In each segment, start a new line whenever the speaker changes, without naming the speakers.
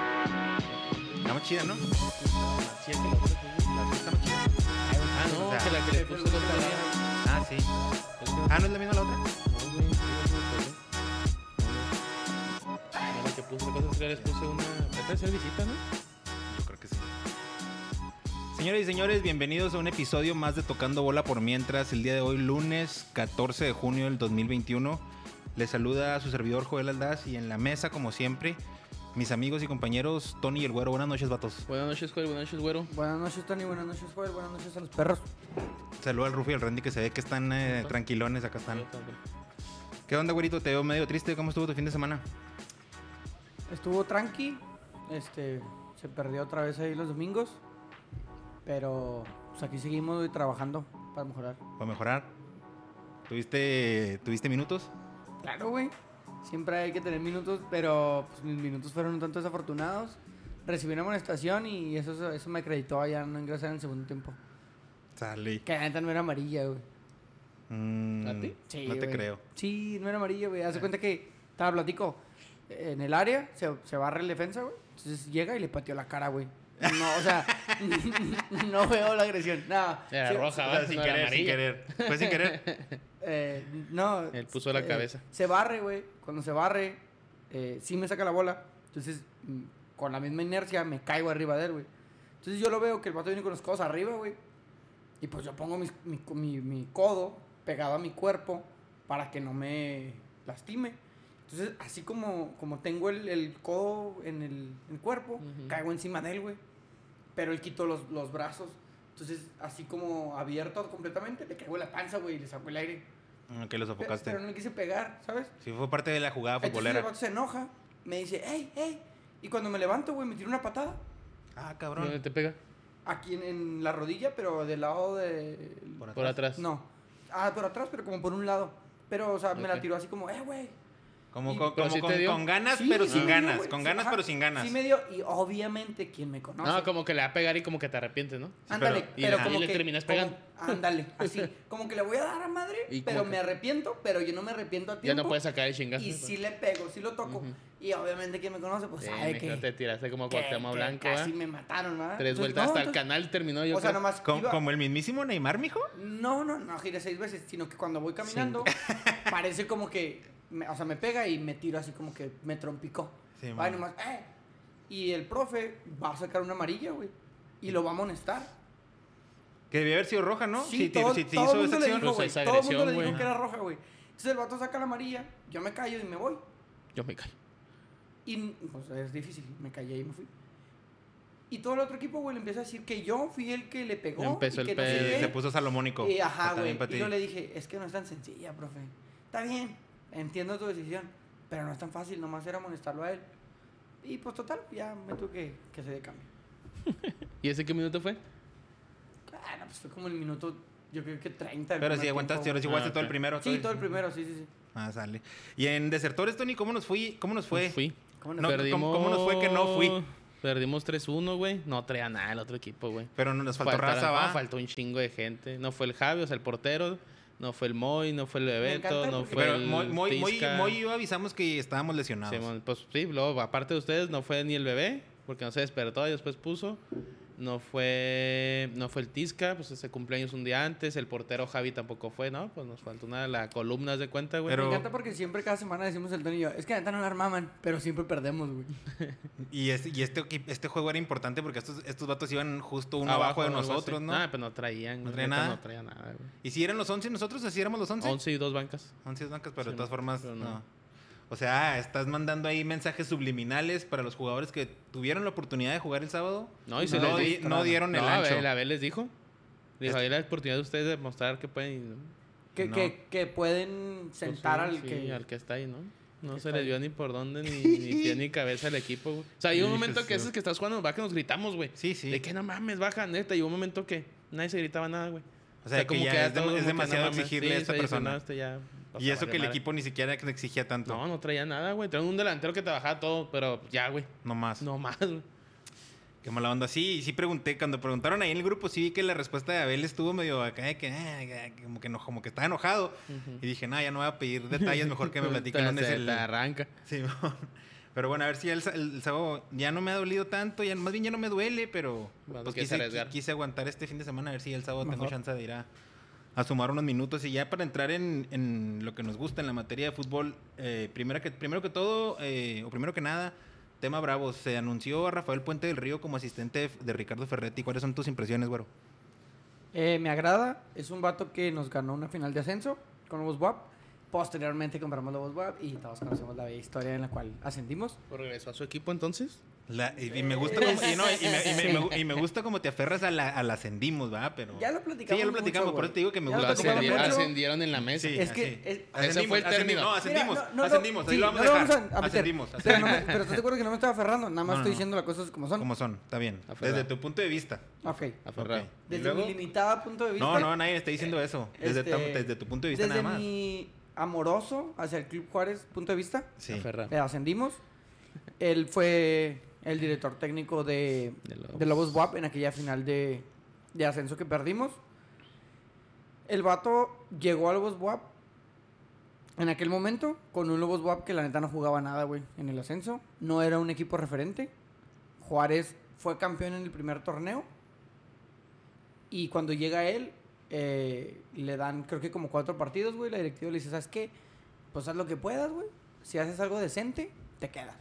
Está más chida, ¿no?
Así es que la otra tenía.
La está más chida.
Ah, no,
O sea,
que la que le puso el otro día.
Ah, sí.
Es que-
Ah, ¿no es la misma la otra?
No, güey, sí, sí, sí. No, la que puse, la cosa es que les puse una. Esta es visita, ¿no?
Yo creo que sí. Señoras y señores, bienvenidos a un episodio más de Tocando Bola por Mientras. El día de hoy, lunes 14 de junio del 2021. Les saluda a su servidor Joel Aldaz y en la mesa, como siempre, mis amigos y compañeros Tony y el Güero. Buenas noches, vatos.
Buenas noches, Joel. Buenas noches, güero.
Buenas noches, Tony. Buenas noches, Joel. Buenas noches a los perros.
Saluda al Rufi y al Randy que se ve que están eh, tranquilones, acá
Ah,
están. ¿Qué onda, güerito? Te veo medio triste. ¿Cómo estuvo tu fin de semana?
Estuvo tranqui. Este, se perdió otra vez ahí los domingos. Pero pues aquí seguimos güey, trabajando para mejorar.
¿Para mejorar? ¿Tuviste, ¿Tuviste minutos?
Claro, güey. Siempre hay que tener minutos, pero pues, mis minutos fueron un tanto desafortunados. Recibí una amonestación y eso, eso me acreditó a ya no ingresar en el segundo tiempo.
Sale.
Que la neta no era amarilla, güey.
Mm,
¿A ti?
Sí,
no te
güey.
creo. Ah.
Sí, no era amarilla, güey. Haz de cuenta que estaba platico eh, en el área, se, se barre el defensa, güey. Entonces llega y le pateó la cara, güey. No, o sea, no veo la agresión. No,
Era
Sí,
roja,
O sea,
¿verdad?
sin
No era
querer, sin
amarilla.
querer. Fue sin querer.
eh, no.
Él puso la
eh,
cabeza.
Se barre, güey. Cuando se barre, eh, sí me saca la bola. Entonces, mm, con la misma inercia, me caigo arriba de él, güey. Entonces yo lo veo que el vato viene con los codos arriba, güey. Y pues yo pongo mis- mi, co- mi- mi codo pegado a mi cuerpo para que no me lastime. Entonces, así como, como tengo el, el codo en el, el cuerpo,
Ujú.
caigo encima de él, güey. Pero él quitó los, los brazos. Entonces, así como abierto completamente, le caigo en la panza, güey, y le saco el aire.
Mm, Que lo
Pe-
sofocaste.
Pero no me quise pegar, ¿sabes?
Sí, fue parte de la jugada
Entonces el
futbolera.
vato se enoja, me dice, hey, hey. Y cuando me levanto, güey, me tira una patada.
Ah,
¿Dónde
cabrón.
te pega?
Aquí en, en la rodilla, pero del lado de...
Por atrás.
No. Ah, por atrás, pero como por un lado. Pero, o sea, me la
Ok.
tiró así como, eh, güey.
Como,
Y-
co-
pero
como
sí te
con,
dio.
con ganas,
Sí,
pero
sí
sin
me dio,
ganas.
güey.
con
Sí,
ganas,
ajá.
pero sin ganas.
Sí me dio, y obviamente quien me conoce.
No, como que le va a pegar y como que te arrepientes, ¿no?
Ándale,
pero-
pero,
y- ajá.
como
Y le
que-
terminas
como-
pegando.
ándale, así. Como que le voy a dar a madre,
Y
pero
como que-
me arrepiento, pero yo no me arrepiento a
Ya
tiempo.
no puedes sacar el chingazo.
Y sí le pego, sí lo toco.
Ujú.
Y obviamente quien me conoce, pues
Sí,
sabe
mijo,
que...
te tiraste como
que-
Cuauhtémoc
que
Blanco, ¿ah?
Casi me mataron, ¿verdad?
Tres
Entonces,
vueltas
no,
hasta el
entonces-
canal terminó yo
O sea,
creo.
nomás.
Co-
iba-
Como el mismísimo Neymar, mijo.
No, no, no giré seis veces, sino que cuando voy caminando, parece como que. me- o sea, me pega y me tiro así como que me trompicó.
Sí,
Ay,
man.
nomás, ¡eh! Y el profe va a sacar una amarilla, güey. Y lo va a amonestar.
Que debió haber sido roja, ¿no?
Sí,
Si te-
todo,
si te
todo
hizo
el mundo le
excepción.
dijo,
Pues
güey.
es
Todo el mundo
agresión,
le dijo
güey.
que era roja, güey. Entonces el vato saca la amarilla, yo me callo y me voy.
Yo me callo.
Y pues, es difícil, me callé y me fui. Y todo el otro equipo, güey, le empieza a decir que yo fui el que le pegó.
Empezó
y
el
que no sé
pedo.
Eh,
qué.
se puso salomónico.
Y ajá,
Está
güey.
bien pa'
Y
ti.
yo le dije, es que no es tan sencilla, profe. Está bien, entiendo tu decisión, pero no es tan fácil, nomás era molestarlo a él. Y pues total, ya me tuve que, que se dé cambio.
¿Y ese qué minuto fue?
Ah, no, pues fue como el minuto, yo creo que 30. del
Pero
primer
si aguantaste,
tiempo,
ahora sí aguantaste
Ah,
todo el
ok.
primero.
güey. Sí, todo el primero, sí, sí, sí.
Ah, sale. Y en Desertores, Tony, ¿cómo nos, fui? ¿Cómo nos fue?
Pues Fui.
¿Cómo
No,
fue?
¿cómo- cómo nos fue que no fui?
Perdimos 3-1, güey. No traía nada el otro equipo, güey.
Pero no- nos faltó
Faltaron-
raza,
no,
va.
ah, faltó un chingo de gente. No fue el Javi, o sea, el portero. No fue el Moy, no fue el Bebeto,
encanta
no
porque-
fue
Pero
el
Moy- Moy Moy-
Tisca.
Moy y yo avisamos que estábamos lesionados.
Simón, pues sí, luego, aparte de ustedes, no fue ni el bebé, porque no se despertó y después puso. No fue, no fue el Tisca, pues ese cumpleaños un día antes. El portero Javi tampoco fue, ¿no? Pues nos faltó una de las columnas de cuenta, güey.
Pero-
Me encanta porque siempre cada semana decimos el Tony y yo, es que neta no la armaban, pero siempre perdemos, güey.
Y, este, y este, equi- este juego era importante porque estos, estos vatos iban justo uno abajo,
Abajo,
de
algo así.
nosotros, ¿no?
Ah, pero no traían.
¿No
güey,
traía
neta,
nada?
No traía nada, güey.
Y si eran los 11 nosotros, así éramos los 11. 11,
11 y dos bancas.
blancas, pero de
Sí,
todas formas,
pero
no.
no.
O sea, estás mandando ahí mensajes subliminales para los jugadores que tuvieron la oportunidad de jugar el sábado.
No, y se
no,
les
di-
dijo-
no dieron el
No,
ancho. Este
la vez les dijo. Dijo, ahí la oportunidad de ustedes de mostrar que pueden.
Que,
No.
que, que pueden sentar
Pues sí,
al,
sí,
que...
al que está ahí, ¿no? No
que
se
está
le
ahí.
dio ni por dónde, ni, ni pie ni cabeza al equipo, güey. O sea, llegó un
Hijo
momento
su-
que esos que estás jugando, baja, nos gritamos, güey.
Sí, sí.
De que no mames, baja, neta. Llegó un momento que nadie se gritaba nada, güey.
O sea, que ya
a
es dem-
todos
es
como que,
demasiado
mames,
exigirle a esta
se dice,
persona.
no, este ya, o
y
sea,
eso
valió
que el
madre.
equipo ni siquiera exigía tanto.
No, no traía nada, güey. Traía un delantero que trabajaba todo, pero ya, güey.
No más.
No más, güey.
Qué mala onda. Sí, sí pregunté. Cuando preguntaron ahí en el grupo, sí vi que la respuesta de Abel estuvo medio acá, de que, ah, ah, como que, no, como que estaba enojado. Y dije, nada, ya no voy a pedir detalles, mejor que me platiquen dónde es
Se
el...
te arranca.
Sí, pero bueno, a ver si el, sa- el sábado ya no me ha dolido tanto, ya, más bien ya no me duele, pero
Bueno,
pues,
quise
quise,
arriesgar.
quise aguantar este fin de semana a ver si el sábado tengo
Mejor.
chance de ir a, a sumar unos minutos. Y ya para entrar en, en lo que nos gusta en la materia de fútbol, eh, primero, que, primero que todo, eh, o primero que nada, tema Bravos. Se anunció a Rafael Puente del Río como asistente de, de Ricardo Ferretti. ¿Cuáles son tus impresiones, güero?
Eh, me agrada, es un vato que nos ganó una final de ascenso con Lobos WAP. Posteriormente compramos Lobos WAP y todos conocemos la bella historia en la cual ascendimos.
¿O ¿Regresó a su equipo entonces?
La- y, y me gusta como, y, no, y me, y me- y me- y me gusta como te aferras a la, a la ascendimos, ¿va? Pero,
Ya lo platicamos
Sí, ya lo
mucho,
platicamos, por
güey.
eso te digo que me
Ya
Lo
gusta
lo
como la
platicamos
ascendieron,
mucho.
ascendieron en la mesa.
Sí,
Es que
así.
es- Ese
Ascendimos,
fue el
ascendi-
término.
No,
Mira,
ascendimos,
no, no,
ascendimos, ahí
sí,
lo vamos
no
a dejar.
a- a meter.
ascendimos,
Pero,
ascendimos.
no me- pero ¿estás seguro que no me estaba aferrando? Nada
No,
más
no,
estoy
no.
diciendo las cosas como son.
¿Cómo son? Está bien.
Aferrado.
Desde tu punto de vista.
Ok.
Aferrado.
Ok. ¿Y
Desde
luego?
mi limitado punto de vista.
No, no, nadie está diciendo eso. Desde,
este,
tam- desde tu punto de vista
desde
nada más.
mi amoroso hacia el Club Juárez punto de vista,
Sí.
Aferrado.
le ascendimos. Él fue el director técnico de,
De Lobos.
de Lobos WAP en aquella final de, de ascenso que perdimos. El vato llegó a Lobos WAP en aquel momento con un Lobos WAP que la neta no jugaba nada, güey, en el ascenso. No era un equipo referente. Juárez fue campeón en el primer torneo. Y cuando llega él, eh, le dan creo que como cuatro partidos, güey. La directiva le dice, ¿sabes qué? Pues haz lo que puedas, güey. Si haces algo decente, te quedas.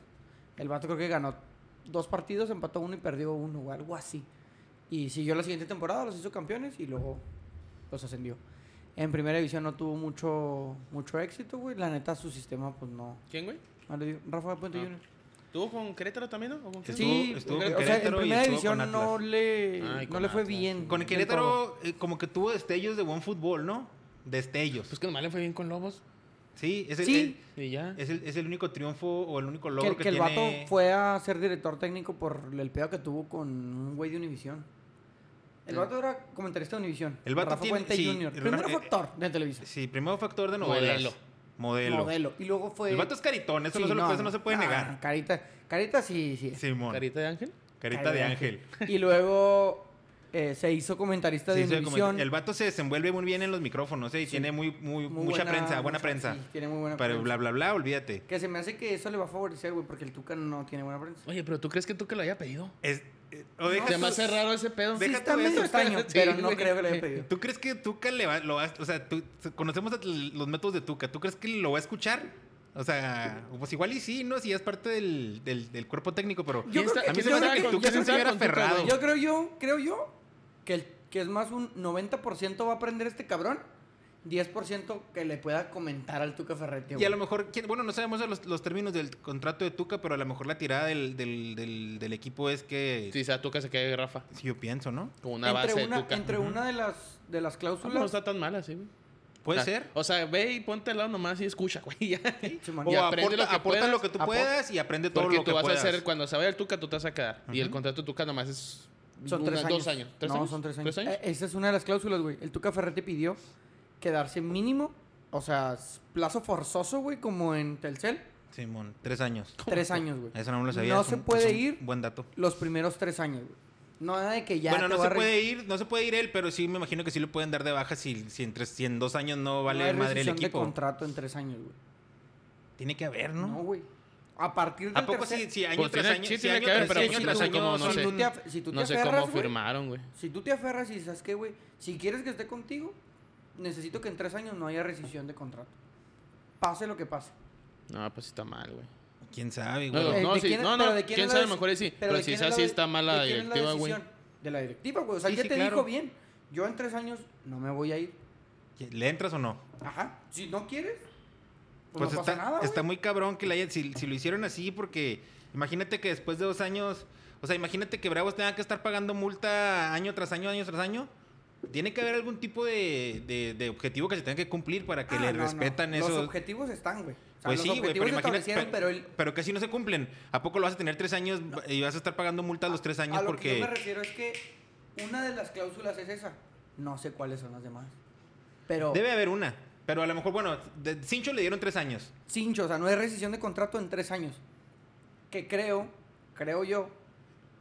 El vato creo que ganó dos partidos, empató uno y perdió uno o algo así. Y siguió la siguiente temporada, los hizo campeones y luego los ascendió. En primera división no tuvo mucho, mucho éxito, güey. La neta, su sistema, pues no.
¿Quién, güey?
no le dio- Rafa Puente
Ah.
Jr.
¿Tú con Querétaro también, no? ¿O con quién?
Sí, eh,
estuvo
o
con
sea, en
Querétaro y
primera
estuvo
división
con
no
Atlas.
le,
Ah, y
no
con
le fue
Atlas.
bien.
Con el
del todo.
Querétaro eh, como que tuvo destellos de buen fútbol, ¿no? Destellos.
Pues que nomás le fue bien con Lobos.
sí, es el,
Sí.
Y ya.
es el, es el único triunfo o el único
que,
logro que,
que el
tiene.
vato fue a ser director técnico por el pedo que tuvo con un güey de Univisión. El vato era comentarista de Univisión.
Eh. El vato
Rafa
tiene-
Puente
sí, eh,
Jr.
el
Primero
Rafa-
fue actor de Televisa.
Sí, primero factor de novelas.
Modelo.
Modelo.
Modelo. Y luego fue...
El vato es caritón, eso,
Sí,
no, se lo- eso no se puede
ah,
negar.
Carita, carita sí, sí. es.
Simón. Carita,
¿Carita
de
de Ángel?
ángel.
Y luego eh, se hizo comentarista
Sí,
de
sí,
Univisión.
como- el vato se desenvuelve muy bien en los micrófonos, ¿eh? Y
Sí.
tiene muy, muy,
Muy
mucha prensa, buena
mucha-
prensa.
sí, tiene muy buena
Pero
prensa.
bla, bla, bla, olvídate.
Que se me hace que eso le va a favorecer, güey, porque el Tuca no tiene buena prensa.
Oye, pero ¿tú crees que tú que lo haya pedido?
Es- eh, o deja
Se
tú-
me hace raro ese pedo.
Deja
Sí, está
tú eso.
medio extraño,
Sí,
pero no
güey.
creo que lo haya pedido.
¿Tú crees que Tuca le va, lo va- o sea, tú- conocemos a- los métodos de Tuca, ¿tú crees que lo va a escuchar? O sea, pues igual y sí, ¿no? Si es parte del, del- del cuerpo técnico, pero
Yo creo
está-
que-
a mí se
yo
me
creo
hace que
que-
Tuca
yo
se
creo que-
hubiera
con Tuca,
aferrado.
güey,
Yo creo yo, creo yo, que, el- que es más un 90% va a aprender este cabrón, 10% que le pueda comentar al Tuca Ferretti.
Y
güey.
a lo mejor, ¿quién- bueno, no sabemos los, los términos del contrato de Tuca, pero a lo mejor la tirada del, del- del- del equipo es que,
Sí, o sea, Tuca se quede Rafa.
si yo pienso, ¿no?
Con una
entre
base
una,
de Tuca.
entre una de las, de las
Ah, pues no
cláusulas.
está tan mala, sí, güey.
Puede
Ah.
O sea,
ser.
O sea, ve y ponte al lado nomás y escucha, güey. ya.
Simón.
O
Y aprende
aporta,
lo que
aporta
puedas,
lo que tú
apor-
puedas y aprende todo
Porque
lo que
tú vas
puedas.
a hacer, cuando se vaya el Tuca, tú te vas a quedar. Y el
Ujú.
contrato de Tuca nomás es.
son
una-
tres años.
Dos años. ¿Tres
no,
años?
son tres años. Eh, esa es una de las cláusulas, güey. El Tuca Ferretti pidió quedarse mínimo, o sea, s- plazo forzoso, güey, como en Telcel,
Simón, tres años.
tres años, güey.
Eso no me lo sabía.
No
es
se
un-
puede
es un
ir
Buen dato.
los primeros tres años, güey. No nada de que ya
bueno,
te
no
va
se
a re-
puede ir, no se puede ir él, pero sí me imagino que sí lo pueden dar de baja si, si, en, tres- si en dos años no
no
vale
hay
madre el
rescisión de
equipo.
contrato en tres años, güey.
Tiene que haber, ¿no?
No, güey. A partir del
¿A poco
tercer-
si, si año
Pues
tras
tiene-
año?
sí
si
tiene
año
que haber,
tras-
pero
si
pues
año
sí,
tras
tú
año
como no
son
sé.
un-
te af- si tú te
No sé
aferras,
cómo
güey,
firmaron, güey.
Si tú te aferras y dices, ¿sabes qué, güey? Si quieres que esté contigo, necesito que en tres años no haya rescisión de contrato. Pase lo que pase.
No, pues sí está mal, güey.
¿Quién sabe,
No,
güey.
no,
Eh, ¿de
sí,
quién-
no,
pero
no,
de
quién,
quién es la
sabe
dec-
mejor y sí,
pero
pero,
de
si
quién
es
es la
así
de-
está mal
de
la
quién es la
directiva, güey.
decisión? De la directiva, güey. O sea,
Sí,
ya
sí,
te
claro.
dijo bien. Yo en tres años no me voy a ir.
¿Le entras o no?
Ajá. Si no quieres, pues,
Pues
no
está,
pasa nada, güey.
está muy cabrón que la hayan, si, si lo hicieron así, porque imagínate que después de dos años, o sea, imagínate que Bravos tenga que estar pagando multa año tras año, año tras año. Tiene que haber algún tipo de, de- de objetivo que se tenga que cumplir para que
Ah,
le
no, no.
respetan
Los
esos.
objetivos están, güey. O sea,
Pues
los
sí, güey,
objetivos
pero
se
imagínate.
establecieron,
Pero,
pero el,
pero casi no se cumplen. ¿A poco lo vas a tener tres años y vas a estar pagando multa a los tres años
A lo que
porque.
yo me refiero es que una de las cláusulas es esa. No sé cuáles son las demás. Pero
Debe haber una. Pero a lo mejor, bueno, de Sincho le dieron tres años.
cincho, o sea, no hay rescisión de contrato en tres años. Que creo, creo yo,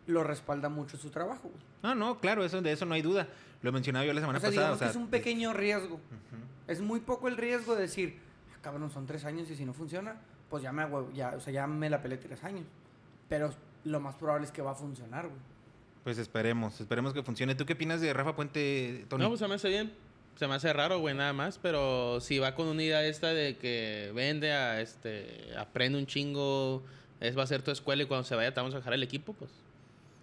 lo respalda mucho su trabajo. güey.
No, Ah, no, claro, eso, de eso no hay duda. Lo mencionaba yo la semana
O
pues,
sea,
ah,
pasada.
digamos
o sea,
que es un pequeño riesgo. Es muy poco el riesgo de decir, "Ah, cabrón, son tres años y si no funciona, pues ya me, agüe- ya, o sea, ya me la pelé tres años. Pero lo más probable es que va a funcionar, güey.
Pues esperemos, esperemos que funcione. ¿Tú qué opinas de Rafa Puente, Tony?
No, pues se me hace bien. Se me hace raro, güey, nada más. Pero si va con una idea esta de que vende, a, este, aprende un chingo, es, va a ser tu escuela y cuando se vaya te vamos a dejar el equipo, pues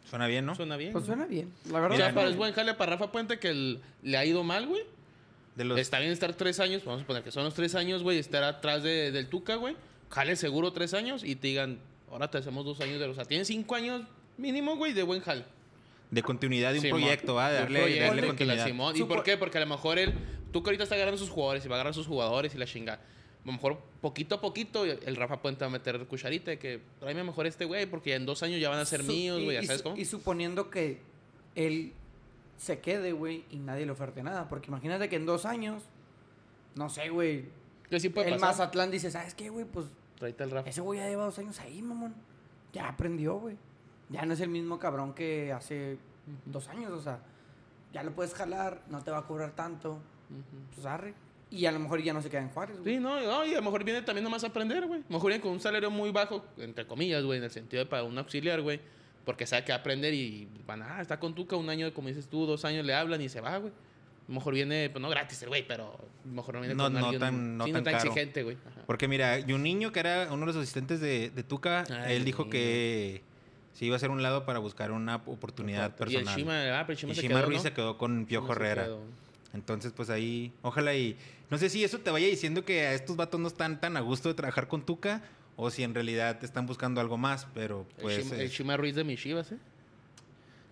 Suena bien, ¿no?
suena bien.
Pues
güey.
suena bien. La
O
verdad.
sea,
Mira,
para,
no.
es buen jale para Rafa Puente que el- le ha ido mal, güey.
De los,
Está bien estar tres años, vamos a poner que son los tres años, güey, estar atrás de- del Tuca, güey. Jale seguro tres años y te digan, ahora te hacemos dos años de los... O sea, tienes cinco años mínimo, güey, de buen jale.
de continuidad de un
Simón.
proyecto, ¿va? De
Un
darle,
proyecto
darle
que la
continuidad.
Simón- ¿Y
Supo-
por qué? Porque a lo mejor él, tú que ahorita está agarrando sus jugadores y va a agarrar sus jugadores y la chingada. A lo mejor poquito a poquito el Rafa Puente va a meter cucharita de que tráeme mejor este güey porque en dos años ya van a ser
Su-
míos,
y-
güey, ya
y
sabes
su-
cómo.
Y suponiendo que él se quede, güey, y nadie le oferte nada. Porque imagínate que en dos años, no sé, güey,
Que sí puede
el
pasar.
Mazatlán dice, ¿sabes qué, güey? Pues
Tráete al Rafa.
ese güey ya lleva dos años ahí, mamón. Ya aprendió, güey. Ya no es el mismo cabrón que hace dos años, o sea, ya lo puedes jalar, no te va a cobrar tanto,
Ujú.
pues arre. Y a lo mejor ya no se queda en Juárez, güey.
Sí, no, no, y a lo mejor viene también nomás a aprender, güey. A lo mejor viene con un salario muy bajo, entre comillas, güey, en el sentido de para un auxiliar, güey. Porque sabe que va a aprender y van, ah, está con Tuca un año, como dices tú, dos años le hablan y se va, güey. A lo mejor viene, pues no gratis el güey, pero a lo mejor no viene
No-
con
no
alguien-
tan- no
sí,
tan caro.
exigente, güey. Ajá.
Porque mira, y un niño que era uno de los asistentes de, de Tuca,
Ay,
él dijo
niño.
que se iba a hacer un lado para buscar una oportunidad
Y el
personal.
Shima, ah, pero el Shima,
Y
se
Shima
quedó,
Ruiz
¿no?
se quedó con Piojo
Shima se
Herrera.
quedó.
Entonces, pues ahí, ojalá y... No sé si eso te vaya diciendo que a estos vatos no están tan a gusto de trabajar con Tuca o si en realidad están buscando algo más, pero
El
pues...
Shima-
eh,
el Shima Ruiz de mis Chivas, ¿eh?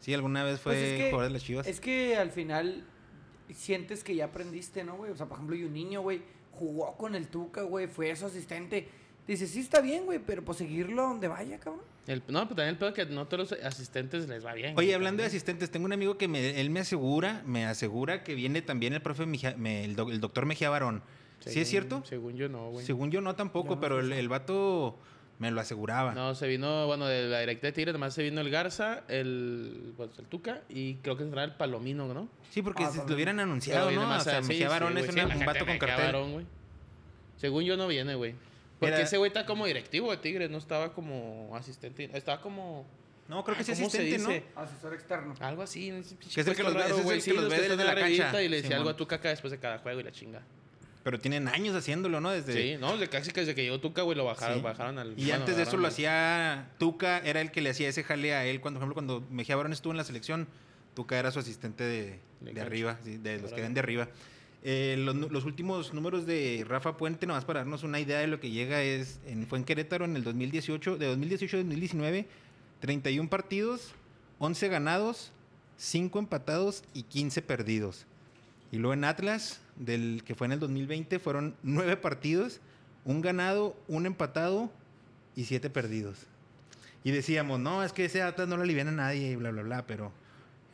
sí, alguna vez fue
Pues es que-
jugador de las Chivas.
Es que al final sientes que ya aprendiste, ¿no, güey? O sea, por ejemplo, y un niño, güey, jugó con el Tuca, güey, fue su asistente. Dice, sí está bien, güey, pero pues seguirlo a donde vaya, cabrón.
El- no, pero también el pedo es que no todos los asistentes les va bien.
Oye,
güey,
hablando de
también.
asistentes, tengo un amigo que me, él me asegura, me asegura que viene también el profe, Mejía- me- el, doc- el doctor Mejía Barón. ¿Sí es
Según-
cierto?
Según yo no, güey.
Según yo no tampoco,
Yo no
pero
sé
el,
eso.
el vato me lo aseguraba.
No, se vino, bueno, de la directa de Tigres, además se vino el Garza, el, pues, el Tuca y creo que entrará el Palomino, pues ¿no?
Sí, porque
Ah,
si lo
también.
hubieran anunciado,
Pero
¿no?
viene
O
más
sea,
a- sí,
Mejía
sí,
Barón
güey,
es
sí,
una- un
imagínate,
vato con
Mejía
cartel.
Barón, güey. Según yo no viene, güey. Porque
Mira-
ese güey está como directivo de Tigres, no estaba como asistente, estaba como
No, creo que
Ah,
es
¿cómo se
asistente, ¿no?
dice?
Asesor externo.
algo así, no sé,
Que es el que
puesto
los ve- ese es el que los ve
están
desde
en
la
revista
cancha,
y le decía
Simón.
algo a Tuca acá después de cada juego y la chinga.
Pero tienen años haciéndolo, ¿no? Desde...
Sí, no, de casi que desde que llegó Tuca, güey, lo bajaron,
Sí.
bajaron al
Y
bueno,
antes de eso lo
agarraron al-
hacía Tuca, era el que le hacía ese jale a él. Cuando, por ejemplo, cuando Mejía Barón estuvo en la selección, Tuca era su asistente de,
De
de
cancha.
arriba, sí, de los que
Órale.
ven de arriba. Eh, los, nu- los últimos números de Rafa Puente, nomás para darnos una idea de lo que llega, es en, fue en Querétaro en el 2018, de 2018 a 2019, 31 partidos, 11 ganados, 5 empatados y 15 perdidos. Y luego en Atlas, del que fue en el 2020, fueron 9 partidos, un ganado, un empatado y 7 perdidos. Y decíamos, no, es que ese Atlas no lo aliviana a nadie y bla, bla, bla, pero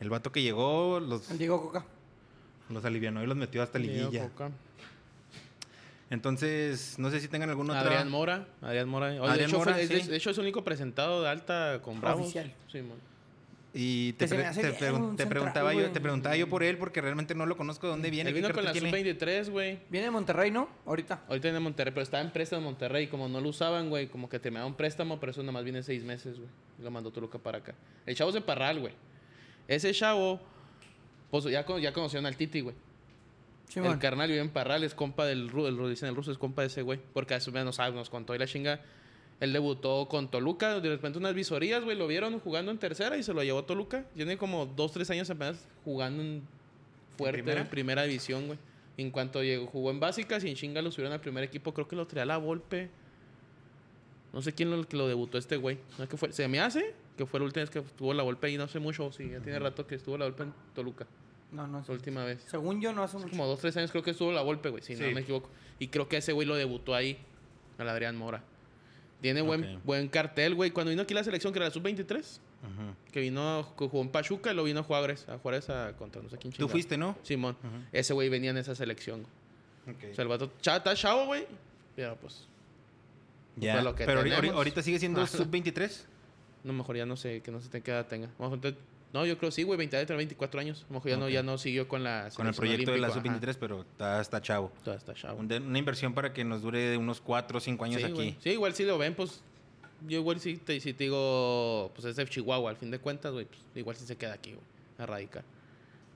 el vato que llegó los,
El Diego Coca.
los alivianó y los metió hasta
Llegó
liguilla.
Coca.
Entonces, no sé si tengan alguna otra...
Adrián Mora, Adrián Mora. Oye, de,
Adrián
hecho,
Mora,
fue- es-
sí.
de hecho, es el único presentado de alta con Bravos.
Oficial.
Sí, mon.
Y te,
Que se me
pre-
hace
te
bien,
pregun-
un
te
central,
preguntaba yo,
güey.
te preguntaba yo por él porque realmente no lo conozco de dónde viene.
Él
qué
vino con
carta
la
tiene.
sub-23, güey.
Viene de Monterrey, ¿no? Ahorita.
Ahorita en Monterrey, pero estaba en préstamo en Monterrey. Como no lo usaban, güey, como que terminaba un préstamo, pero eso nada más viene seis meses, güey. Y Lo mandó Toluca para acá. El chavo es de Parral, güey. Ese chavo, pues ya, con- ya conocieron al Titi, güey.
Simón.
El carnal vive en Parral, es compa del ruso, el, ru- dicen el ruso, es compa de ese güey. Porque a su vez nos, sabe, nos contó y la chinga. Él debutó con Toluca, de repente unas visorías, güey, lo vieron jugando en tercera y se lo llevó a Toluca. Tiene como dos, tres años apenas jugando en fuerte en
primera?
primera, división, güey. En cuanto llegó, jugó en básicas y en chinga lo subieron al primer equipo. Creo que lo traía la Volpe. No sé quién lo, que lo debutó este güey. No sé qué fue. Se me hace que fue la última vez que estuvo la Volpe y no hace mucho. Sí, ya tiene rato que estuvo la Volpe en Toluca.
No, no.
La última vez.
Según yo, no hace mucho.
Como dos, tres años creo que estuvo la golpe, güey, si no
Sí.
me equivoco. Y creo que ese güey lo debutó ahí, al Adrián Mora. Tiene buen,
Ok.
buen cartel, güey. Cuando vino aquí la selección, que era la sub-23,
Ujú.
que vino, que jugó en Pachuca y lo vino a Juárez, a Juárez a contra no sé quién
Tú
chingado.
fuiste, ¿no?
Simón. Ese güey venía en esa selección. güey.
Ok.
O sea, el vato, cha- está chavo, güey. Pero pues,
Ya,
fue lo que
pero ahori- ahori-
tenemos.
ahorita sigue siendo
Ajá.
sub-23.
No, mejor ya no sé, que no sé te queda tenga. A lo mejor te- No, yo creo sí, güey, 20 años, 24 años. A lo mejor ya, no,
Ok.
ya no siguió con la
Con el
selección
proyecto de la
olímpica, ajá.
sub-23, pero está, está chavo.
Todavía está chavo.
Un- de- Una inversión para que nos dure unos 4 o 5 años
sí,
aquí.
güey. Sí, igual si lo ven, pues. Yo igual si te, si te digo, pues es de Chihuahua, al fin de cuentas, güey, pues, igual si se queda aquí, güey, a radicar.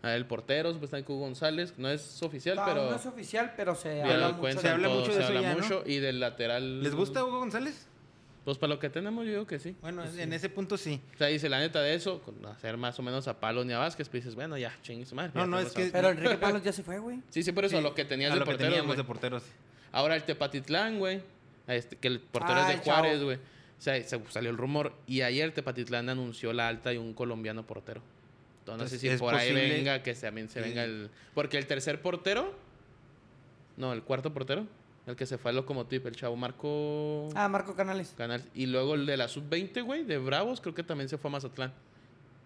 A ver, el portero, supuestamente Hugo González, no es oficial,
No,
pero.
no es oficial, pero se
ya
habla
lo
mucho.
cuentan
Se habla
de-
todo,
mucho de
se
eso
habla
ya, ¿no?
mucho. Y del lateral.
¿Les gusta Hugo González?
Pues para lo que tenemos, yo digo que sí.
Bueno, en ese punto sí.
O sea, dice la neta de eso, con hacer más o menos a Palo ni a Vázquez, pues dices, bueno, ya, chingue su madre.
No,
ya
no,
tenemos
es que-
a-
Pero Enrique Palos ya se fue, güey.
Sí, sí, por eso,
Sí,
Pues a lo que tenías
a
de
lo que
portero.
teníamos
güey.
de porteros.
Ahora el Tepatitlán, güey. Este, que el portero
Ah,
es
el
de
chavo.
Juárez, güey. O sea, se salió el rumor. Y ayer Tepatitlán anunció la alta de un colombiano portero. Entonces,
Pues,
Entonces,
no sé
¿es
si por ahí
posible?
venga que también
Sí.
se
Eh.
venga el. Porque el tercer portero. No, el cuarto portero. El que se fue al Locomotive, el chavo Marco
Ah, Marco Canales.
Canal. Y luego el de la sub-20, güey, de Bravos, creo que también se fue a Mazatlán.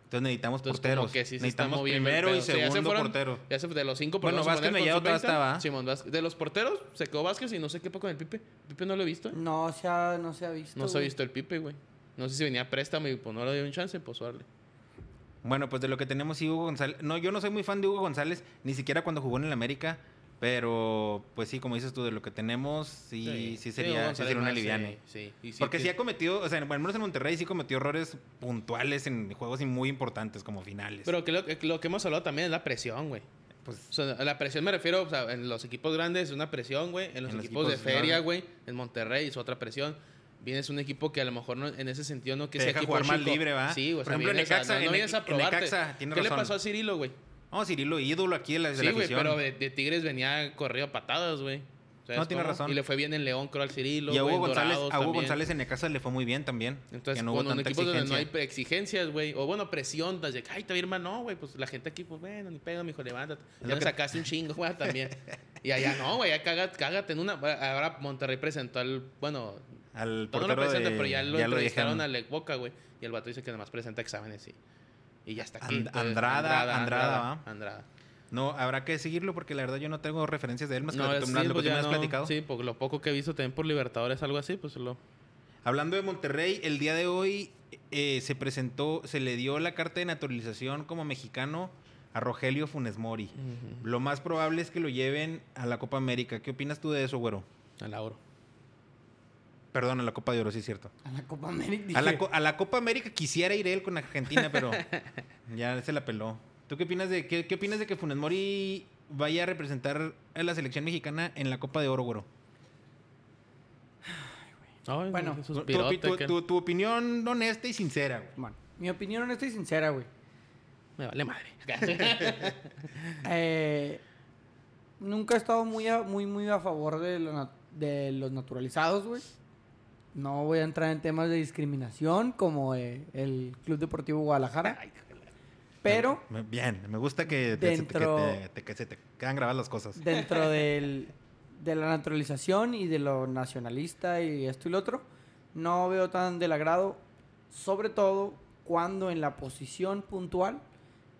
Entonces necesitamos
Entonces,
porteros.
como que sí se está
necesitamos
moviendo el
primero y
pedo. Sí, ya se
segundo
fueron-
portero.
Ya se, de los cinco
Bueno,
porteros. vamos a
Vázquez
poner con
Mellado todavía
sub-20.
estaba.
Simón Vázquez. De los porteros, se quedó Vázquez y no sé qué pasó con el Pipe. Pipe no lo he visto. ¿eh?
No se ha, no se ha visto.
No se ha
güey.
visto el Pipe, güey. No sé si venía a préstamo y pues no le dio un chance, pues órale.
Bueno, pues de lo que tenemos sí Hugo González. No, yo no soy muy fan de Hugo González, ni siquiera cuando jugó en el América. Pero, pues sí, como dices tú, de lo que tenemos, sí, sí, sería,
Hugo
sí
González eh,
sería una
más,
liviana.
Sí, sí. Y sí
Porque sí
tiene-
ha cometido, o sea, bueno, al menos en Monterrey sí cometió errores puntuales en juegos y muy importantes como finales.
Pero que lo, que- lo que hemos hablado también es la presión, güey.
pues,
O sea, a la presión me refiero, o sea, en los equipos grandes es una presión, güey. En los equipos, de feria,
grandes.
güey. En Monterrey es otra presión. Vienes un equipo que a lo mejor no- en ese sentido no que
Te
sea
deja
equipo
jugar más
chico.
libre, ¿va?
Sí, güey.
Por
o sea,
ejemplo, en
vienes a-
Necaxa,
no, no
en-
vienes a
en
probarte.
Necaxa, tiene
¿Qué le
razón.
pasó a Cirilo, güey?
no, Cirilo, ídolo aquí de la, de la
Sí, güey,
afición.
pero de, de Tigres venía corrido a patadas, güey. ¿Sabes
No, tiene
cómo?
razón.
Y le fue bien en León, creo, al Cirilo.
y a
güey,
Hugo
en
González,
Dorados
a Hugo
también.
González en Necaxa le fue muy bien también.
Entonces,
que no hubo
cuando en
tanta
equipos donde no hay
exigencia.
pre- exigencias, güey, o bueno, presión, desde que, ay, te va a ir mal", no, güey, pues la gente aquí, pues bueno, ni pega, mijo, levántate.
Es
Ya
lo
me
que-
sacaste un chingo, güey, también. Y allá no, güey, ya caga- cágate en una. Ahora Monterrey presentó al, bueno,
Al
no
portero
lo presenta,
de-
pero ya lo entrevistaron
dijeron.
a Alec Boca, güey, y el vato dice que nada más presenta exámenes y, y ya está aquí.
And-
Entonces,
Andrada, Andrada,
Andrada. Andrada.
No, habrá que seguirlo porque la verdad yo no tengo referencias de él más que
No,
lo que
es-
tú
sí,
me has- lo que
pues
tú me
ya
has
no-
platicado.
Sí, por lo poco que he visto también por Libertadores, algo así, pues lo.
Hablando de Monterrey, el día de hoy eh, se presentó, se le dio la carta de naturalización como mexicano a Rogelio Funes Mori. Lo más probable es que lo lleven a la Copa América. ¿Qué opinas tú de eso, güero?
Al oro.
Perdón, a la Copa de Oro, sí es cierto.
A la Copa América.
A la,
dije.
co- a la Copa América quisiera ir él con Argentina, pero ya se la peló. ¿Tú qué opinas de qué, qué opinas de que Funes Mori vaya a representar a la selección mexicana en la Copa de Oro, güero?
Ay,
Bueno,
ese
Tu, tu
suspirote
opi- tu-
que-
tu- tu opinión honesta y sincera, güey.
Bueno, mi opinión honesta y sincera, güey.
Me vale madre.
Eh, nunca he estado muy a, muy, muy a favor de, lo nat- de los naturalizados, güey. No voy a entrar en temas de discriminación como eh, el Club Deportivo Guadalajara. Pero
Me- Bien, me gusta que, te- se te- que
Dentro-
te, te- que se te quedan grabadas las cosas.
dentro del, de la naturalización y de lo nacionalista y esto y lo otro, no veo tan del agrado, sobre todo cuando en la posición puntual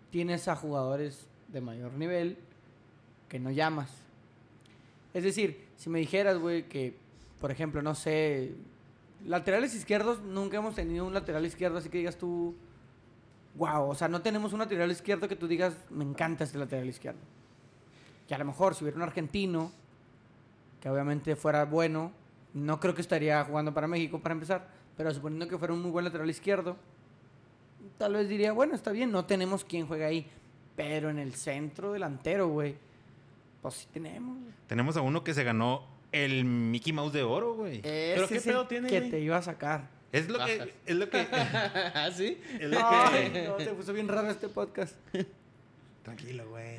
tienes a jugadores de mayor nivel que no llamas. Es decir, si me dijeras, güey, que, por ejemplo, no sé, laterales izquierdos, nunca hemos tenido un lateral izquierdo, así que digas tú, wow, o sea, no tenemos un lateral izquierdo que tú digas, me encanta este lateral izquierdo que a lo mejor si hubiera un argentino, que obviamente fuera bueno, no creo que estaría jugando para México para empezar, pero suponiendo que fuera un muy buen lateral izquierdo, tal vez diría, bueno, está bien, no tenemos quien juegue ahí, pero en el centro delantero, güey, pues sí tenemos. güey.
Tenemos a uno que se ganó el Mickey Mouse de oro, güey.
Ese
qué
es el
pedo tiene,
que
güey?
te iba a sacar.
Es lo que. Es lo que.
¿Ah, sí?
es lo
Ay,
que-
no, te puso bien raro este podcast.
Tranquilo, güey.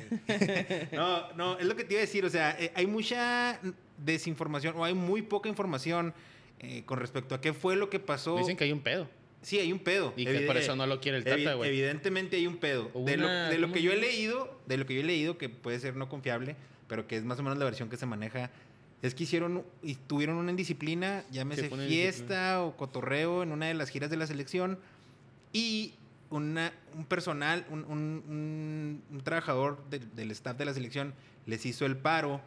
No, no, es lo que te iba a decir. O sea, eh, hay mucha desinformación o hay muy poca información eh, con respecto a qué fue lo que pasó.
Dicen que hay un pedo.
Sí, hay un pedo.
Y que
Evide-
por eso no lo quiere el
Evi-
Tata, güey.
Evidentemente hay un pedo.
Hubo
De lo,
una-
de lo
¿cómo
que yo he
se llama?
leído, de lo que yo he leído, que puede ser no confiable, pero que es más o menos la versión que se maneja, es que hicieron y tuvieron una indisciplina, llámese
Sí, fue una
fiesta o cotorreo en una de las giras de la selección y una, un personal, un, un- un- un trabajador del- del staff de la selección les hizo el paro,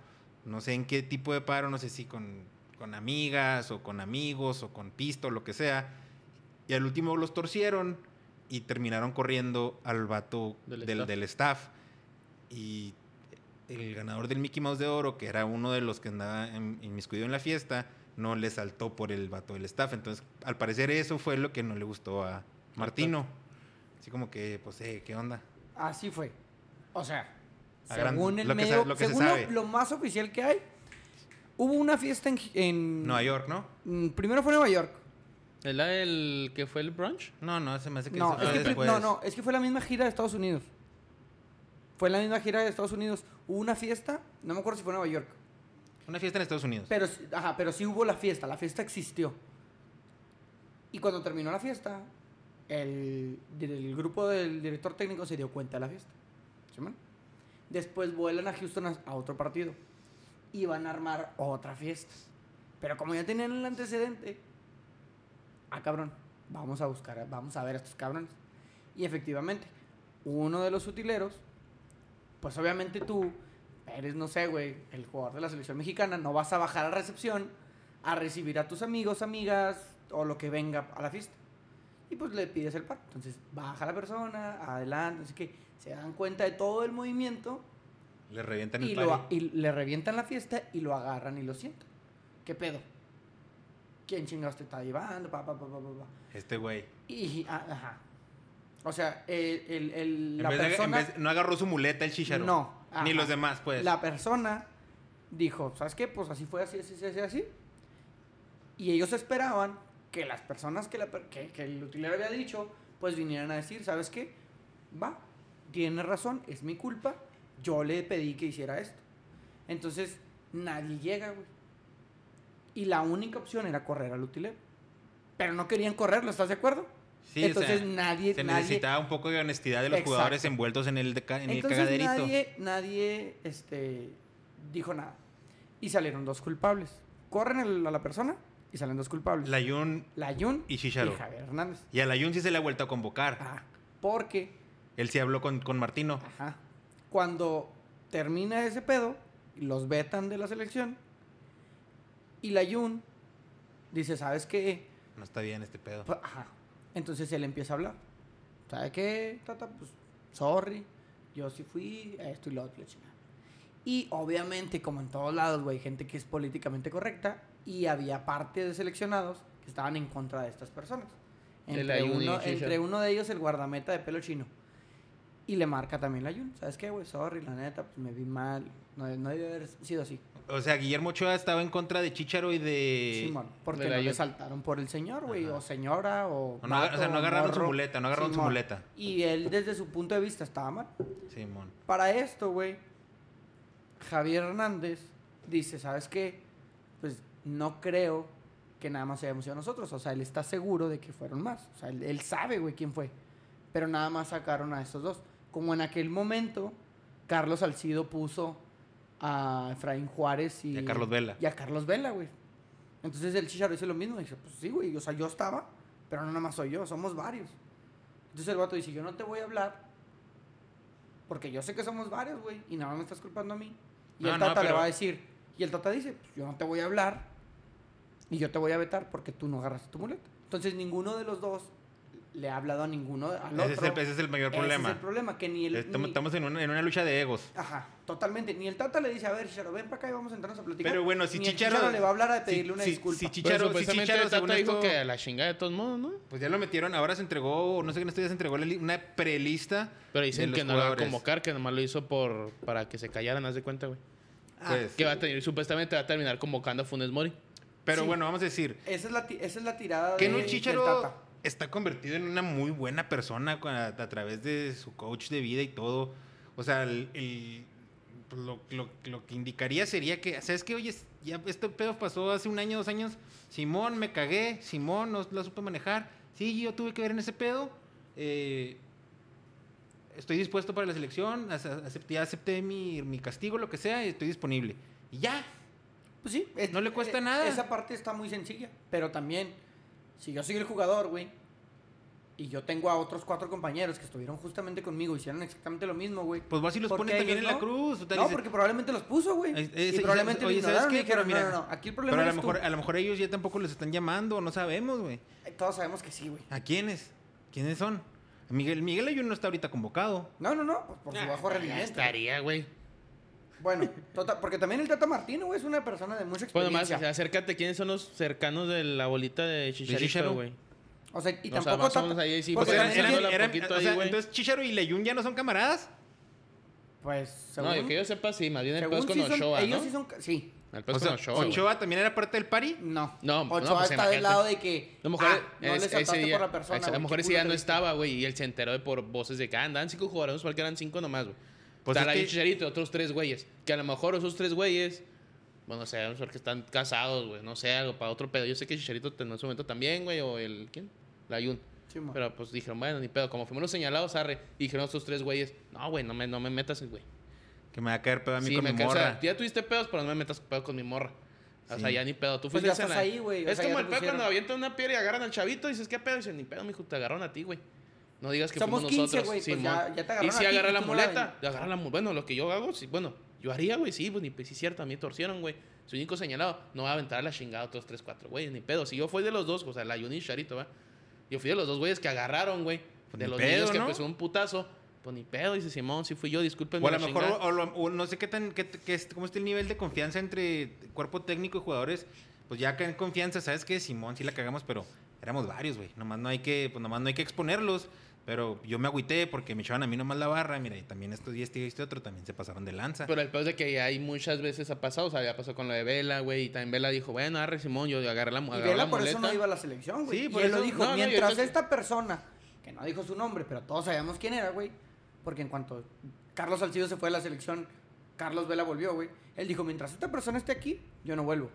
no sé en qué tipo de paro, no sé si con, con amigas o con amigos o con pisto, lo que sea, Y al último los torcieron y terminaron corriendo al vato
Del
del,
staff.
del staff. Y el ganador del Mickey Mouse de Oro, que era uno de los que andaba en- inmiscuido en la fiesta, no le saltó por el vato del staff. Entonces, al parecer eso fue lo que no le gustó a Martino. Así como que, pues, eh, ¿qué onda?
Así fue. O sea,
A gran-
según el
lo que
medio,
sa- lo que se
según
sabe.
lo, lo más oficial que hay, hubo una fiesta en... en-
Nueva York, ¿no?
Mm, Primero fue Nueva York.
¿Es la del que fue el brunch?
No, no, se me hace que
No,
eso
es
fue
que, pri-
después.
no, no, es que fue la misma gira de Estados Unidos. Fue la misma gira de Estados Unidos. Hubo una fiesta, no me acuerdo si fue en Nueva York.
Una fiesta en Estados Unidos.
Pero, sí- ajá, pero sí hubo la fiesta, la fiesta existió. Y cuando terminó la fiesta, el, dir- el grupo del director técnico se dio cuenta de la fiesta. ¿Sí, man? Después vuelan a Houston a, a otro partido y van a armar otra fiesta. Pero como ya tenían el antecedente, ah, cabrón, vamos a buscar, a- vamos a ver a estos cabrones. Y efectivamente, uno de los utileros pues obviamente tú eres, no sé, güey, el jugador de la selección mexicana, no vas a bajar a recepción a recibir a tus amigos, amigas o lo que venga a la fiesta. Y pues le pides el par. Entonces baja la persona, adelante, así que se dan cuenta de todo el movimiento
Le revientan el
y, lo-
party.
y le revientan la fiesta y lo agarran y lo sientan. ¿Qué pedo? ¿Quién chingados te está llevando? Pa, pa, pa, pa, pa, pa.
Este güey.
Y, ah, ajá. O sea, el, el- el-
En
la
vez de- en
persona...
vez- no agarró su muleta el chicharo.
No,
Ni
ajá.
los demás, pues.
La persona dijo, ¿sabes qué? Pues así fue, así, así, así, así. Y ellos esperaban que las personas que, la per- que- que el utilero había dicho, pues vinieran a decir, ¿sabes qué? Va, tiene razón, es mi culpa, yo le pedí que hiciera esto. Entonces, nadie llega, güey. Y la única opción era correr al utilero. Pero no querían correrlo, ¿estás de acuerdo?
Sí, o
Entonces
sea,
nadie,
Se
nadie,
necesitaba un poco de honestidad de los
Exacto.
jugadores envueltos en el, deca- en el
Entonces
cagaderito.
nadie, nadie este, dijo nada. Y salieron dos culpables. Corren el- a la persona y salen dos culpables. La,
Layun
Jun
y Chicharo.
Javier Hernández.
y a Layun sí se le ha vuelto a convocar.
Ah, porque
Él sí habló con, con Martino.
ajá, cuando termina ese pedo, los vetan de la selección y la Jun dice, ¿sabes qué?
No está bien este pedo.
Pues, ajá. Entonces él empieza a hablar. ¿Sabe qué? Tata, pues, sorry. Yo sí fui, esto y lo otro. y la chingada. Y obviamente, como en todos lados, güey, gente que es políticamente correcta. Y había parte de seleccionados que estaban en contra de estas personas.
El
Entre,
Ayun y
uno,
Chicharo.
entre uno de ellos, el guardameta de pelo chino. Y le marca también la Yun. ¿Sabes qué, güey? Sorry, la neta, pues me vi mal. No, no debió haber sido así.
O sea, Guillermo Ochoa estaba en contra de Chicharo y de.
Simón, porque
de la
no le
Yun.
saltaron por el señor, güey,
Ajá.
o señora, o.
O no aga- o sea, no agarraron su muleta, no agarraron su
Simón.
muleta.
Y él, desde su punto de vista, estaba mal.
Simón.
Para esto, güey, Javier Hernández dice: ¿Sabes qué? Pues no creo que nada más hayamos sido nosotros. O sea, él está seguro de que fueron más. O sea, él, él sabe, güey, quién fue. Pero nada más sacaron a estos dos. Como en aquel momento, Carlos Alcido puso a Efraín Juárez y,
Y a Carlos Vela.
Y a Carlos Vela, güey. Entonces el Chicharo dice lo mismo. Dice, pues sí, güey. O sea, yo estaba, pero no nada más soy yo, somos varios. Entonces el vato dice, yo no te voy a hablar porque yo sé que somos varios, güey. Y nada más me estás culpando a mí. Y
No,
el
no,
Tata le
pero-
va a decir, y el Tata dice, pues yo no te voy a hablar y yo te voy a vetar porque tú no agarraste tu muleta. Entonces ninguno de los dos le ha hablado a ninguno al otro.
Ese es, el, ese es el mayor
Ese es
problema. Este,
el problema, que ni el...
estamos
ni-
estamos en, una, en una lucha de egos.
Ajá, totalmente. Ni el Tata le dice, a ver, Chicharo, ven para acá y vamos a entrarnos a platicar.
Pero bueno, si
Ni el
Chicharo.
le va a hablar a
si-
pedirle una
si-
disculpa.
Si
Pero
Chicharo, si
supuestamente
Chicharo,
el Tata
según
dijo
esto-
que a la chingada de todos modos, ¿no?
Pues ya lo metieron, ahora se entregó, no sé qué en estos días se entregó la li- una prelista.
Pero
de
dicen
los
que no lo va a
jugadores.
convocar, que nomás lo hizo por para que se callaran, haz de cuenta, güey.
Ah,
Pues,
Que va a tener, supuestamente va a terminar convocando a Funes Mori.
pero
sí.
bueno, vamos a decir,
esa, es la, ti- esa es la tirada
que
de,
no
del
Chicharo
Tata.
está convertido en una muy buena persona cua- a, a través de su coach de vida y todo. O sea, el- el- pues lo, lo- lo que indicaría sería que, ¿sabes qué? Oye, es- ya este pedo pasó hace un año, dos años. Simón, me cagué. Simón, no la supe manejar. Sí, yo tuve que ver en ese pedo. Eh, estoy dispuesto para la selección. ace- Acepté, ya acepté mi, mi castigo, lo que sea, y estoy disponible. Y ya,
Pues sí. es-
No le cuesta
eh,
nada.
Esa parte está muy sencilla. Pero también, si yo soy el jugador, güey, Y yo tengo a otros cuatro compañeros que estuvieron justamente conmigo, hicieron exactamente lo mismo, güey.
Pues vas y los
¿Por
pones
qué
también en
ellos
la cruz. o te
No,
dice-
porque probablemente los puso, güey.
Eh, eh,
Y
sí,
probablemente
oye,
lo
¿sabes
ignoraron y
qué? Pero
dijeron, no,
mira,
no, no, aquí el problema
Pero a lo,
eres tú". Eh,
mejor, a lo mejor ellos ya tampoco les están llamando, no sabemos, güey.
Todos sabemos que sí, güey.
¿A quiénes? ¿Quiénes son? Miguel, Miguel Ayun no está ahorita convocado.
No, no, no, pues por su bajo
Ya
rendimiento.
estaría, güey.
Bueno, total, porque también el Tata Martino, güey, es una persona de mucha
Bueno, más,
experiencia.
o sea, Pues acércate. ¿Quiénes son los cercanos de la bolita de
Chicharo?
Chicharito, güey?
o sea, y
o sea,
tampoco
más o
Tata-
menos ahí sí,
O
porque
sea,
también
eran-
aquí-
Dándola
eran-
poquito
o
ahí,
sea,
güey.
entonces Chicharo y Leyun ya no son camaradas.
pues según,
No, que yo sepa, sí. Más bien el
según
pez con
sí son-
Ochoa,
ellos
¿no?
sí son ca- sí.
El
O
pez
sea,
con Pues Ochoa, güey.
Ochoa también era parte del party.
No.
No, no,
Ochoa
pues,
está
imagínate.
del lado de que
A lo mejor
ah, no
es-
le
ese
saltaste
día-
por la persona.
exa- a
güey,
lo mejor
qué
ese
culo
día
te
no
viste.
estaba, güey, y él se enteró de por voces de que "Ah, andan cinco jugadores, porque eran cinco nomás, güey.
Pues
Pues
es
Estará
que-
el Chicharito y otros tres güeyes. Que a lo mejor esos tres güeyes, bueno, no sé, a lo mejor que están casados, güey, no sé, algo para otro pedo. Yo sé que Chicharito en su momento también, güey, o el, ¿quién? La Yun.
Sí, mo.
Pero pues dijeron, bueno, ni pedo, como fuimos los señalados, arre, y dijeron estos tres güeyes, no, güey, no me, no me metas, güey.
Que me va a caer pedo a mí
Sí,
con
me
mi
ca- o sea,
morra.
ya tuviste pedos, pero no me metas pedo con mi morra. O sea,
Sí.
ya ni pedo. Tú
Pues
fuiste
ya
el
estás
cena-
ahí, güey, o
Es
sea, ya
como
te
el pedo
pusieron.
cuando avientan una piedra y agarran al chavito y dices, ¿qué pedo? Y dicen, ni pedo, mijo, te agarraron a ti, güey. No digas que
Somos
fuimos
15,
nosotros.
güey, pues
Simón.
ya- ya te agarraron
Y si
a ti,
agarra
¿y
la
cómo la
muleta,
ven?
te agarra la muleta. Bueno, lo que yo hago, sí, bueno, yo haría, güey, sí, pues ni pues, sí, cierto, a mí torcieron, güey. Soy único señalado, no va a aventar a la chingada otros 3, 4, güey, ni pedo. Si yo fui de los dos, o sea, la Yuni y Charito, va. Yo fui de los dos güeyes que agarraron, güey.
Pues
de
ni
los
pedo,
niños que
¿no?
empezó un putazo. Pues ni pedo, dice Simón, sí fui yo, discúlpenme.
O a lo
la
mejor,
chingada.
o lo- o no sé qué tan, qué, qué es- cómo está el nivel de confianza entre cuerpo técnico y jugadores. Pues ya que en confianza, ¿sabes qué? Simón, sí la cagamos, pero éramos varios, güey. Nomás no hay que, pues nomás no hay que exponerlos. Pero yo me agüité porque me echaban a mí nomás la barra. Mira, y también estos y este y este otro también se pasaron de lanza.
Pero el peor es de que hay muchas veces ha pasado, o sea, ya pasó con lo de Vela, güey, y también Vela dijo, bueno, arre Simón, yo agarré la,
Y
agarré la
Vela por
muleta.
eso no iba a la selección, güey.
Sí,
Sí,
por
y él lo
eso-
dijo,
no, no, y
mientras
entonces-
esta persona, que no dijo su nombre, pero todos sabíamos quién era, güey, porque en cuanto Carlos Salcido se fue de la selección, Carlos Vela volvió, güey. Él dijo, mientras esta persona esté aquí, yo no vuelvo.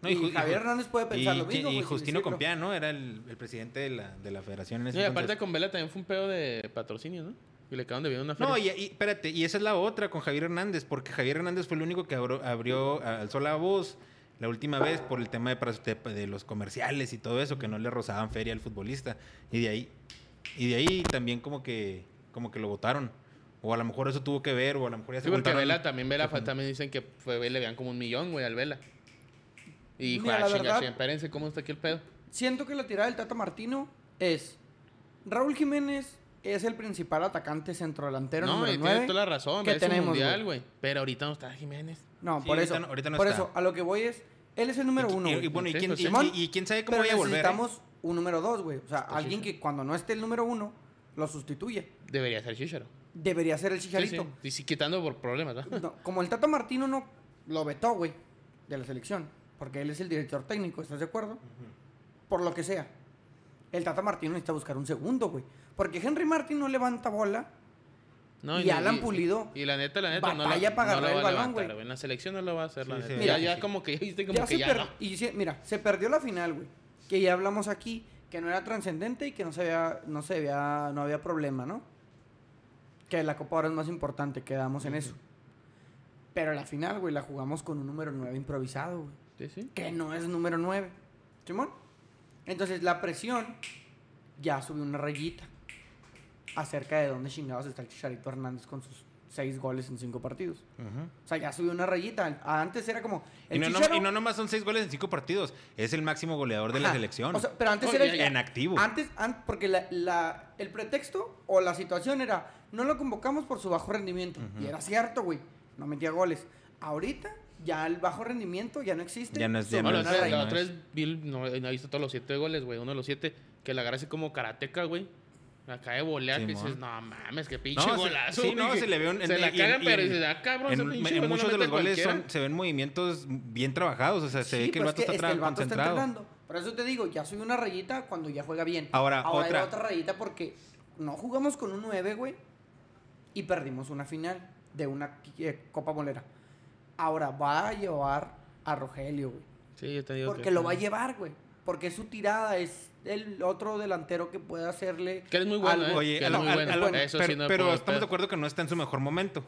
No,
y
Ju-
Javier
Ju-
Hernández puede pensar
y,
lo mismo,
y
güey, sin
Justino
decirlo.
Compián, ¿no? Era el, el presidente de la, de la federación en ese
No, y aparte
entonces.
con Vela también fue un pedo de patrocinio, ¿no? Y le acaban de ver una feria.
No, y, y- espérate, y esa es la otra con Javier Hernández, porque Javier Hernández fue el único que abrió, abrió alzó la voz la última vez por el tema de, pras- de- de los comerciales y todo eso, que no le rozaban feria al futbolista. Y de ahí, y de ahí también como que, como que lo votaron. O a lo mejor eso tuvo que ver, o a lo mejor ya se
Sí, porque
juntaron.
Vela también, Vela fue- también dicen que fue, le vean como un millón, güey, al Vela. Y dijo,
Mira,
ah,
la
chinga,
verdad-
chinga, espérense, ¿cómo está aquí el pedo?
Siento que la tirada del Tata Martino es, Raúl Jiménez es el principal atacante centrodelantero
no,
número
y tiene
9.
toda la razón,
que
es un
tenemos,
mundial,
güey.
güey. Pero ahorita no está Jiménez.
No,
Sí,
por
ahorita
eso,
no- ahorita no
por
está.
eso, a lo que voy es, él es el número
Y-
uno,
y-
güey.
Y, bueno, ¿y
Sí,
quién,
pues,
y-
Simón,
y- y quién sabe cómo
Pero
vaya a volver? eh?
necesitamos un número dos, güey. O sea, alguien
Chicharo.
que cuando no esté el número uno, lo sustituya.
Debería ser Chicharo.
Debería ser el
Sí, sí.
Chicharito.
Y sí, quitando por problemas, ¿no?
No, como el Tata Martino no lo vetó, güey, de la selección. Porque él es el director técnico, ¿estás de acuerdo? Por lo que sea. El Tata Martino necesita buscar un segundo, güey. Porque Henry Martin no levanta bola.
No,
Y Alan Pulido
Y la neta, la neta, no la,
batalla para
no la
agarrar el
va a
balón,
levantar,
güey.
güey. En la selección no lo va a hacer, la
Sí,
neta.
sí,
ya,
sí,
ya
sí.
como que ya viste como
Ya
que
se
ya
per-
no.
y se- mira, se perdió la final, güey. Que ya hablamos aquí, que no era trascendente y que no se había, no se había, no había problema, ¿no? Que la Copa ahora es más importante, quedamos en eso. Pero la final, güey, la jugamos con un número 9 improvisado, güey.
Sí, sí.
Que no es número 9. ¿Simón? Entonces la presión ya subió una rayita. Acerca de dónde chingados está el Chicharito Hernández con sus seis goles en cinco partidos.
Ujú.
O sea, ya subió una rayita. Antes era como.
Y
el
no, no-
Chicharo-
y no nomás son seis goles en cinco partidos, es el máximo goleador de la
Ajá.
selección.
O sea, pero antes
Oye,
era
ya-
en activo.
Antes, an- porque la, la- el pretexto o la situación era, no lo convocamos por su bajo rendimiento. Y era cierto, güey. No metía goles. Ahorita ya el bajo rendimiento ya no existe.
Ya no es- ya
Subió
no
Bueno,
es-
una
la otra-
no
la
es.
reina.
otra vez vi el- no, no he visto todos los siete goles, güey. Uno de los siete que la agarra así como karateca, güey. Acá de volear, que
Simón.
dices, no mames, qué pinche
No, se-
golazo.
sí, no,
güey".
se le ve un-
Se
en-
la
y-
cagan,
y-
pero
en-
dices, ah, cabrón, ese
en,
pinche
en
gol no
muchos
lo
de los
mete
goles son-
cualquiera.
se ven movimientos bien trabajados, o sea, se ve
Sí,
que el
pues
vato está,
es que
tra-
el vato está
concentrado.
entrenando. Por eso te digo, ya subió una rayita cuando ya juega bien.
Ahora,
era
otra.
otra rayita porque no jugamos con un 9, güey. Y perdimos una final de una eh, Copa Molera. Ahora va a llevar a Rogelio, güey.
Sí, yo te digo
Porque lo va a llevar, güey. Porque su tirada es el otro delantero que puede hacerle.
Que eres muy bueno,
algo.
¿eh?
Oye,
Que
a lo-
es muy
a-
bueno.
a lo-
Eso sí
pero,
no
pero
puedo
estamos de
pedo.
acuerdo que no está en su mejor momento.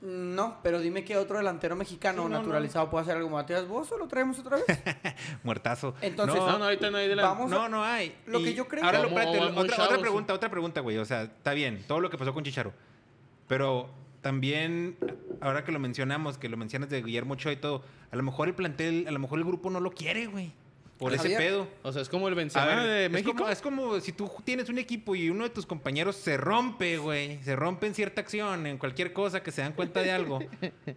No, pero dime qué otro delantero mexicano
Sí, no,
naturalizado puede hacer algo. Matías Bozo lo traemos otra vez.
Muertazo.
Entonces,
No, no, ahorita no hay de la...
Vamos. o sea,
No, no hay.
lo que yo creo-
Ahora lo-
Como
espérate,
van
lo-
muy
otra,
chavos.
otra pregunta, otra pregunta, güey. O sea, está bien, todo lo que pasó con Chicharo. Pero también, ahora que lo mencionamos, que lo mencionas de Guillermo Ochoa y todo, a lo mejor el plantel, a lo mejor el grupo no lo quiere, güey. Por ese
Javier,
pedo.
O sea, es como el
A
Benzema
ver,
de
es
México.
como- Es como, si tú tienes un equipo y uno de tus compañeros se rompe, güey. Se rompe en cierta acción, en cualquier cosa, que se dan cuenta de algo.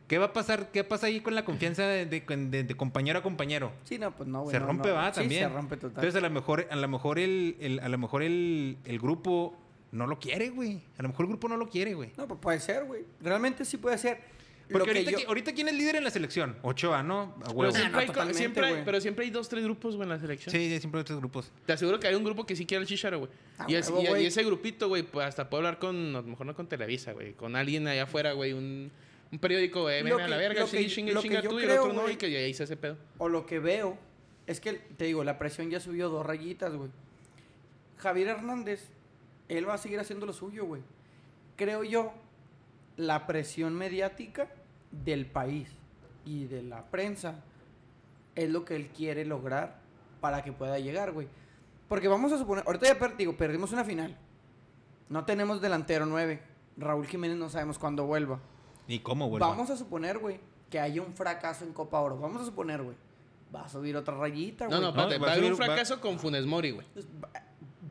¿Qué va a pasar? ¿Qué pasa ahí con la confianza de, de- de- de compañero a compañero?
sí, no, pues no, güey.
se
no,
rompe,
no.
va,
Sí,
también.
se rompe total.
Entonces, a lo mejor, a lo mejor el, el- a lo mejor el, el grupo no lo quiere, güey. A lo mejor el grupo no lo quiere, güey.
no, pues puede ser, güey. Realmente sí puede ser. Lo
Porque
que
ahorita,
yo-
qui- ahorita, ¿quién es líder en la selección? Ochoa, ¿no? A
Pero
huevo.
sí.
Sí,
siempre,
no,
hay, co-
totalmente,
siempre hay-
güey.
pero siempre hay dos, tres grupos, güey, en la selección.
sí, siempre hay tres grupos.
Te aseguro que hay un grupo que sí quiere al Chicharo, güey.
Ah,
y, es-
huevo,
y- y
güey.
ese grupito, güey, pues hasta puedo hablar con, a lo mejor no con Televisa, güey, con alguien allá afuera, güey, un, un periódico, güey, ven
Lo
a
que-
la verga,
lo
sí,
que-
chinga,
lo que
chinga
yo
tú, y el
creo,
otro no,
güey.
y que ahí se hace pedo.
o lo que veo es que, te digo, la presión ya subió dos rayitas, güey. Javier Hernández, él va a seguir haciendo lo suyo, güey. Creo yo, la presión mediática del país y de la prensa es lo que él quiere lograr para que pueda llegar, güey. Porque vamos a suponer, ahorita ya per- digo, perdimos una final. No tenemos delantero 9. Raúl Jiménez no sabemos cuándo vuelva.
¿Y cómo, güey?
Vamos a suponer, güey, que haya un fracaso en Copa Oro. Vamos a suponer, güey. Va a subir otra rayita,
No,
güey.
no, espérate,
va
va
a
a haber un
subir- va-
fracaso con Funes Mori, güey.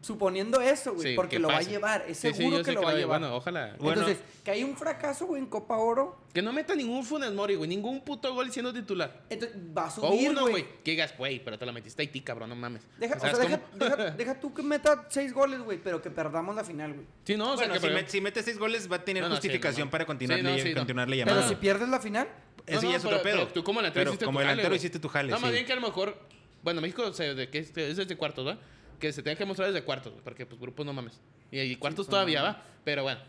Suponiendo eso, güey,
Sí,
porque
que
lo va a
pase.
llevar. Es
Sí, sí,
seguro
yo
que
sé
lo va a
va-
llevar.
Bueno, ojalá.
Bueno.
Entonces, que hay un fracaso, güey, en Copa Oro.
Que no meta ningún Funes Mori, güey, ningún puto gol siendo titular.
Entonces, va a
O
subir,
uno, güey,
güey.
que digas, güey, pero te la metiste ahí, ti, cabrón, no mames.
Deja, o
¿Sabes
sea, deja,
cómo?
deja, deja tú que meta seis goles, güey, pero que perdamos la final, güey.
Sí, no, o sea,
Bueno,
que
si,
pero-
met- si mete seis goles va a tener
No, no, sí,
justificación
no, no.
para continuar,
Sí, no,
le-
sí, no.
continuarle
Pero
llamada.
Pero si pierdes la final,
Ese
No,
ya
no,
es otro
pero-
pedo.
pero tú como delantero
Pero
hiciste
como
tu jale,
delantero
güey.
hiciste tu jale,
No, más
sí.
bien que a lo mejor. Bueno, México se, de que este- es desde cuartos, ¿verdad? Que se tenga que mostrar desde cuartos, güey, porque pues grupos no mames. Y, y cuartos todavía va, pero bueno.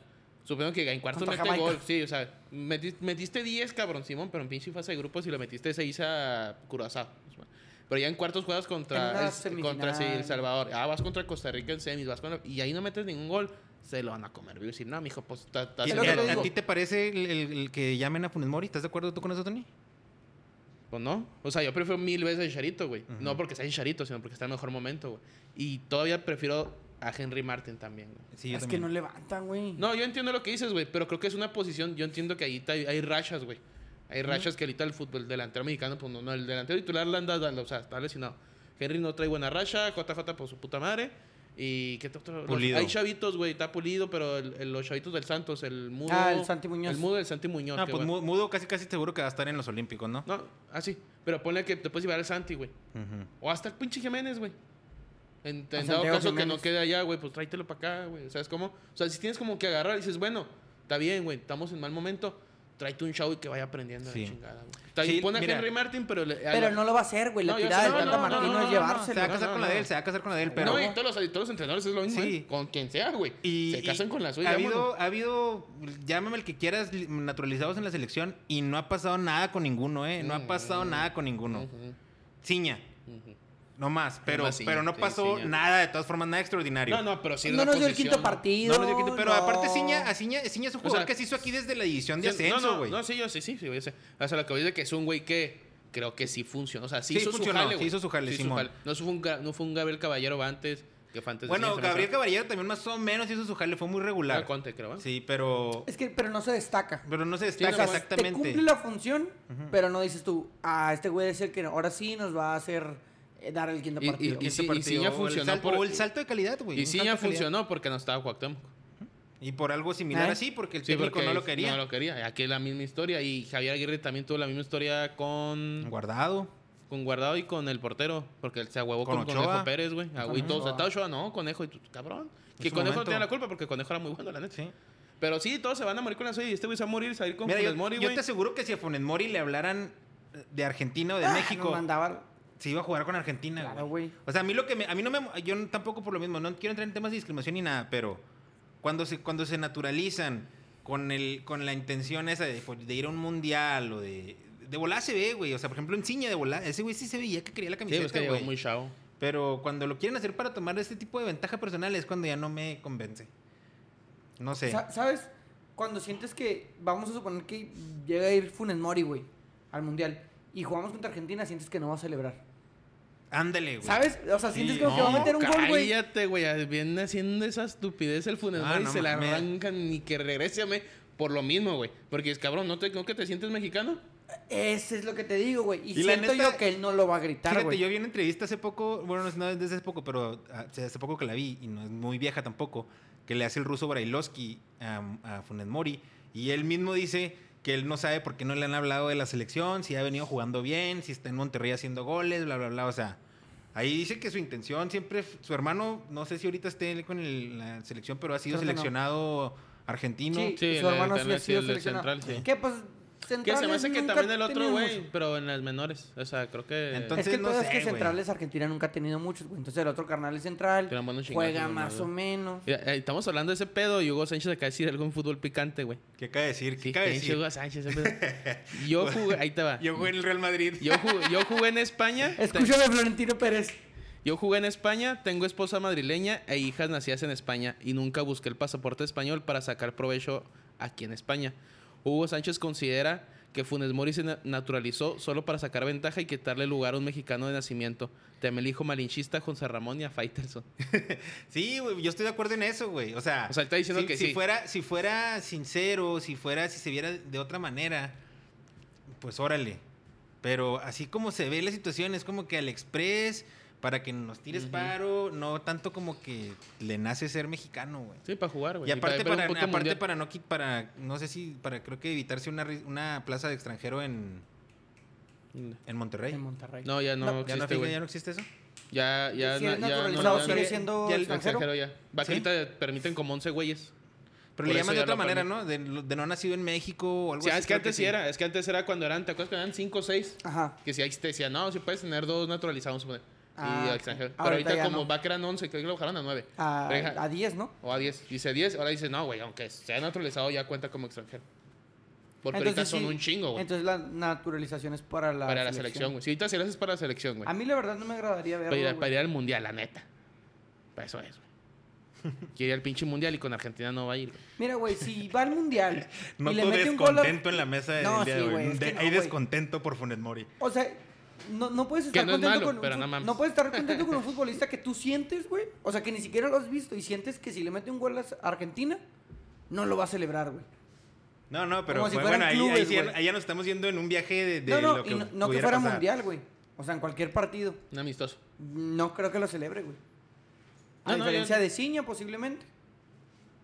Supongo que en cuartos
Contra
mete
Jamaica.
gol. Sí, o sea, meti- metiste 10, cabrón, Simón, pero en pinche fase de grupos y le metiste 6 a Curazao. pues, bueno. Pero ya en cuartos juegas
En una
contra, el, contra sí,
semifinal.
El Salvador. Ah, vas contra Costa Rica en semis, vas con- Y ahí no metes ningún gol, se lo van a comer. Vivo, y decir, no, mijo, pues está... está
¿Y
Es lo que
a-
te
¿A,
digo.
ti te parece el, el- el que llamen a Funes Mori? ¿Estás de acuerdo tú con eso, Tony?
Pues no. O sea, yo prefiero mil veces a Charito, güey. No porque sea Charito, sino porque está en mejor momento, güey. Y todavía prefiero a Henry Martin también, güey.
Sí,
es que no levantan, güey.
No, yo entiendo lo que dices, güey, pero creo que es una posición. Yo entiendo que ahí ta- hay rachas, güey. Hay rachas que ahorita el fútbol el delantero mexicano, pues no, no, el delantero titular la anda dando, o sea, está lesionado. Henry no trae buena racha, JJ por su puta madre. Y qué otro. los-
Pulido.
Hay chavitos, güey, está pulido, pero el- el- los chavitos del Santos, el mudo.
Ah, el Santi Muñoz.
El mudo del Santi Muñoz.
Ah,
que
pues
bueno.
Mu- Mudo casi casi seguro que va a estar en los Olímpicos, ¿no?
No, así. Pero ponle que te puedes llevar al Santi, güey.
Ujú.
O hasta el pinche Jiménez, güey. En, en
A
dado
Santiago
caso que
Jiménez.
no quede allá, güey, pues tráetelo para acá, güey. ¿Sabes cómo? O sea, si tienes como que agarrar y dices, bueno, está bien, güey, estamos en mal momento, tráete un show y que vaya aprendiendo
Sí.
la chingada, güey. Está
Sí,
bien, pone
mira.
a Henry Martin, pero... le-
Pero no lo va a hacer, güey. La
No, yo
tirada
sé,
del
no,
Ah, Tata
no, no,
Martino
no,
es
no,
Se
llevárselo.
va a casar
no,
con la
no.
de él, se va a casar con la de él, pero...
No, y todos los, y todos los entrenadores es lo mismo,
Sí.
güey. Con quien sea, güey.
Y-
Se
y-
casan con la suya,
Ha
vámonos.
habido, ha habido, llámame el que quieras, li- naturalizados en la selección y no ha pasado nada con ninguno, ¿eh? No ha pasado nada con ninguno.
Mm, Ujú,
Ciña,
ujú.
no más, pero,
más Ciña,
pero no
sí,
pasó
Ciña.
nada, de todas formas, nada extraordinario.
No, no, pero sí era
No
una
nos dio el
posición,
quinto
¿no?
partido.
No, no, yo quito, pero aparte Ciña, a
no.
Ciña, Ciña es un jugador
sea,
que se hizo aquí desde la división de
Sí, no,
ascenso,
no,
güey.
No, sí, yo sí, sí, sí, yo sé. O sea, lo que voy a decir que es un güey que creo que sí funcionó. O sea, sí,
Sí
hizo,
funcionó,
su jale,
sí
güey.
hizo su jale,
Sí hizo
Simón.
No, fue un, Ga- no fue un Gabriel Caballero antes, que fue antes de
bueno,
Ciña, se me hace.
Gabriel Caballero también más o menos hizo su jale, fue muy regular.
Era Conte, creo, ¿eh?
Sí, pero,
Es que, pero no se destaca.
pero no se
no,
destaca
pues, te
Te
exactamente.
cumple la función, pero no dices tú, ah, este güey es el que ahora sí nos va a hacer eh, dar el quinto
Y- y-
partido.
y
Ese
sí-
este partido,
Ciña
o el
funcionó
sal-
por-
o el salto de calidad, güey.
Y
un
sí
salto
ya
de calidad.
funcionó porque no estaba Cuauhtémoc.
Y por algo similar
¿Eh?
así, porque el
Sí,
técnico
porque
no lo quería.
No lo quería. Aquí es la misma historia. Y Javier Aguirre también tuvo la misma historia con,
Guardado.
con Guardado y con el portero. Porque él se ahuevó
Con
con,
Ochoa.
Conejo Pérez, güey. Ah, güey,
Con
todos,
Ochoa.
hasta Ochoa, no, Conejo. Y tú, cabrón.
En
Que
su
Conejo no
momento.
tenía la culpa porque Conejo era muy bueno, la neta.
Sí.
Pero sí, todos se van a morir con la suya. Y este güey se va a morir, se va a ir con
Mira, yo,
Funes Mori,
yo
güey.
te aseguro que si a Funes Mori le hablaran de Argentina o de México,
Nos mandaba.
se iba a jugar con Argentina,
Ah, Claro, güey.
O sea, a mí lo que me- a mí no me yo no- tampoco por lo mismo, no quiero entrar en temas de discriminación ni nada, pero cuando se cuando se naturalizan con el con la intención esa de, pues, de ir a un mundial o de de volar se ve, güey. O sea, por ejemplo, en Ciña de volar, ese güey sí se veía que quería la
Sí,
camiseta,
pues que llegó
güey.
muy chavo.
Pero cuando lo quieren hacer para tomar este tipo de ventaja personal es cuando ya no me convence. No sé.
Sa- ¿Sabes? cuando sientes que, vamos a suponer que llega a ir Funes Mori, güey, al Mundial, y jugamos contra Argentina, sientes que no va a celebrar.
Ándale, güey.
¿Sabes? O sea, sientes
Sí,
como que va a
no,
meter un gol, güey.
Cállate, güey. Viene haciendo esa estupidez el Funes
Ah,
Mori y
no
se la
mames.
arrancan ni que regrese a me por lo mismo, güey. Porque es cabrón, ¿no, te, ¿no que te sientes mexicano?
Ese es lo que te digo, güey. Y,
Y la
siento
neta-
yo que él no lo va a gritar,
Fíjate,
güey.
yo vi una entrevista hace poco, bueno, no es- no es desde hace poco, pero ah, o sea, hace poco que la vi, y no es muy vieja tampoco, que le hace el ruso Brailovsky am, a, Funes Mori, y él mismo dice que él no sabe por qué no le han hablado de la selección, si ha venido jugando bien, si está en Monterrey haciendo goles, bla, bla, bla, o sea... Ahí dice que su intención siempre, f- su hermano, no sé si ahorita esté con el- la selección, pero ha sido
Creo que no.
seleccionado argentino.
Sí,
Sí,
su
el-
hermano
el-
sí ha
el-
sido
el
seleccionado.
central, sí.
¿Qué, pues,
Que se me
centrales
hace que
nunca
también el otro,
tenían
güey,
muchos.
pero en las menores. O sea, creo que.
Entonces-
Es que el
no
pedo es
sé,
que
güey.
centrales Argentina nunca ha tenido muchos, güey. Entonces el otro carnal es central,
Tiran buenos chingazos,
juega
¿no?
más o menos.
Mira, eh, estamos hablando de ese pedo y Hugo Sánchez acaba de decir algo en fútbol picante, güey.
¿Qué cabe decir? ¿Qué
Sí,
cabe
pinche
decir?
Hugo Sánchez. ese pedo. Yo jugué, ahí te va.
Yo jugué en el Real Madrid.
Yo jugué, yo jugué en España.
Escúchame, Florentino Pérez.
Yo jugué en España, tengo esposa madrileña e hijas nacidas en España y nunca busqué el pasaporte español para sacar provecho aquí en España. Hugo Sánchez considera que Funes Mori se na- naturalizó solo para sacar ventaja y quitarle lugar a un mexicano de nacimiento. Teme el hijo malinchista José Ramón y a Faitelson.
Sí, güey, yo estoy de acuerdo en eso, güey. O sea,
O sea, está diciendo
si,
que
si
sí.
Fuera, si fuera sincero, si fuera, si se viera de otra manera, pues órale. Pero así como se ve la situación, es como que al express, para que nos tires
Ujú.
paro, no tanto como que le nace ser mexicano, güey.
Sí, para jugar, güey.
Y aparte,
ver un
para,
puto
aparte
mundial.
para no qui- para, no sé si, para creo que evitarse una, ri- una plaza de extranjero en, en Monterrey.
En Monterrey.
No, ya no,
No,
¿Ya, no,
existe, güey.
ya no existe eso?
Ya, ya,
si
na-
eres
ya, no-
naturalizado,
ya-
sigue
ya-
siendo
ya el
extranjero.
extranjero ya. Vaquita permiten como 11 güeyes.
Pero
Por
le
eso
llaman de
ya lo
otra manera, ¿no? De, de no nacido en México o algo
Sí, ah,
así.
es que
creo
antes sí
sí.
era, es que antes era cuando eran, ¿te acuerdas cuando eran 5 o 6?
Ajá.
Que si ahí te decía, no, si puedes tener dos naturalizados, vamos a poner.
Ah,
y
ok.
extranjeros.
Ahorita
Pero ahorita,
ya
como
no.
va que eran 11, creo que lo bajaron a 9.
A,
Pero deja-
a 10, ¿no?
o a 10. Dice 10, ahora dice, no, güey, aunque sea naturalizado ya cuenta como extranjero. Porque ahorita son
sí,
un chingo, güey.
Entonces la naturalización es para la
Para la selección, Ah, güey. Si ahorita sí lo haces para la selección, güey.
A mí la verdad no me agradaría verlo,
Para ir, a-
güey.
para ir al mundial, la neta. Para eso es, güey. Quiere ir al pinche mundial y con Argentina no va a ir, güey.
Mira, güey, si va al mundial
No
y le
todo
mete un gol a-
descontento en la mesa del
No,
día
sí,
de
güey,
hoy.
es que
De-
no,
hay
güey.
descontento por Funes Mori.
O sea, no, no puedes
Que
estar
no es
contento
malo,
con un
pero
fu-
no mames.
puedes estar contento con un futbolista que tú sientes, güey. O sea, que ni siquiera lo has visto y sientes que si le mete un gol a Argentina no lo va a celebrar, güey.
No, no, pero
Como si
bueno,
fueran
ahí, ahí
clubes,
sí-
güey.
ahí ya nos estamos yendo en un viaje de, de
no, no,
lo que
y no, no que
pudiera
fuera
pasar.
mundial, güey. O sea, en cualquier partido.
Un amistoso.
No creo que lo celebre, güey. A
No, no,
diferencia
yo-
de Ciña, posiblemente.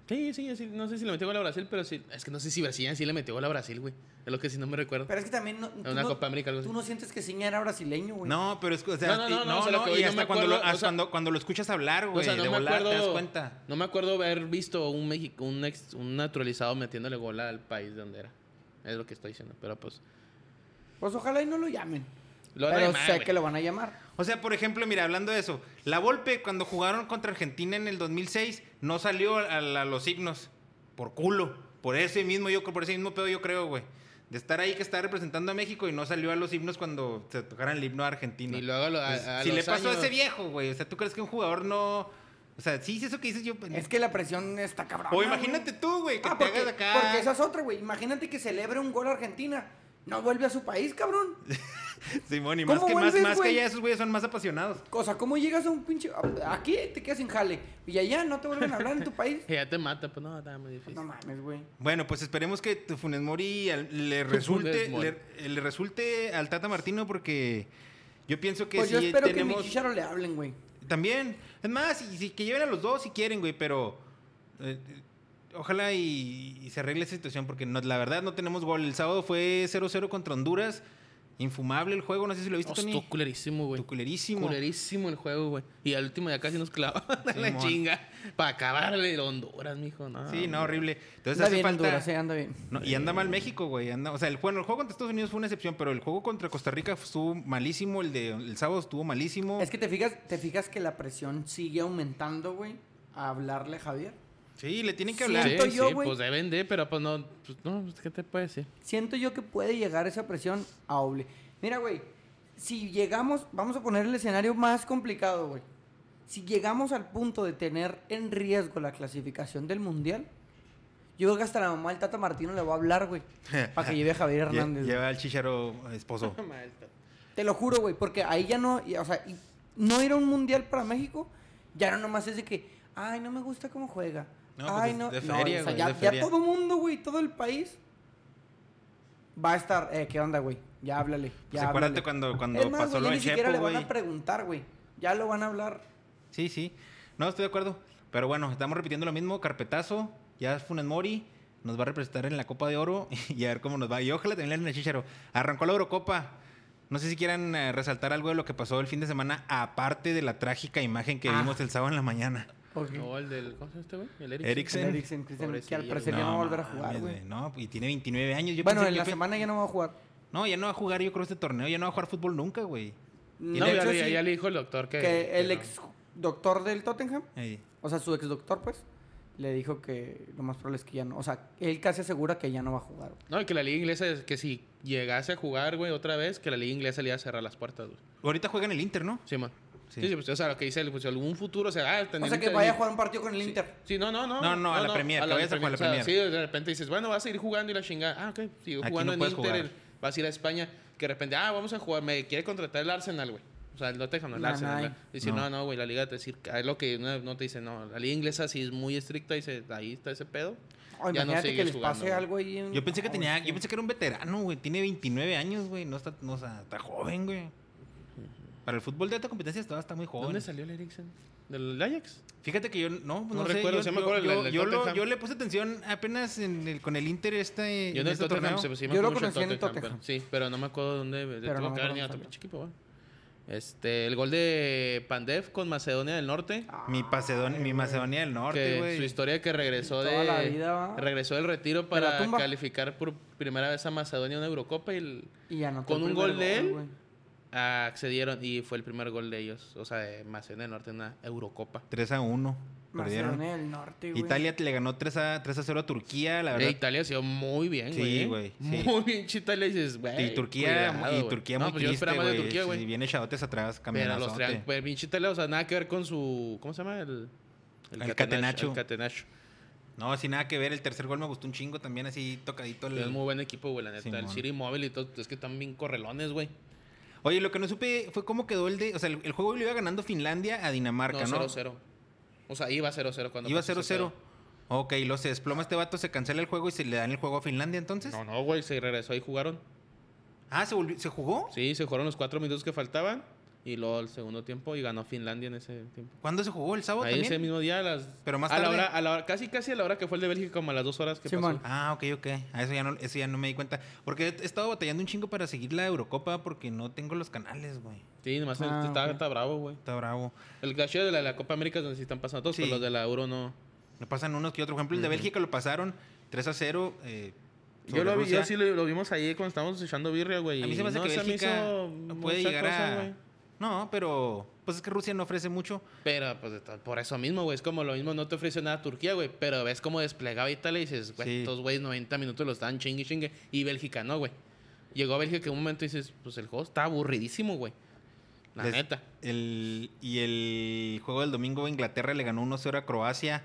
Sí, sí, sí, no sé si le metió gol a Brasil, pero sí. Es que no sé si Brasil sí le metió gol a Brasil, güey. Es lo que sí no me recuerdo.
Pero es que también no, tú,
una
no,
Copa América, algo así.
tú no sientes que Ciña era brasileño, güey.
No, pero es que, o sea,
No, no,
y-
no, no, o sea, lo que
y
hoy no
hasta
me
cuando,
acuerdo,
lo,
o sea-
cuando, cuando lo escuchas hablar, güey,
O sea, no
de
me
volar,
acuerdo.
te das cuenta.
No me acuerdo haber visto un, Mexi- un, ex- un naturalizado metiéndole gol al país de donde era. Es lo que estoy diciendo, pero pues.
Pues ojalá y no lo llamen.
Lo van a
pero
llamar,
sé
güey.
que lo van a llamar.
O sea, por ejemplo, mira, hablando de eso, la Volpe cuando jugaron contra Argentina en el 2006 no salió a, a- a los signos por culo, por ese mismo yo por ese mismo pedo yo creo, güey. De estar ahí que está representando a México y no salió a los himnos cuando se tocaran el himno argentino.
Y luego lo- a-
Pues,
a
si
los
le pasó a
años-
ese viejo, güey. O sea, ¿tú crees que un jugador no. O sea, sí, sí, eso que dices yo. pues,
Es que la presión está cabrón.
o imagínate tú, güey, que
Ah,
te
porque,
hagas acá.
porque esa es otra, güey. Imagínate que celebre un gol a Argentina. No vuelve a su país, cabrón.
Simón, y
¿Cómo
más que, más,
vuelves,
más que
güey?
allá, esos güeyes son más apasionados.
O sea, ¿cómo llegas a un pinche. Aquí te quedas sin jale. Y allá no te vuelven a hablar en tu país.
Que ya te mata, pues no, está muy difícil.
No mames, güey.
Bueno, pues esperemos que tu Funes Mori al- le
Funes
resulte,
Mori.
le, le resulte al Tata Martino porque yo pienso que
Pues
si
yo espero que
tenemos
mi chicharo le hablen, güey.
también es más y, si- que lleven a los dos si quieren, güey, pero eh, eh, ojalá y, y se arregle esa situación porque no- la verdad no tenemos gol. El sábado fue 0-0 contra Honduras, infumable el juego, no sé si lo viste,
Hostia,
Tony.
culerísimo, güey.
Tu culerísimo.
Culerísimo el juego, güey. Y al último ya casi nos clavaban a la
Simón.
chinga. Para acabarle Honduras, mijo. No,
Sí, no, horrible. Entonces
Ah, Anda
hace
bien,
falta.
Honduras, eh, anda bien.
No, y anda mal México, güey. Anda, o sea, el, bueno, el juego contra Estados Unidos fue una excepción, pero el juego contra Costa Rica estuvo malísimo. El de el sábado estuvo malísimo.
Es que te fijas, te fijas que la presión sigue aumentando, güey. A hablarle a Javier.
Sí, le tienen que
Sí.
hablar.
Sí,
Siento
sí,
yo, güey.
pues deben de, pero pues no, pues no, pues, ¿qué te puede decir?
Siento yo que puede llegar esa presión a Oble. Mira, güey, si llegamos, vamos a poner el escenario más complicado, güey. Si llegamos al punto de tener en riesgo la clasificación del Mundial, Yo creo que hasta la mamá del Tata Martino le va a hablar, güey. Para que lleve a Javier
Lle-
Hernández. güey.
Lleva al chicharo esposo.
Malta.
Te lo juro, güey, porque ahí ya no, y- o sea, y no era un mundial para México, ya no nomás es de que, ay, no me gusta cómo juega.
No, pues
ay,
es
no,
de
no,
feria,
o sea,
güey,
ya,
es de
ya
feria.
todo mundo, güey, todo el país va a estar, eh, ¿qué onda, güey? Ya háblale, ya
Pues acuérdate
háblale.
cuando, cuando
Es más,
pasó
güey,
lo
ya
de
ni siquiera
Chepo,
le van
güey.
a preguntar, güey. Ya lo van a hablar.
Sí, sí. No, estoy de acuerdo. Pero bueno, estamos repitiendo lo mismo. Carpetazo, ya Funes Mori nos va a representar en la Copa de Oro y a ver cómo nos va. Y ojalá también le den el chicharo. Arrancó la Eurocopa. No sé si quieran eh, resaltar algo de lo que pasó el fin de semana, aparte de la trágica imagen que
Ah.
vimos el sábado en la mañana.
No, el del. ¿Cómo se llama este güey? El Eriksen.
Eriksen.
El Eriksen, Cristian, que
Pobrecillo,
al
güey.
parecer ya no va a volver a
mames,
jugar, güey.
No, y tiene 29 años. Yo
Bueno,
pensé
en
que
la
pe-
semana ya no va a jugar.
No, ya no va a jugar, yo creo, este torneo. Ya no va a jugar fútbol nunca, güey.
No,
No,
de
ya,
hecho,
ya-
sí,
ya le dijo el doctor que.
que el
no.
ex doctor del Tottenham
Ey.
O sea, su ex doctor, pues, le dijo que lo más probable es que ya no. O sea, él casi asegura que ya no va a jugar. güey.
No, y que la liga inglesa, es que si llegase a jugar, güey, otra vez, que la liga inglesa le iba a cerrar las puertas, güey.
Ahorita juega en el Inter, ¿no?
Sí, man.
Sí.
Sí. sí, pues, o sea, lo que dice él, pues algún futuro, o sea, ah,
O sea, que vaya a jugar un partido con el Inter.
Sí, no, no, no.
No, no, a la Premier, que vayas a jugar a la
Premier. O sea,
Premier.
sí, de repente dices, bueno, vas a ir jugando y la chingada. Ah, ok,
Aquí
sigo
no
jugando en
puedes
Inter,
jugar.
el- vas a ir a España. Que de repente, ah, vamos a jugar, me quiere contratar el Arsenal, güey. O sea, el Tottenham, no, el
Nah,
Arsenal.
nah.
güey. Dice,
No.
no, no, güey, la liga te decir, es lo que no, no te dice, no, la liga inglesa sí es muy estricta, dice, ahí está ese pedo.
O
Ya no
imagínate que
sigues
les
jugando,
pase
güey.
algo ahí. en-
Yo pensé que
Mm, No,
tenía,
es
yo pensé que era un veterano, güey. Tiene 29 años, güey. No está, no, o sea, está joven, güey. Para el fútbol de alta competencia estaba está muy joven.
¿Dónde salió el Eriksen? ¿Del Ajax?
Fíjate que yo no, no,
No
sé,
recuerdo,
yo,
sí me
yo-
acuerdo el
yo-
del
yo lo-
Tottenham.
yo le puse atención apenas en el- con el Inter este,
Yo
en
en el
este
Tottenham,
torneo.
se- pues, sí me
Yo lo
acuerdo mucho del
conocí en el Tottenham.
pero- sí, pero no me acuerdo dónde. de-
Pero
tuvo
no me
que haber venido a
acuerdo
tu pinche equipo, güey. Este, el gol de Pandev con Macedonia del Norte.
Ah,
Mi, Macedonia, mi Macedonia del Norte,
que su
güey.
historia que regresó
Toda la
de
vida, va.
regresó del retiro
la
para
tumba.
calificar por primera vez a Macedonia a una Eurocopa y el-
Y ya no
Con un gol de él. ah, accedieron y fue el primer gol de ellos, o sea, de Macedonia del Norte en una Eurocopa.
3 a 1. Perdieron.
Macedonia del Norte, güey.
Italia le ganó 3 a, 3 a 0 a Turquía, la
Eh,
verdad.
Italia ha sido muy bien,
Sí,
güey. ¿eh?
güey, sí.
Muy bien, Italia dices, güey.
y Turquía,
cuidado,
y
güey.
Turquía
No,
muy
pues yo
triste,
esperaba más de
güey.
Turquía, güey.
Sí, bien echadotes atrás,
Pero los
caminazote.
traen, pues, pinche Italia, o sea, nada que ver con su. ¿Cómo se llama? El,
El
Catenaccio,
Catenaccio.
El Catenacho.
No, sin nada que ver. El tercer gol me gustó un chingo también, así tocadito. el-
Es muy buen equipo, güey, la neta. el
Simón.
City Móvil y todo. Es que están bien correlones, güey.
Oye, lo que no supe fue cómo quedó el de. O sea, el, el juego le iba ganando Finlandia a
No,
Dinamarca, ¿no?
0-0. O sea, iba 0-0 cuando.
Iba
pasó ese
0-0. Ok, lo se desploma este vato, se cancela el juego y se le dan el juego a Finlandia
pedo.
entonces.
No, no, güey, se regresó y jugaron.
Ah, ¿se, volvió- ¿se jugó?
Sí, se jugaron los cuatro minutos que faltaban. Y luego el segundo tiempo y ganó Finlandia en ese tiempo.
¿Cuándo se jugó? ¿El sábado
Ahí ese
Oh, también?
mismo día, a las.
Pero más
a la
tarde.
hora, a la hora, casi, casi a la hora que fue el de Bélgica, como a las dos horas que
Simón.
pasó.
Ah, ok, ok. A eso ya, no, eso ya no me di cuenta. Porque he estado batallando un chingo para seguir la Eurocopa porque no tengo los canales, güey.
Sí, nomás
Ah,
el- está,
ok.
está bravo, güey.
Está bravo.
El cacheo de la, la Copa América es donde sí están pasando todos,
Sí.
pero los de la Euro no.
Me pasan unos que otros. Por ejemplo, el de
Ujú.
Bélgica lo pasaron 3 a 0. eh,
Yo
sobre
lo vi, yo
Rusia.
sí lo, lo vimos ahí cuando estábamos echando birria, güey.
A mí se me hace
No,
que Bélgica
hizo
puede
mucha
llegar
cosa,
a...
güey.
No, pero pues es que Rusia no ofrece mucho.
Pero, pues, de to- por eso mismo, güey. Es como lo mismo, no te ofrece nada Turquía, güey. Pero ves cómo desplegaba Italia y dices, güey,
Sí.
estos güeyes 90 minutos lo estaban chingue, chingue. Y Bélgica no, güey. Llegó a Bélgica en un momento y dices, pues, el juego está aburridísimo, güey. La
Les-
neta.
El, y el juego del domingo Inglaterra le ganó 1-0 a Croacia.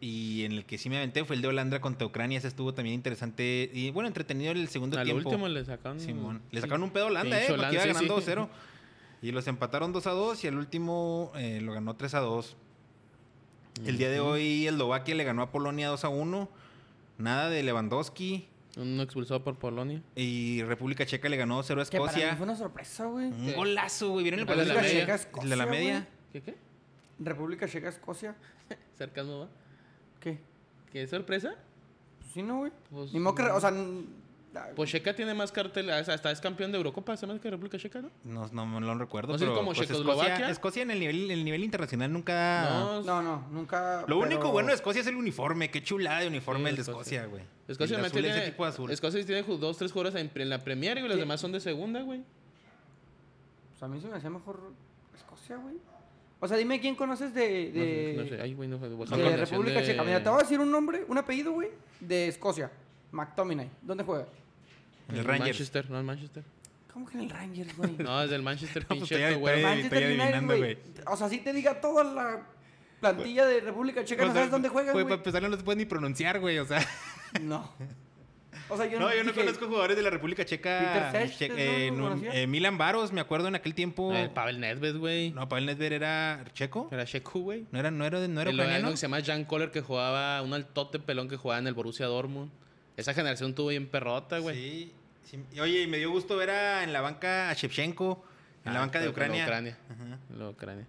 Y en el que sí me aventé fue el de Holanda contra Ucrania. Ese estuvo también interesante. Y bueno, entretenido el segundo
Al
tiempo.
último le sacaron...
Simón. Le
sí.
sacaron un pedo a Holanda, eh,
Pinche
porque iba
Holanda, sí,
ganando
sí.
2-0. Y los empataron 2 a 2 y el último eh, lo ganó 3 a 2. El día de hoy Eslovaquia le ganó a Polonia 2 a 1. Nada de Lewandowski.
Uno expulsado por Polonia.
Y República Checa le ganó 0 a
Que para mí
Escocia.
fue una sorpresa, güey.
Un golazo, güey. ¿Vieron el
El
golazo?
de la media.
El de la
Escocia,
media.
¿Qué, qué?
República Checa, Escocia.
Sarcasmo, va.
¿Qué?
¿Qué sorpresa?
Pues sí, ¿no, güey?
Pues,
Ni modo que... re- O sea... n-
Pues Checa tiene más cartel, o sea, hasta es campeón de Eurocopa, ¿se me hace que República Checa, no?
No, no, no lo recuerdo.
No sé,
pero,
como
pues, Escocia,
Checoslovaquia.
Escocia en el nivel, el nivel internacional nunca.
Ah. No,
No, no, nunca...
lo único
pero-
bueno de Escocia es el uniforme. Qué chulada de uniforme
Sí,
el de
Escocia.
Escocia, güey.
Escocia
el
también
azul es
tiene,
de equipo azul.
Escocia sí tiene ju- dos, tres jugadores en, en la Premier, güey, los demás son de segunda, güey.
Pues a mí se me hacía mejor Escocia, güey. O sea, dime quién conoces de...
No
de...
sé, no sé, ay, güey, no sé.
De
Son combinación
República Checa. Mira, te voy a decir un nombre, un apellido, güey, de Escocia. McTominay. ¿Dónde juega?
El Rangers.
Manchester, no el Manchester.
¿Cómo que en el Rangers, güey?
No, es del Manchester,
pues
pinche este
estoy-
esto, güey.
estoy- adivinando, güey.
O sea, sí te diga toda la plantilla de República Checa, no sabes dónde juegan,
Pues, Güey,
pues,
güey.
para empezar no los pueden ni pronunciar, güey, o sea.
No. O sea, yo no,
No, yo no
dije,
conozco jugadores de la República Checa.
Peter Sech,
Che-
¿no?
eh,
¿Lo
no,
conocías?
eh, Milan Baros, me acuerdo en aquel tiempo.
El Pavel Nedved, güey.
No, Pavel Nedved era checo.
Era Sheku, güey.
No era, no era, no era
El- hay
ucraniano.
uno que se llama Jan Koller que jugaba un altote pelón que jugaba en el Borussia Dortmund. Esa generación tuvo bien perrota, güey.
Sí, sí. Y, Oye, y me dio gusto ver a- en la banca a Shevchenko, en la
Ah,
banca de
pero con
Ucrania.
la Ucrania.
Ajá.
La Ucrania.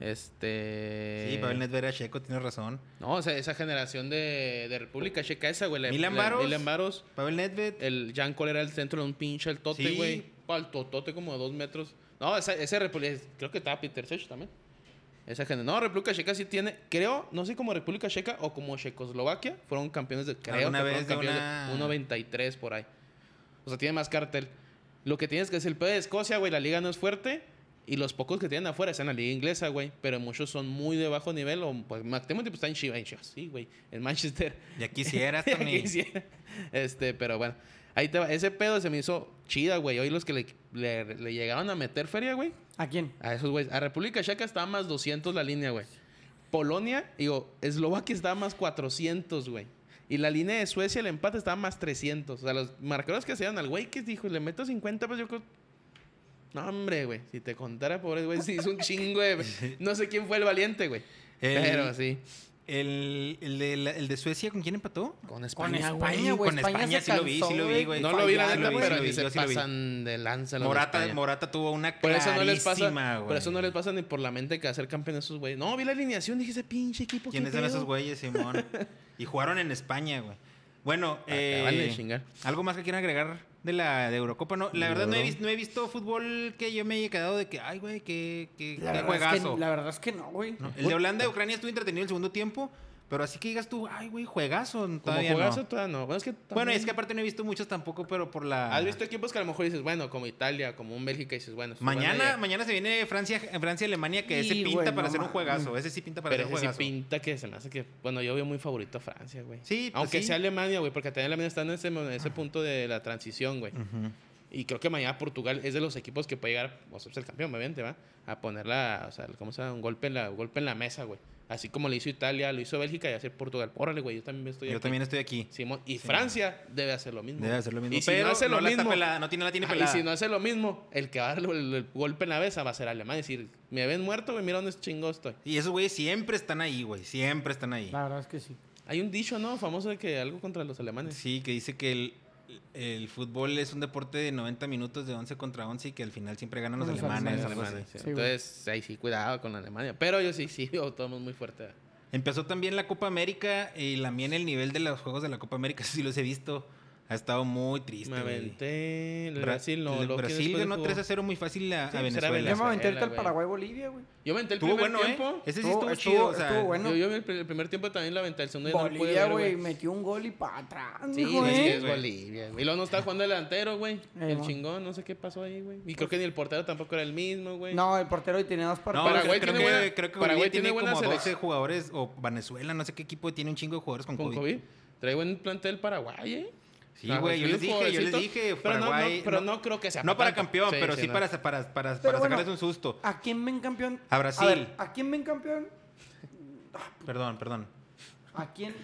Este.
Sí, Pavel Nedved era checo, tienes razón.
No, o sea, esa generación de, de República Checa, esa, güey. la-
Milan
la-
Baros.
Milan Baros.
Pavel Nedved.
El Jan Koller era el centro de un pinche altote,
Sí.
güey. Paltotote como de dos metros. No, esa, ese República. Creo que estaba Peter Sech también. Esa gente. No, República Checa sí tiene. Creo, no sé como República Checa o como Checoslovaquia fueron campeones de. Creo
Alguna
que fueron
vez de
campeones
una-
de 1.93 por ahí. O sea, tiene más cartel. Lo que tienes que es el pedo de Escocia, güey. La liga no es fuerte. Y los pocos que tienen afuera están en la liga inglesa, güey. Pero muchos son muy de bajo nivel. O, pues, McTominay pues, está en Chivas. en Chivas, sí, güey. En Manchester.
Ya quisieras,
Ya
Tony.
quisiera. Este, pero bueno. Ahí te va. Ese pedo se me hizo chida, güey. Hoy los que le, le- le llegaron a meter feria, güey.
¿A quién?
A esos güeyes. A República Checa estaba más 200 la línea, güey. Polonia, digo, Eslovaquia estaba más 400, güey. Y la línea de Suecia, el empate estaba más 300. O sea, los marcadores que se dieron al güey que dijo, le meto 50, pues yo creo... No, hombre, güey. Si te contara, pobre güey, sí, es un chingo de... No sé quién fue el valiente, güey.
El-
Pero sí.
El, el de, la- el de Suecia, ¿con quién empató?
Con
Con
España, güey.
España, güey.
Con
España
España
se
sí lo vi, sí lo vi,
cansó,
güey.
No lo vi la
Fallaron,
neta,
güey, sí
pero
lo
ni
vi,
se
yo sí lo vi.
pasan de lanza. los de
Morata,
España.
Morata tuvo una
Por eso no les pasa,
clarísima, güey.
por eso no les pasa ni por la mente que va a ser campeón esos güeyes. No, vi la alineación, dije ese pinche equipo. ¿qué
¿Quiénes son
pedo?".
esos güeyes, Simón? y jugaron en España, güey. Bueno,
Ah,
eh,
Acaban de chingar.
algo más que quieran agregar de la de Eurocopa. No, la
De
verdad no he,
Euro.
vis- no he visto fútbol que yo me haya quedado de que, ay, güey, que, que,
La
qué
verdad, es
juegazo.
que, la verdad es que no, güey.
No, El de Holanda y Ucrania estuvo entretenido el segundo tiempo, pero así que digas tú, ay, güey, juegazo.
Como
Todavía no.
juegazo, todavía no. Bueno, es que
Bueno,
también-
es que aparte no he visto muchos tampoco, pero por la...
has visto equipos que a lo mejor dices, bueno, como Italia, como un Bélgica, dices, bueno. estos van a
Mañana,
llegar.
mañana se viene Francia, Francia Alemania que ese
Sí,
pinta
güey,
para
no
hacer un
mames.
juegazo, ese sí pinta para
Pero
hacer un
ese sí
juegazo.
pinta que se me hace que. Bueno, yo veo muy favorito a Francia, güey.
Sí, pues
Aunque
sí.
sea Alemania, güey, porque también Alemania está en ese, en ese punto de la transición, güey.
Ujú.
Y creo que mañana Portugal es de los equipos que puede llegar, o sea, es el campeón, obviamente, ¿va? A ponerla, o sea, ¿cómo se llama? Un golpe en la, golpe en la mesa, güey. Así como lo hizo Italia, lo hizo Bélgica y hacer Portugal. Órale, güey, yo también estoy
Yo
aquí.
también estoy aquí.
Simón, y Francia debe hacer lo mismo.
Debe
güey.
hacer lo mismo.
Y si
pero
no hace lo
la está
mismo,
pelada, no tiene, la tiene
ah,
pelada.
y si no hace lo mismo, el que va a dar el, el golpe en la mesa va a ser Alemania. Decir, me ven muerto, güey, mira dónde chingo estoy.
Y esos güeyes siempre están ahí, güey. Siempre están ahí.
La verdad es que sí.
Hay un dicho, ¿no? Famoso de que algo contra los alemanes.
Sí, que dice que el, el fútbol es un deporte de 90 minutos de 11 contra 11 y que al final siempre ganan los,
Los
alemanes.
alemanes,
algo así.
Alemanes, sí.
Sí, güey.
Entonces, ahí sí, cuidado con Alemania. Pero yo sí, sí, yo tomo muy fuerte. ¿va?
Empezó también la Copa América y también el nivel de los juegos de la Copa América, sí los he visto. Ha estado muy triste.
Me
güey.
aventé. el
este, Bra-
Brasil no.
el
lo que
Brasil
después
ganó
jugó.
3 a 0 muy fácil a,
Sí,
a
pues
Venezuela.
era
Ya me
Venezuela,
aventé el
güey.
Paraguay-Bolivia, güey.
Yo me aventé el
Estuvo
primer
bueno, ¿eh?
tiempo.
Ese sí
Estuvo-
estuvo,
estuvo-
chido. o sea,
estuvo bueno.
Yo, yo vi el, pr- el primer tiempo también la aventé. El segundo ya no lo pude
Bolivia,
ver,
güey,
güey.
metió un gol y para atrás,
Sí,
mijo,
es que
¿eh?
es
güey.
Bolivia. güey. Y luego no estaba jugando delantero, güey.
Eh,
el
bueno.
chingón, no sé qué pasó ahí, güey. Y creo
Pues
que ni el portero tampoco era el mismo, güey.
No, el portero hoy tenía dos
No,
partidos.
creo-
Paraguay
creo,
tiene
que,
buena-
creo que
Paraguay
Bolivia
tiene
tiene,
buena
como 12
selección.
jugadores, o Venezuela, no sé qué equipo, tiene un chingo de jugadores con,
Con
COVID.
COVID. Trae buen plantel Paraguay, ¿eh?
Sí,
Ah,
güey, yo
sí,
les dije, yo les
pobrecito.
dije,
Pero no, no,
Paraguay.
pero no creo que sea
No para
tanto.
campeón, pero sí,
no.
para, para, para, para
Pero bueno.
sacarles un susto.
¿A quién ven campeón?
A Brasil.
ver, ¿A quién ven campeón?
Perdón, perdón.
¿A quién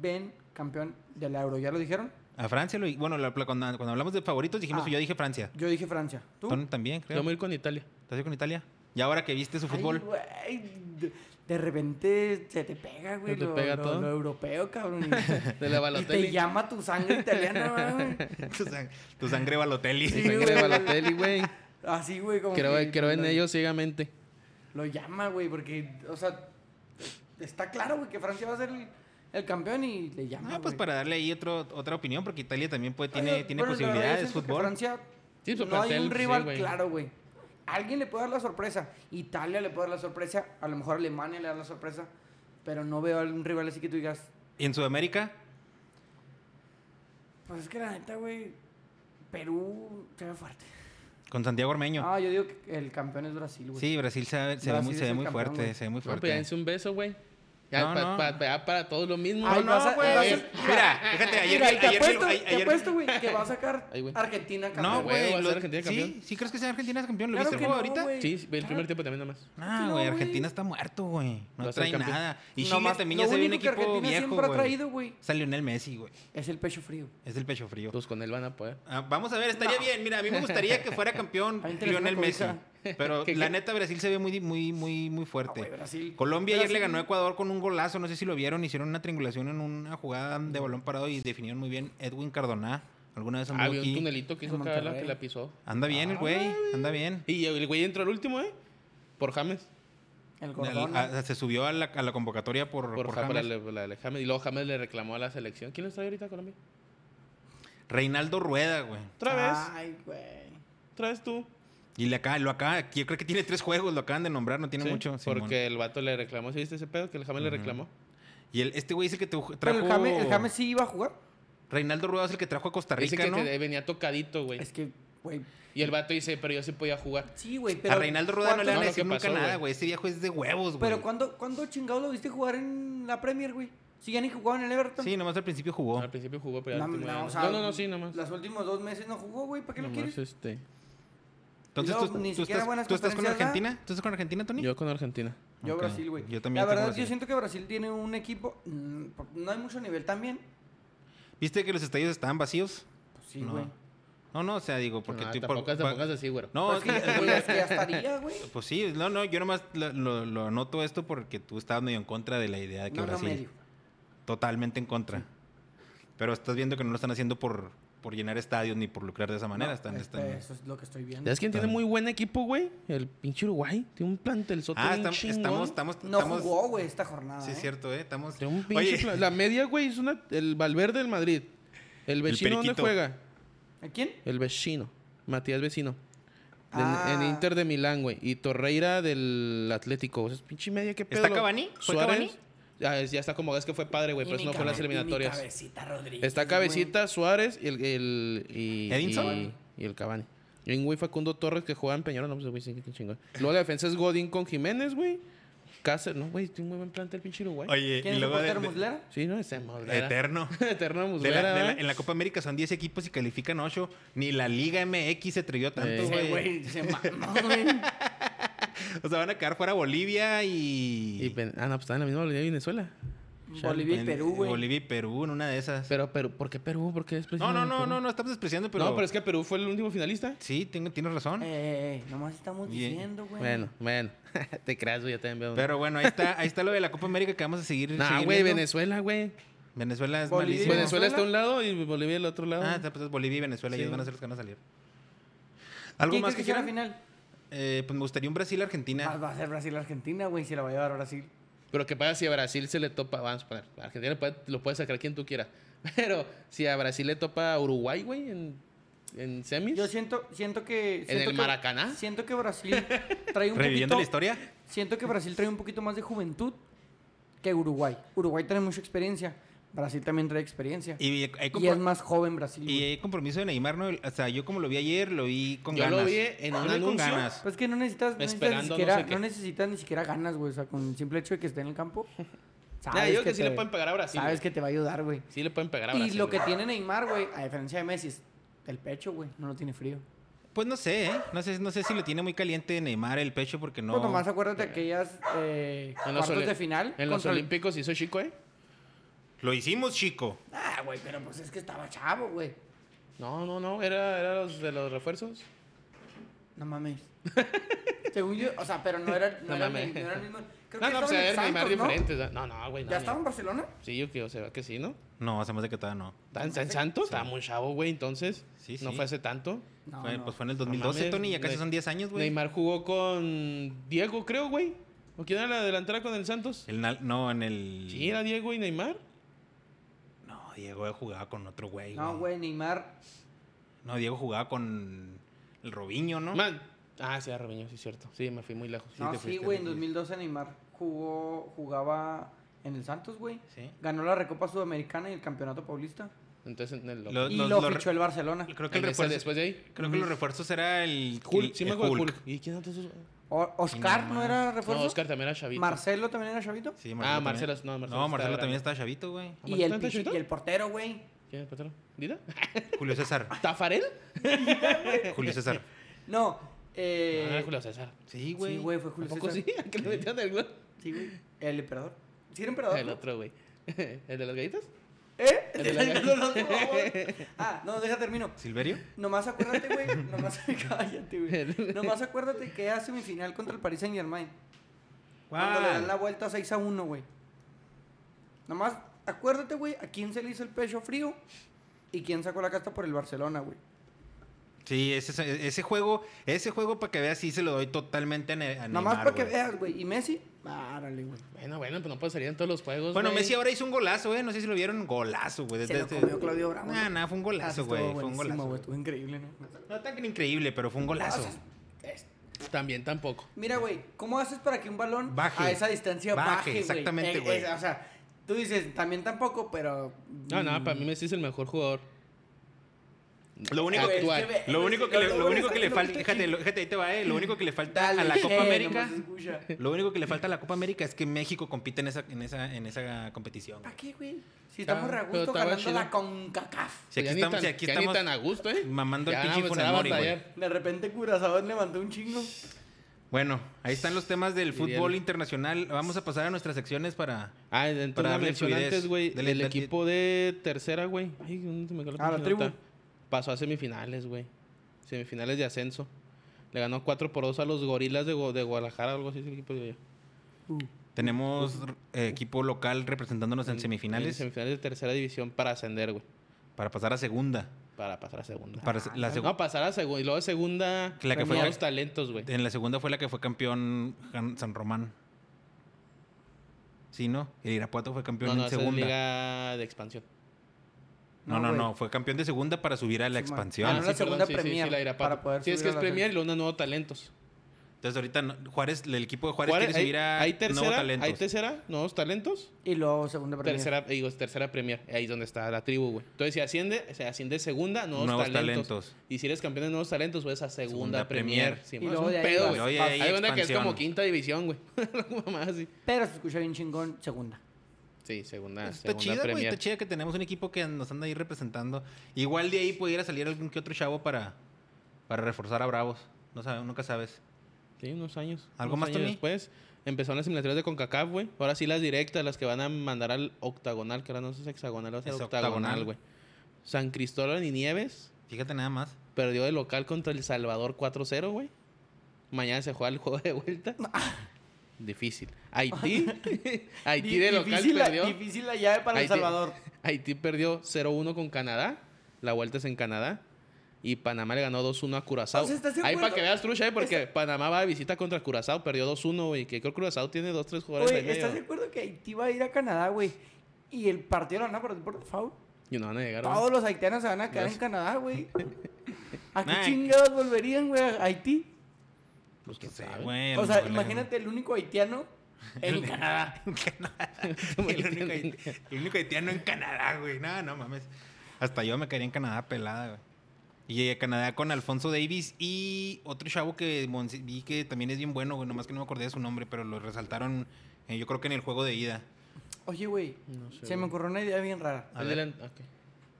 ven campeón del Euro? ¿Ya lo dijeron?
A Francia lo Bueno, la- la- cuando, cuando hablamos de favoritos dijimos
Ah.
que yo dije Francia.
Yo dije Francia. ¿Tú?
Tony también, creo.
Yo me voy con Italia.
¿Estás ahí con Italia? Y ahora que viste su
Ay,
fútbol.
güey, de- de repente se te pega, güey.
Se te
lo,
pega
lo-
todo.
lo europeo, cabrón.
De la
y te
Balotelli.
llama tu sangre italiana, güey.
tu, sang- tu sangre Balotelli.
Sí,
Sangre de
güey.
Balotelli, güey.
Así, güey, como que
Creo, creo en
lo-
ellos ciegamente.
Lo llama, güey, porque, o sea, está claro, güey, que Francia va a ser el, el campeón y le llama,
Ah, pues
güey.
para darle ahí otro, otra opinión, porque Italia también puede, tiene,
Oye,
tiene
bueno, la verdad, yo
posibilidades
siento que
fútbol.
Francia
Sí, su
no hay
plantel,
un
sí,
rival
güey.
claro, güey. Alguien le puede dar la sorpresa. Italia le puede dar la sorpresa. A lo mejor Alemania le da la sorpresa. Pero no veo a algún rival así que tú digas,
Y en Sudamérica,
pues es que la neta, güey, Perú se ve fuerte.
con Santiago Ormeño.
Ah, yo digo que el campeón es Brasil, güey.
Sí, Brasil se, ve- se ve
Brasil
muy,
es
se ve
el
muy
campeón,
fuerte,
güey.
se ve muy
No,
fuerte.
pues dense un beso, güey. Ya
No,
pa-
no.
pa- pa- para todos lo mismo.
Ay,
no,
vas a-
No, güey.
vas a-
Eh, Mira, fíjate, ayer.
Mira, y te
ayer-
apuesto,
ayer-
te
ayer-
apuesto, güey, que va a sacar
Ay, güey.
Argentina campeón.
No,
Huevo, va
güey.
a ser
los-
Argentina
Sí,
campeón.
sí crees que sea Argentina es campeón. ¿Lo
Claro
viste el
que
juego
no,
ahorita?
güey.
Sí, sí, el primer tiempo también nada más.
Ah,
No,
güey,
güey.
Argentina está muerto, güey.
Va
No
a ser
trae
campeón.
nada. Y Chile
Nomás,
también
lo
ya se ve un
único que
equipo
Argentina
viejo,
siempre ha traído,
güey.
güey.
Salió en el Messi, güey.
Es el pecho frío.
Es del pecho frío.
Pues con él van a poder.
Ah, vamos a ver, estaría bien. Mira, a mí me gustaría que fuera campeón
A mí te la
Lionel
saco
Messi.
ahorita.
Pero
¿Qué,
la
qué?
neta, Brasil se ve muy, muy, muy, muy
Ah,
fuerte.
güey, Brasil.
Colombia ayer le
Brasil-
ganó a Ecuador con un golazo, no sé si lo vieron, hicieron una triangulación en una jugada de
Mm.
balón parado y definieron muy bien Edwin Cardona. Alguna vez anduvo
Ah, había un
aquí.
tunelito que
En
hizo Cabala que
Monterrey.
la pisó.
Anda bien el güey,
Ah,
anda bien.
Y el güey entró al último, ¿eh? Por James.
El
Al-
gordón.
a- ah, se subió a la, a la convocatoria por,
Por,
por
Ja- por
James.
la- por la de James. Y luego James le reclamó a la selección. ¿Quién los trae ahorita a Colombia?
Reinaldo Rueda, güey.
Otra vez.
Ay, güey.
Otra vez tú.
Y le acá, lo acá, yo creo que tiene tres juegos, lo acaban de nombrar, no tiene
Sí,
mucho. Simón.
Porque el vato le reclamó. ¿Sí viste ese pedo? Que el James le reclamó.
Y el, este güey es el que tu-
Pero
trajo.
el James, el James sí iba a jugar.
Reinaldo Rueda es el que trajo a Costa
Dice
Rica,
que
¿no?
se- venía tocadito, güey.
Es que, güey.
Y el vato dice, pero yo sí podía jugar.
Sí, güey, pero.
A Reinaldo Rueda no le
¿cuánto-
van a
No, lo
decir
que
nunca
pasó,
nada,
güey.
güey. Este viejo es de huevos, güey.
Pero ¿cuándo, ¿cuándo chingado lo viste jugar en la Premier, güey? Si ya ni jugaba en el Everton.
Sí, nomás al principio jugó.
Ah,
Al principio jugó, pero ya
No,
al último ya
no,
no,
o sea,
no, no, no, sí, nomás.
Los últimos dos meses no jugó, güey. ¿Para qué lo
Nomás,
quieres?
este,
Entonces,
Y
¿tú,
luego ni
tú
siquiera
estás,
buenas
tú estás con
conferencias da.
Argentina? ¿Tú estás con Argentina, Tony?
Yo con Argentina.
Yo
Ok.
Brasil, güey.
Yo también
La
tengo
verdad,
Brasil.
yo siento que Brasil tiene un equipo. mm, por- No hay mucho nivel también.
¿Viste que los estadios estaban vacíos?
Pues sí,
No.
güey.
No, no, o sea, digo, porque
no,
tú...
Ah, tampoco,
por-
tampoco
pa-
es así, güero.
No,
Pues que-
es que-
güey, es que ya estaría, güey.
pues sí, no, no, yo nomás lo, lo- lo anoto esto porque tú estabas medio en contra de la idea de que
No, no,
Brasil...
medio.
Totalmente en contra. Pero estás viendo que no lo están haciendo por, por llenar estadios ni por lucrar de esa manera.
No,
están,
este,
están-
Eso es lo que estoy viendo.
¿Sabes quién
Ah.
tiene muy buen equipo, güey? El pinche Uruguay. Tiene un plantel soto
Ah,
bien
estamos,
chingón.
estamos, estamos...
No
estamos-
jugó, güey, esta jornada.
Sí,
¿eh?
es cierto, ¿eh? Estamos...
Tiene un pinche
Oye,
plan- La media, güey, es una... El Valverde del Madrid. El vecino, ¿dónde
periquito.
juega?
¿A quién?
El vecino. Matías Vecino. Del-
Ah.
En Inter de Milán, güey. Y Torreira del Atlético. O sea, es pinche media, qué pedo.
¿Está Cavani? ¿Fue Cavani?
Ya, es- ya está como... Es que fue padre, güey.
Y
Pero eso
mi
no fue las
cabe- y mi
eliminatorias.
Cabecita Rodríguez.
Está Cabecita, Suárez y el... el- y,
¿Edinson?
Y, y el Cavani. Y un güey Facundo Torres que juega en Peñarol. No, pues, güey, sí, qué chingón. Luego la defensa es Godín con Jiménez, güey. Cáceres. No, güey, tiene un muy buen plantel el pinche Uruguay.
oye,
güey. ¿Quién
y
es el
luego de-
portero
de-
Muslera?
Sí, no, ese Muslera.
Eterno.
Eterno
De la-
Muslera,
de la-
¿verdad?
en la Copa América son 10 equipos y califican 8. Ni la Liga MX se atrevió tanto,
Sí.
Ese
güey.
güey, se mamó, güey.
O sea, van a quedar fuera Bolivia
Y
y...
Ven- ah, no, pues está en la misma Bolivia y Venezuela.
Bolivia y
en-
Perú, güey.
Bolivia y Perú en una de esas.
Pero, pero, ¿por qué Perú? ¿Por qué después?
no, no, no, no, no, estamos despreciando, pero...
No, pero es que Perú fue el último finalista.
Sí, tengo- tienes razón.
Eh, nomás estamos
Bien.
diciendo, güey.
Bueno, bueno. Te creas, güey, ya te veo.
Pero bueno, ahí está, ahí está lo de la Copa América que vamos a seguir.
Nah,
seguir
güey,
viendo.
Venezuela, güey.
Venezuela es
Bolivia.
malísimo.
Venezuela está a un lado y Bolivia al otro lado.
Ah, está, pues es Bolivia y Venezuela,
Sí.
ellos van a ser los que van a salir. ¿Algo
¿Quién
más
crees
que
que sea la
quieran?
final?
Eh, pues me gustaría un
Ah,
Brasil-Argentina.
Va a ser Brasil-Argentina, güey, si la va a llevar Brasil.
Pero ¿qué pasa si a Brasil se le topa? Vamos a poner, a Argentina le puede- lo puede sacar quien tú quieras. Pero si a Brasil le topa a Uruguay, güey, en, en semis.
Yo siento, siento que...
el
siento que-
Maracaná?
Siento que Brasil trae un
Reviviendo
poquito...
la historia.
Siento que Brasil trae un poquito más de juventud que Uruguay. Uruguay trae mucha experiencia. Brasil también trae experiencia. Y,
Y, hay
es
compro-
más joven Brasil.
y
güey.
hay compromiso de Neymar, ¿no? O sea, yo como lo vi ayer, lo vi con
Yo
ganas.
lo vi en un
vi con
anuncio.
ganas.
Pues que no necesitas, no necesitas ni
Esperando no
siquiera,
sé qué.
no necesitas ni siquiera ganas, güey. O sea, con el simple hecho de que esté en el campo, sabes
Nah, yo creo que, sí
te-
le pueden pegar a Brasil.
sabes
güey.
que te va a ayudar, güey.
Sí le pueden pegar a
Y
Brasil.
lo que
güey.
tiene Neymar, güey, a diferencia de Messi, es el pecho, güey. No lo tiene frío.
Pues no sé, ¿eh? No sé, no sé si lo tiene muy caliente Neymar el pecho porque no...
Pues nomás acuérdate de aquellas eh,
En los
cuartos
oli-
de final.
En los
contra el-
Olímpicos hizo chico, ¿eh?
Lo hicimos, chico.
Ah, güey, pero pues es que estaba chavo, güey.
No, no, no. Era, era los de los refuerzos.
No mames. Según yo, o sea, pero no era, no
No
era,
mames.
ni- no era el mismo.
no,
Creo que
no,
estaba
pues
en
era
el
Neymar
Santos, ¿no?
diferente. No, no, güey. No,
¿Ya
ni-
estaba en Barcelona?
Sí, yo creo, o sea, que sí, ¿no?
No, se me hace que todavía no.
¿Está en, está en Santos? Estaba muy chavo, güey, entonces.
Sí,
No
sí.
fue hace tanto.
No,
Fue-
no.
Pues fue en el
No
2012,
mames,
Tony, ya casi
Ne-
son 10 años, güey.
Neymar jugó con Diego, creo, güey. ¿O quién era la delantera con el Santos?
El Nal- no, en el...
Sí, era Diego y Neymar.
No, Diego jugaba con otro güey.
No, güey, Neymar.
No, Diego jugaba con el Robinho, ¿no?
Man. Ah, sí, era Robinho, sí, cierto. Sí, me fui muy lejos.
No,
te
sí,
fuiste,
güey, en
Luis.
2012 Neymar jugó, jugaba en el Santos, güey.
Sí.
Ganó la Recopa Sudamericana y el Campeonato Paulista.
Entonces, en el.
Lo-
Y
Los-
lo
los-
fichó el Barcelona.
Creo que el
en ese
refuerzo...
después de ahí.
Creo que los refuerzos era el...
Hulk,
el-
sí me
el
acuerdo de
Hulk.
Hulk. ¿Y quién era entonces?
O- Oscar
Chinga,
no
madre.
era refuerzo.
No, Oscar también era chavito.
Marcelo también era chavito.
Sí,
Ah,
también.
Marcelo, no, Marcelo
No,
está
Marcelo
grande.
también está chavito, güey.
¿Marcelo
Y el,
está
pinche-
chavito?
y el portero, güey.
¿Quién es el portero? ¿Dida?
Julio César.
¿Tafarel?
Julio César.
No.
ah,
Eh,
Julio César.
Sí, güey.
sí, güey, fue
¿A
Julio
poco sí?
César.
¿A qué le metieron el gol?
Sí, güey. El emperador. ¿Sí era emperador?
El
no?
otro, güey. ¿El de las galletas?
¿Eh?
El de la-
No, por favor. Ah, no, deja termino.
¿Silverio?
Nomás acuérdate, güey. Nomás cállate, güey. Nomás acuérdate que era semifinal contra el Paris Saint Germain. Cuando le dan la vuelta 6 a 1, güey. Nomás acuérdate, güey, a quién se le hizo el pecho frío y quién sacó la casta por el Barcelona, güey.
Sí, ese, ese juego, ese juego para que veas, sí se lo doy totalmente a Ne- a Neymar,
Nomás para que
güey.
veas, güey. Y Messi, párale, güey.
Bueno, bueno, pues no puede salir en todos los juegos.
Bueno,
güey.
Messi ahora hizo un golazo, eh. No sé si lo vieron, golazo, güey.
Se lo
Desde-
comió Claudio Bravo.
Nah, nah, fue un
Ah, sí,
golazo,
estuvo
güey. Fue un
buenísimo,
golazo.
güey. Estuvo increíble, ¿no?
No tan increíble, pero fue un golazo.
También tampoco.
Mira, güey, ¿cómo haces para que un balón
Baje.
a esa distancia
Baje,
baje, güey?
exactamente,
Eh,
güey.
es- O sea, tú dices, también tampoco, pero...
No, no,
mm,
para mí Messi es el mejor jugador.
Lo único
güey,
que-
Actual.
es ve-
Lo único que le,
no,
lo
no,
único que le
no,
falta,
no,
fíjate, lo- fíjate, ahí te va, eh. Lo único que le falta
dale,
a la
eh,
Copa América,
nomás escucha.
lo único que le falta a la Copa América es que México compite en esa, en esa, en esa competición. güey.
¿Para qué, güey? Si
Está-
estamos re a
pero
gusto
estaba
jalando la
chido.
CONCACAF.
Si
Ya
aquí
ni
estamos,
tan-
si aquí
ya ni
estamos
tan a gusto, ¿eh?
mamando el
Ya,
pinche
pues, se la va a
Funemori, güey.
batallar.
De repente Curazao levantó un chingo.
Bueno, ahí están los temas del
Diría
fútbol
el-
internacional. Vamos a pasar a nuestras secciones para.
Ah, entonces
Para
una
darle
mención
fluidez.
antes, güey.
Dale,
El
dale.
equipo de tercera, güey. Ay, ¿dónde se me quedó
Ah,
pinche
la tribu.
nota? Pasó a semifinales, güey. Semifinales de ascenso. Le ganó 4 por 2 a los gorilas de, Gu- de Guadalajara o algo así. ese equipo de allá.
Tenemos eh, equipo local representándonos en
En
semifinales
semifinales de tercera división para ascender, güey.
para pasar a segunda.
Para pasar a segunda.
Para la segu-
Ah, no, pasar a segunda. Y luego de segunda.
La que fue-
premiados talentos, güey.
En la segunda fue la que fue campeón Jan- San Román. Sí, ¿no? El Irapuato fue campeón
No, no,
en
esa es
segunda.
liga de expansión.
No, no,
No,
no,
güey.
Fue campeón de segunda para subir a la
Sí, man.
expansión.
Ah, no, la segunda
sí, sí,
Premier,
Sí, la Irapuato.
para poder
Sí, es
subir
que
a
es
la
Premier y luego una nuevo talentos.
Entonces ahorita no- Juárez, el equipo de Juárez,
Juárez-
quiere
hay-
subir a
hay
nuevo
tercera,
talentos.
hay tercera, nuevos talentos.
Y luego segunda premier.
Tercera, digo, es tercera premier. Ahí es donde está la tribu, güey. Entonces, si asciende, se asciende segunda, nuevos,
Nuevos
talentos.
talentos.
Y si eres campeón de nuevos talentos, güey, esa segunda,
Segunda
premier.
premier.
Sí,
Y
más,
luego
es
de
un
ahí
pedo,
vas-
güey.
Y luego de ahí
Hay una que es
expansión.
como quinta división, güey. Una mamada así.
Pero se escucha bien chingón, segunda.
Sí, segunda,
Está
segunda
chida, güey.
premier.
Está chida que tenemos un equipo que nos anda ahí representando. Igual de ahí pudiera salir algún que otro chavo para, para reforzar a Bravos. No sabes, nunca sabes.
Sí, unos años.
¿Algo
unos
más,
años
Tony?
después empezaron las eliminatorias de CONCACAF, güey. Ahora sí las directas, las que van a mandar al octagonal, que ahora no es hexagonal, va a ser
Es octagonal.
octagonal, güey. San Cristóbal y Nieves
Fíjate nada más.
perdió de local contra El Salvador 4-0, güey. Mañana se juega el juego de vuelta. Difícil. Haití. Haití de
Di-
local
difícil, la,
perdió.
difícil la llave para El
Haití-
Salvador.
Haití perdió 0-1 con Canadá. La vuelta es en Canadá. Y Panamá le ganó 2-1 a Curazao.
O sea, ¿estás de
Ahí
acuerdo?
para que veas trucha, eh, porque Panamá va de visita contra Curazao, perdió 2-1, güey. Que creo que Curazao tiene 2-3 jugadores ahí
Güey,
medio.
¿estás de acuerdo que Haití va a ir a Canadá, güey? Y el partido lo van a perder por favor.
Y no van a llegar, güey.
Todos los haitianos se van a quedar
Los-
en Canadá, güey. ¿A qué
Nah.
chingados volverían, güey, a Haití?
Pues
quién
sí,
sabe.
güey, a
O
lo
sea,
mejor le-
imagínate el único haitiano en Canadá.
el, único, hait- el único haitiano en Canadá, güey. No, no mames. Hasta yo me caería en Canadá pelada, güey. Y llegué a Canadá con Alfonso Davis y otro chavo que mon- vi que también es bien bueno, güey. Nomás que no me acordé de su nombre, pero lo resaltaron, eh, yo creo que en el juego de ida.
Oye, güey,
No sé,
se me
güey.
ocurrió una idea bien rara.
A
El
ver.
delan- ok.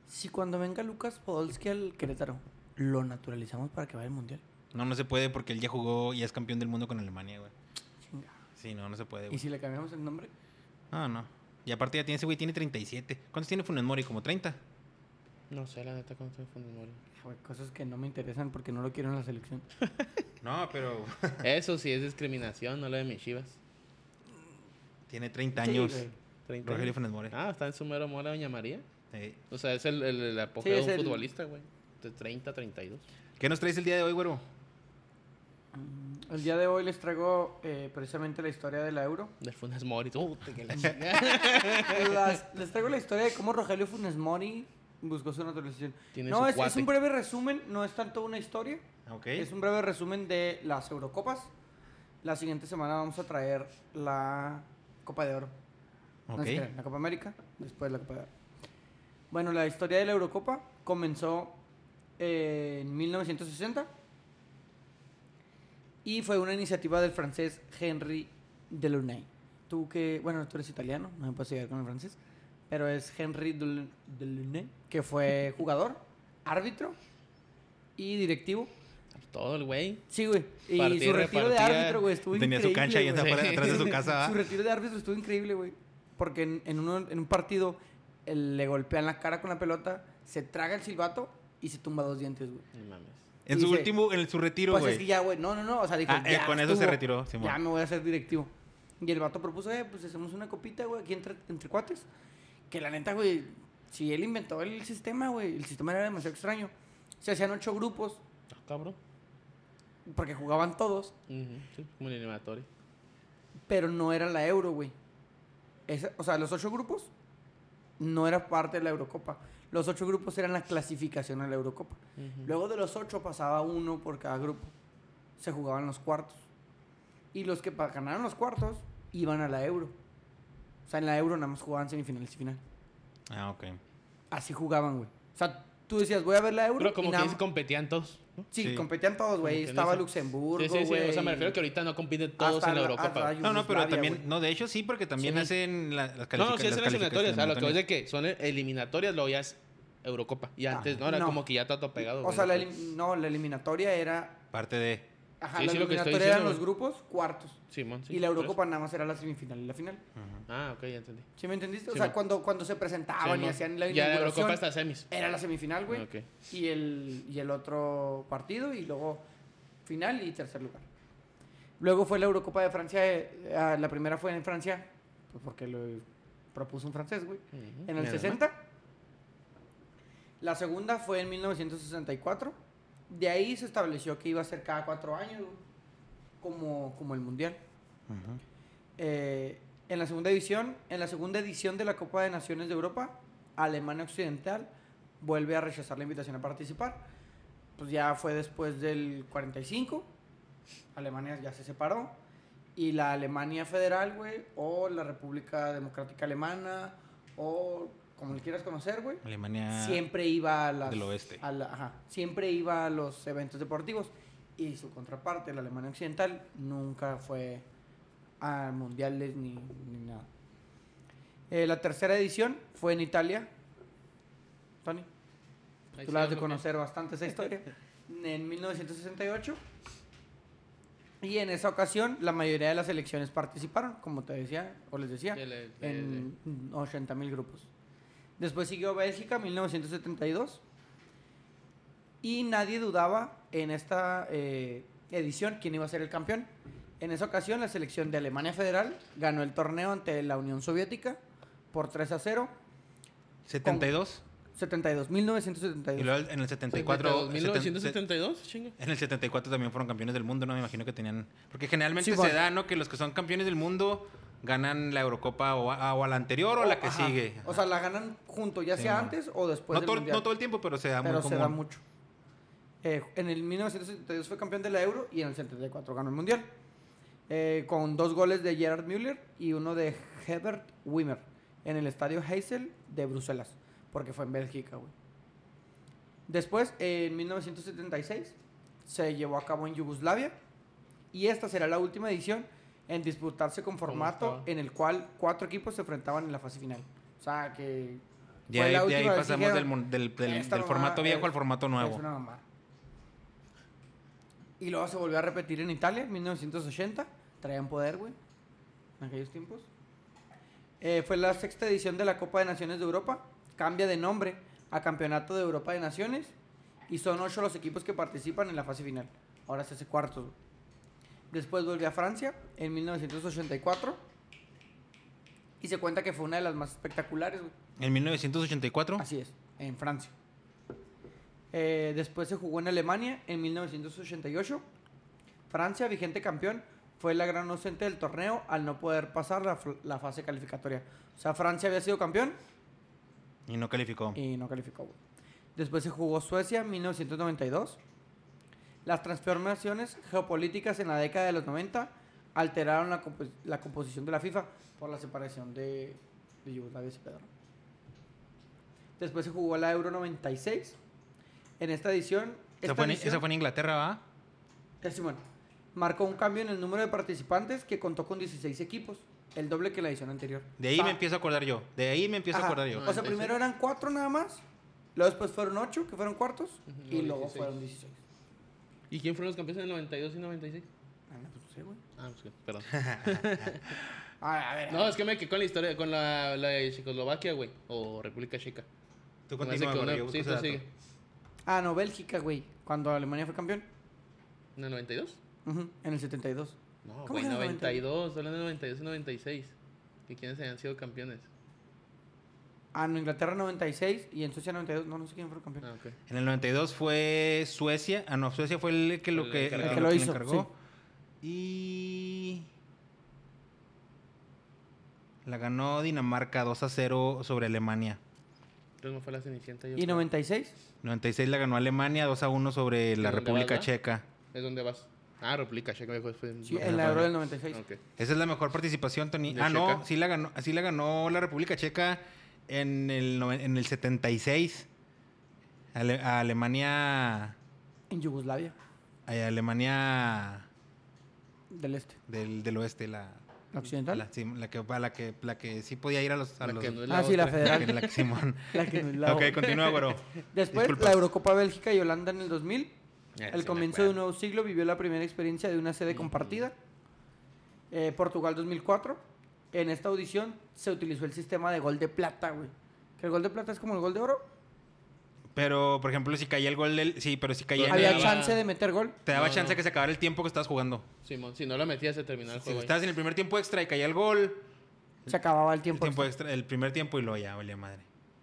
Si cuando venga Lucas Podolski al Querétaro, lo naturalizamos para que vaya al Mundial.
No, no se puede porque él ya jugó y es campeón del mundo con Alemania, güey.
Chinga.
Sí, no, no se puede,
¿Y
güey.
si le cambiamos el nombre?
No, no. Y aparte ya tiene ese güey, tiene 37. ¿Cuántos tiene Funes Mori? ¿Como 30?
No sé, la neta, cómo se me fue el nombre.
Güey, cosas que no me interesan porque no lo quiero en la selección.
No, pero
Eso sí es discriminación, no lo de mis chivas.
tiene 30 años.
Sí, güey.
30
Rogelio
años.
Funes Mori.
Ah, está en su mero mora, Doña María.
Sí.
O sea, es el, el, el apogeo de
Sí, es
un
el-
futbolista, güey. De 30, 32.
¿Qué nos traes el día de hoy, güero?
El día de hoy les traigo eh, precisamente la historia de la Euro.
Del Funes Mori. Puta, que la chingada.
Las- les traigo la historia de cómo Rogelio Funes Mori buscó su naturalización.
Tiene
no,
su
es, es
cuate.
un breve resumen, no es tanto una historia.
Ok.
Es un breve resumen de las Eurocopas. La siguiente semana vamos a traer la Copa de Oro. No,
Ok.
espera, la Copa América, después la Copa de Oro. Bueno, la historia de la Eurocopa comenzó eh, en 1960 Y fue una iniciativa del francés Henry Delaunay. Tú que, bueno, tú eres italiano, no me puedes llegar con el francés, pero es Henry Del- Delaunay, que fue jugador, árbitro y directivo.
Todo el güey.
Sí, güey. Y
Partida
su
y
retiro de
repartida.
árbitro, güey, estuvo
Tenía su
increíble,
cancha ahí
güey.
afuera,
Sí.
atrás de su casa.
Su
¿va?
retiro de árbitro estuvo increíble, güey. Porque en, en uno- en un partido eh, le golpean la cara con la pelota, se traga el silbato y se tumba dos dientes, güey.
No mames.
En su
dice,
último, en su retiro,
Pues
güey.
es que ya, güey. No, no, no. O sea, dijo,
Ah, eh,
"Ya
con eso se
estuvo,
retiró, Simón.
Ya me voy a hacer directivo. Y el vato propuso, eh, pues hacemos una copita, güey, aquí entre, entre cuates. Que la neta, güey, si él inventó el sistema, güey, el sistema era demasiado extraño. Se hacían ocho grupos
Ah, cabrón.
porque jugaban todos.
Ujú, Sí, como el animatorio.
pero no era la Euro, güey. Esa- o sea, los ocho grupos no era parte de la Eurocopa. Los ocho grupos eran la clasificación a la Eurocopa.
Ujú.
Luego de los ocho pasaba uno por cada grupo. Se jugaban los cuartos. Y los que pa- ganaron los cuartos iban a la Euro. O sea, en la Euro nada más jugaban semifinales y final.
Ah, ok.
Así jugaban, güey. O sea, tú decías, voy a ver la Euro.
Pero
y
como que
nada
ahí se
más-
competían todos. ¿no?
Sí,
Sí.
competían todos,
Como
güey.
que en
Estaba
esa-
Luxemburgo,
sí,
güey.
sí, sí. O sea, me refiero que ahorita no compiten todos
Hasta
en la
la-
Eurocopa.
hasta
güey.
la
No, no, pero
Yugoslavia,
también.
güey.
No, de hecho sí, porque también
Sí.
hacen la- las
No, no, sí,
calificaciones.
es en las eliminatorias. A lo que voy es de que son eliminatorias, luego ya es Eurocopa. Y
Ah,
antes, ¿no? Era
no.
como que ya está todo pegado.
O
güey.
sea, la elim- no, la eliminatoria era
Parte de.
Ajá,
Sí,
la
sí, lo que estoy
eliminatoria eran
diciendo,
los grupos cuartos.
Simón, sí, pues.
y la
por eso.
Eurocopa nada más era la semifinal y la final.
Ah, ok, ya entendí.
¿Sí me entendiste? o
Sí,
sea,
man.
cuando, cuando se presentaban Ah, y
Simón.
hacían la
ya la
inauguración,
Eurocopa hasta semis. Ah,
era la semifinal, güey.
Ok.
Y, el, y el otro partido y luego final y tercer lugar. Luego fue la Eurocopa de Francia. eh, ah, la primera fue en Francia, pues porque lo propuso un francés, güey.
Ujú.
En el
Nada
60. La segunda fue en 1964. De ahí se estableció que iba a ser cada cuatro años, güey, como, como el Mundial. Eh, en la segunda división, en la segunda edición de la Copa de Naciones de Europa, Alemania Occidental vuelve a rechazar la invitación a participar. Pues ya fue después del 45. Alemania ya se separó. Y la Alemania Federal, güey, o la República Democrática Alemana, o como le quieras conocer, güey,
Alemania.
siempre iba a las-
del oeste.
a la- ajá, siempre iba a los eventos deportivos. Y su contraparte, la Alemania Occidental, nunca fue a mundiales ni, ni nada. Eh, la tercera edición fue en Italia. Tony.
Ahí
Tú
sí
la has de
hablo,
conocer bastante esa historia. En 1968. Y en esa ocasión, la mayoría de las elecciones participaron, como te decía, o les decía,
Ya le- le-
en 80 mil grupos. Después siguió Bélgica, 1972. Y nadie dudaba en esta eh, edición quién iba a ser el campeón. En esa ocasión, la selección de Alemania Federal ganó el torneo ante la Unión Soviética por 3 a 0.
72.
72, 1972.
Y luego en el 74. 70,
1972, chinga.
en el 74 también fueron campeones del mundo, ¿no? Me imagino que tenían. Porque generalmente
Sí,
se
bueno.
da, ¿no? Que los que son campeones del mundo ganan la Eurocopa o a, o a la anterior o a la que
Oh, Ajá.
sigue.
O sea, la ganan junto, ya
Sí,
sea
man.
antes o después
no
del
todo,
mundial.
no todo el tiempo, pero se da
pero
muy
se
común.
da mucho. Eh, en el 1972 fue campeón de la Euro y en el 74 ganó el mundial. Eh, con dos goles de Gerard Müller y uno de Herbert Wimmer en el estadio Heysel de Bruselas, porque fue en Bélgica, güey. Después, en 1976, se llevó a cabo en Yugoslavia y esta será la última edición en disputarse con
¿Cómo
formato
estaba?
en el cual cuatro equipos se enfrentaban en la fase final. O sea que.
Ya
fue
ahí, de
la
ahí
última vez que
pasamos
dijeron,
del, mon- del, del-
"Esta eh,
del
mamada
formato viejo
es-
al formato nuevo.
es una mamada. Y luego se volvió a repetir en Italia, en 1980. Traían poder, güey. En aquellos tiempos. Eh, fue la sexta edición de la Copa de Naciones de Europa. Cambia de nombre a Campeonato de Europa de Naciones. Y son ocho los equipos que participan en la fase final. Ahora se hace cuartos. güey. Después volvió a Francia en 1984. Y se cuenta que fue una de las más espectaculares, güey.
En 1984.
Así es, en Francia. Eh, después se jugó en Alemania en 1988. Francia, vigente campeón, fue la gran ausente del torneo al no poder pasar la, fr- la fase calificatoria. O sea, Francia había sido campeón
Y no calificó.
y no calificó. güey. Después se jugó Suecia, 1992. Las transformaciones geopolíticas en la década de los 90 alteraron la, compo- la composición de la FIFA por la separación de, de Yugoslavia y ese pedo, ¿no? Después se jugó la Euro 96. En esta edición...
esa,
esta
fue en,
edición-
esa fue en Inglaterra, ¿va?
eh, Simón. marcó un cambio en el número de participantes que contó con 16 equipos, el doble que la edición anterior.
De ahí
O sea,
me empiezo a acordar yo. De ahí me empiezo
ajá,
a acordar
Ah,
yo.
O sea, primero eran cuatro nada más, luego después fueron ocho, que fueron cuartos,
Ujú, luego
y luego
16.
fueron 16.
¿Y quién fueron los campeones en el 92 y 96?
Ah, no, pues no sé, güey.
Ah, pues que- perdón.
Ah, A ver,
No, es que me quedé con la historia, con la, la de Checoslovaquia, güey, o República Checa.
Tú
Me hace
continúa,
que
Jorge,
una-
yo busco
sí,
ese
tú
dato.
sigue.
Ah, no, Bélgica, güey. Cuando Alemania fue campeón.
¿En el 92?
Ujú, en el 72.
No,
¿Cómo
güey,
que en el
92, hablando de 92 y 96. ¿Y quiénes habían sido campeones?
Ah, no, Inglaterra 96 y en Suecia 92. No, no sé quién fue el campeón.
Ah, ok.
En el 92 fue Suecia. Ah, no, Suecia fue el que lo,
El
que,
encargado.
el
El
que
que
lo
lo
que le
hizo,
encargó. Y. La ganó Dinamarca 2 a 0 sobre Alemania.
Entonces no fue la Cenicienta. yo
¿Y
creo.
96?
96 la ganó Alemania 2 a 1 sobre la
¿Dónde
República
vas, va?
Checa.
¿Es dónde vas? Ah, República Checa, me dijo después.
Sí,
No,
en
no,
la Euro
no.
del 96.
Ok.
Esa es la mejor participación, Tony.
¿De
Ah, no,
Checa?
sí la ganó, sí la ganó la República Checa en el, noven- en el 76. Ale- a Alemania.
En Yugoslavia,
A Alemania
del este.
del, del oeste, la.
¿La occidental?
La, sí, la que, la, que, la que sí podía ir a los. A
La
los
que no es
ah, sí, la
otra.
la que-
federal.
la que- Simón.
la que no es la
ok,
otra.
continúa, güero.
Después,
disculpa.
la Eurocopa Bélgica y Holanda en el 2000.
Ya, sí
el
me
comienzo de un
acuerdo.
nuevo siglo vivió la primera experiencia de una sede compartida. Eh, Portugal 2004. En esta audición se utilizó el sistema de gol de plata, güey. Que el gol de plata es como el gol de oro.
Pero, por ejemplo, si caía el gol del. Sí, pero si caía en
Había
el-
chan-
chance de meter gol.
Te daba
No,
chance
no.
que se acabara el tiempo que estabas jugando.
Simón, si no la metías, se terminaba el
Si
juego. ahí.
estabas en el primer tiempo extra y caía el gol,
Se acababa el
el,
tiempo.
tiempo extra, el primer tiempo y lo ya, valía madre.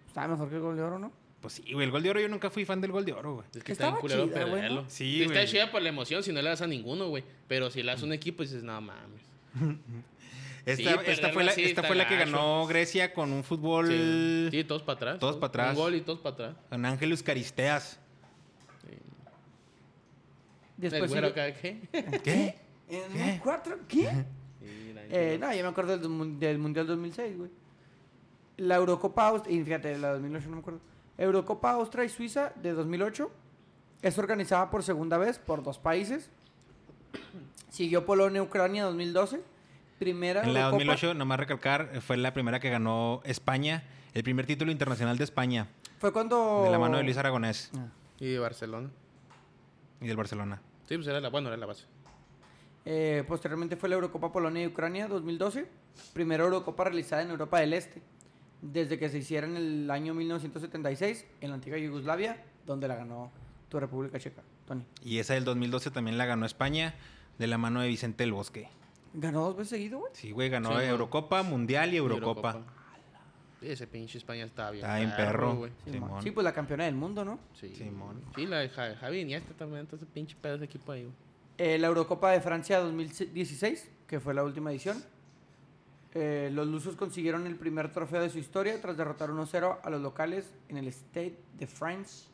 Estaba mejor que el gol de oro, ¿no?
Pues sí, güey, el gol de oro yo nunca fui fan del gol de oro, güey.
Es que
Estaba
está bien culero
chida, güey, ¿no?
perderlo.
Sí,
Está
güey. Mm.
chida por la emoción si no le das a ninguno, güey. Pero si le das a un equipo, dices, no mames. Sí,
Esta, esta
perderlo
fue la,
así
esta
está
fue la que
gacho.
ganó Grecia con un fútbol.
Sí, sí, todos para atrás.
Todos pa' atrás.
Un gol y todos para atrás.
Con Ángelus Caristeas.
Después el
Después
güero
siguió-
acá, ¿qué?
¿Qué?
¿En
¿Qué?
cuatro? ¿Qué?
Sí, la
Eh,
neta.
no, yo me acuerdo del, mun- del Mundial 2006, güey. La Eurocopa Austria, y fíjate, la 2008 no me acuerdo. Eurocopa Austria y Suiza de 2008 es organizada por segunda vez por dos países. Siguió Polonia-Ucrania 2012. Primera
En la
Eurocopa.
2008, nomás recalcar, eh, fue la primera que ganó España, el primer título internacional de España,
Fue cuando...
de la mano de Luis Aragonés
Ah.
Y Barcelona.
y del Barcelona.
Sí, pues era la, bueno, era la base.
Eh, posteriormente fue la Eurocopa Polonia y Ucrania 2012, primera Eurocopa realizada en Europa del Este, desde que se hiciera en el año 1976 en la antigua Yugoslavia, donde la ganó tu República Checa, Tony.
Y esa del 2012 también la ganó España, de la mano de Vicente del Bosque.
Ganó dos veces seguido, güey.
Sí, güey, ganó
Sí, güey.
Eurocopa, Mundial y Eurocopa.
Sí, ese pinche España estaba bien.
Está bien perro.
güey.
Sí,
Simón.
mon. Sí, pues la campeona del mundo, ¿no?
Sí.
Simón.
Sí, la de Ja- Javi Iniesta también, entonces pinche pedo ese equipo ahí, güey.
Eh, la Eurocopa de Francia 2016, que fue la última edición. Eh, los lusos consiguieron el primer trofeo de su historia tras derrotar 1-0 a los locales en el State de France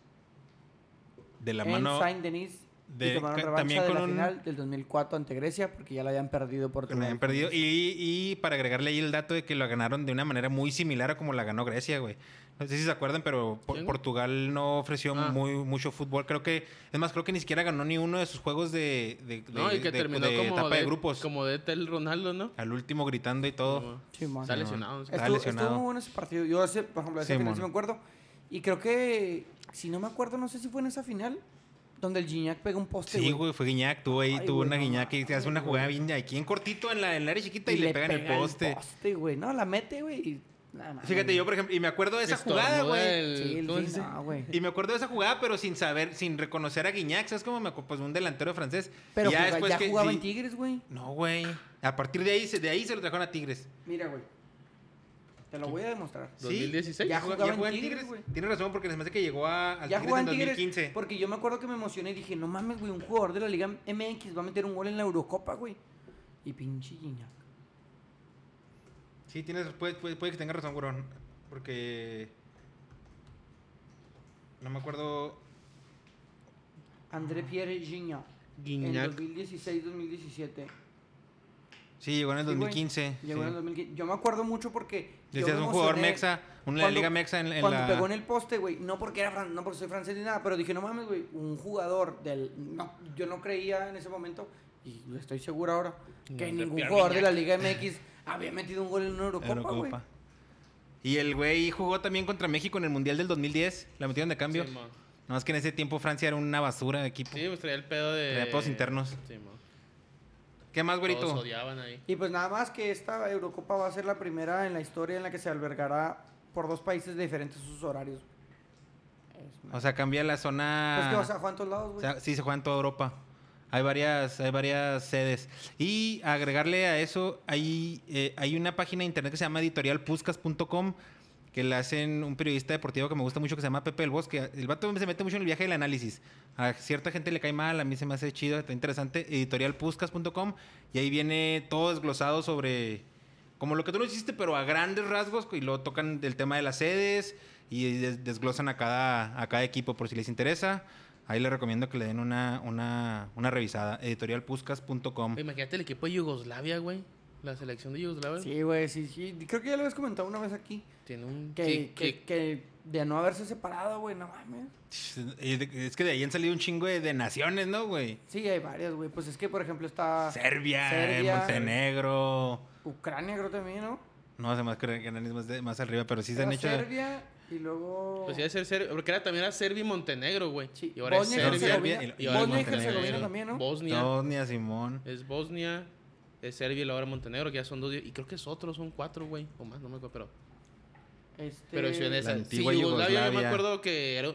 De la
en
mano
Saint-Denis
de-
y tomaron
ca-
revancha
también
de
con
la
un-
final del 2004 ante Grecia porque ya la habían perdido por
que la habían perdido. Y, y para agregarle ahí el dato de que lo ganaron de una manera muy similar a como la ganó Grecia, güey. No sé si se acuerdan, pero por-
¿Quién?
Portugal no ofreció
Ah.
muy, mucho fútbol. Creo que, es más, creo que ni siquiera ganó ni uno de sus juegos de, de, de-
No, y que
de-
terminó
de
como
etapa de,
de,
grupos.
Como de Tel Ronaldo, ¿no?
Al último gritando y todo.
Como-
Sí, mon.
Está
Sí,
lesionado.
mon.
sí.
Está
Estuvo,
lesionado.
estuvo muy bueno ese partido. Yo, ese, por ejemplo, esa
Sí,
final
mon.
sí me acuerdo. Y creo que, si no me acuerdo, no sé si fue en esa final donde el Gignac pegó un poste.
Sí, güey, fue Guiñac. Tuvo ahí,
este Ay,
tuvo
güey,
una
no
Guiñac y
mames,
hace una
güey.
jugada bien aquí en cortito, en la, en el área chiquita y, le, pegan el
al
poste.
poste, güey. No, la mete, güey. y- nah, nah,
Fíjate,
güey.
yo, por ejemplo, y me acuerdo de esa
Estornuda
jugada, güey.
el-
Sí, el
¿cómo
fin,
se dice?
no, güey.
Y me acuerdo de esa jugada, pero sin saber, sin reconocer a Guiñac, ¿sabes cómo me acu- pues un delantero francés?
Pero
Y
ya, ya
que-
jugaba
sí.
en Tigres, güey.
No, güey. A partir de ahí, se- de ahí se lo trajeron a Tigres.
Mira, güey. Te lo voy a demostrar.
Sí.
2016.
Ya
Jugaba-
jugaba en
jugaba en
Tigres,
Tigres.
güey.
Tiene razón porque les parece que llegó a, al
Ya
Tigres
jugaba
en
en Tigres
2015.
porque yo me acuerdo que me emocioné y dije, no mames, güey, un jugador de la Liga MX va a meter un gol en la Eurocopa, güey. Y pinche Gignac.
Sí, tienes, puede, puede- puede que tenga razón, Gurón. Porque. No me acuerdo.
André
Ah.
Pierre Gignac.
Guiñac.
En 2016-2017.
Sí, llegó en el
Sí, güey.
2015.
Llegó
sí.
en el 2015. Yo me acuerdo mucho porque. yo
Decías
me
un jugador
emocioné
mexa, una
cuando-
liga mexa en, en
cuando
la.
pegó en el poste, güey, no porque era fran- no porque soy francés ni nada, pero dije, no mames, güey, un jugador del no, yo no creía en ese momento y lo estoy seguro ahora,
No,
que
de
ningún
Pierre
jugador de la Liga MX había metido un gol en una Eurocopa, güey.
Eurocopa. Y el güey jugó también contra México en el Mundial del 2010. La metieron de cambio.
Sí, mo.
Nada más que en ese tiempo Francia era una basura de equipo.
Sí, pues traía el pedo de.
Traía pedos internos.
Sí, mo.
¿Qué más,
Todos
güerito?
odiaban ahí.
Y pues nada más que esta Eurocopa va a ser la primera en la historia en la que se albergará por dos países de diferentes sus horarios. Es una-
O sea, cambia la zona.
pues que vas a jugar en todos lados,
Ah. O
güey.
sea, sí, se juega en toda Europa. Hay varias, hay varias sedes. Y agregarle a eso, hay, eh, hay una página de internet que se llama editorialpuscas.com que la hacen un periodista deportivo que me gusta mucho que se llama Pepe el Bosque. El vato se mete mucho en el viaje del análisis. A cierta gente le cae mal, a mí se me hace chido, está interesante. Editorialpuscas.com y ahí viene todo desglosado sobre como lo que tú no hiciste, pero a grandes rasgos y luego tocan del tema de las sedes y des- desglosan a cada, a cada equipo por si les interesa. Ahí les recomiendo que le den una, una, una revisada. Editorialpuscas.com.
Oye, Imagínate el equipo de Yugoslavia, güey. La selección de Yugoslavia.
Sí, güey, sí, sí. Creo que ya lo habías comentado una vez aquí.
Tiene un.
Que,
sí,
que- que de no haberse separado, güey, no mames.
Es que de ahí han salido un chingo de, de naciones, ¿no, güey?
Sí, hay varias, güey. Pues es que, por ejemplo, está
Serbia, eh,
Serbia.
Montenegro.
Ucrania, creo también, ¿no?
No sé más que que eran más, de- más arriba, pero sí se
Era
han hecho.
Serbia y luego...
Pues iba a ser Serbia. Porque era, también era Serbia y Montenegro, güey.
Sí,
Y ahora es
Bosnia y
Serbia,
Serbia.
Herzegovina.
y- y ahora
Bosnia y
Montenegro.
Herzegovina también, ¿no?
Bosnia.
Bosnia, Simón.
Es Bosnia. Es Serbia y luego ahora Montenegro, que ya son dos. Y creo que es otro, son cuatro, güey. O más, no me acuerdo. Pero,
Este,
pero sí, en
La
esa. Sí,
antigua
Yugoslavia, yo
Yugoslavia.
me acuerdo que era.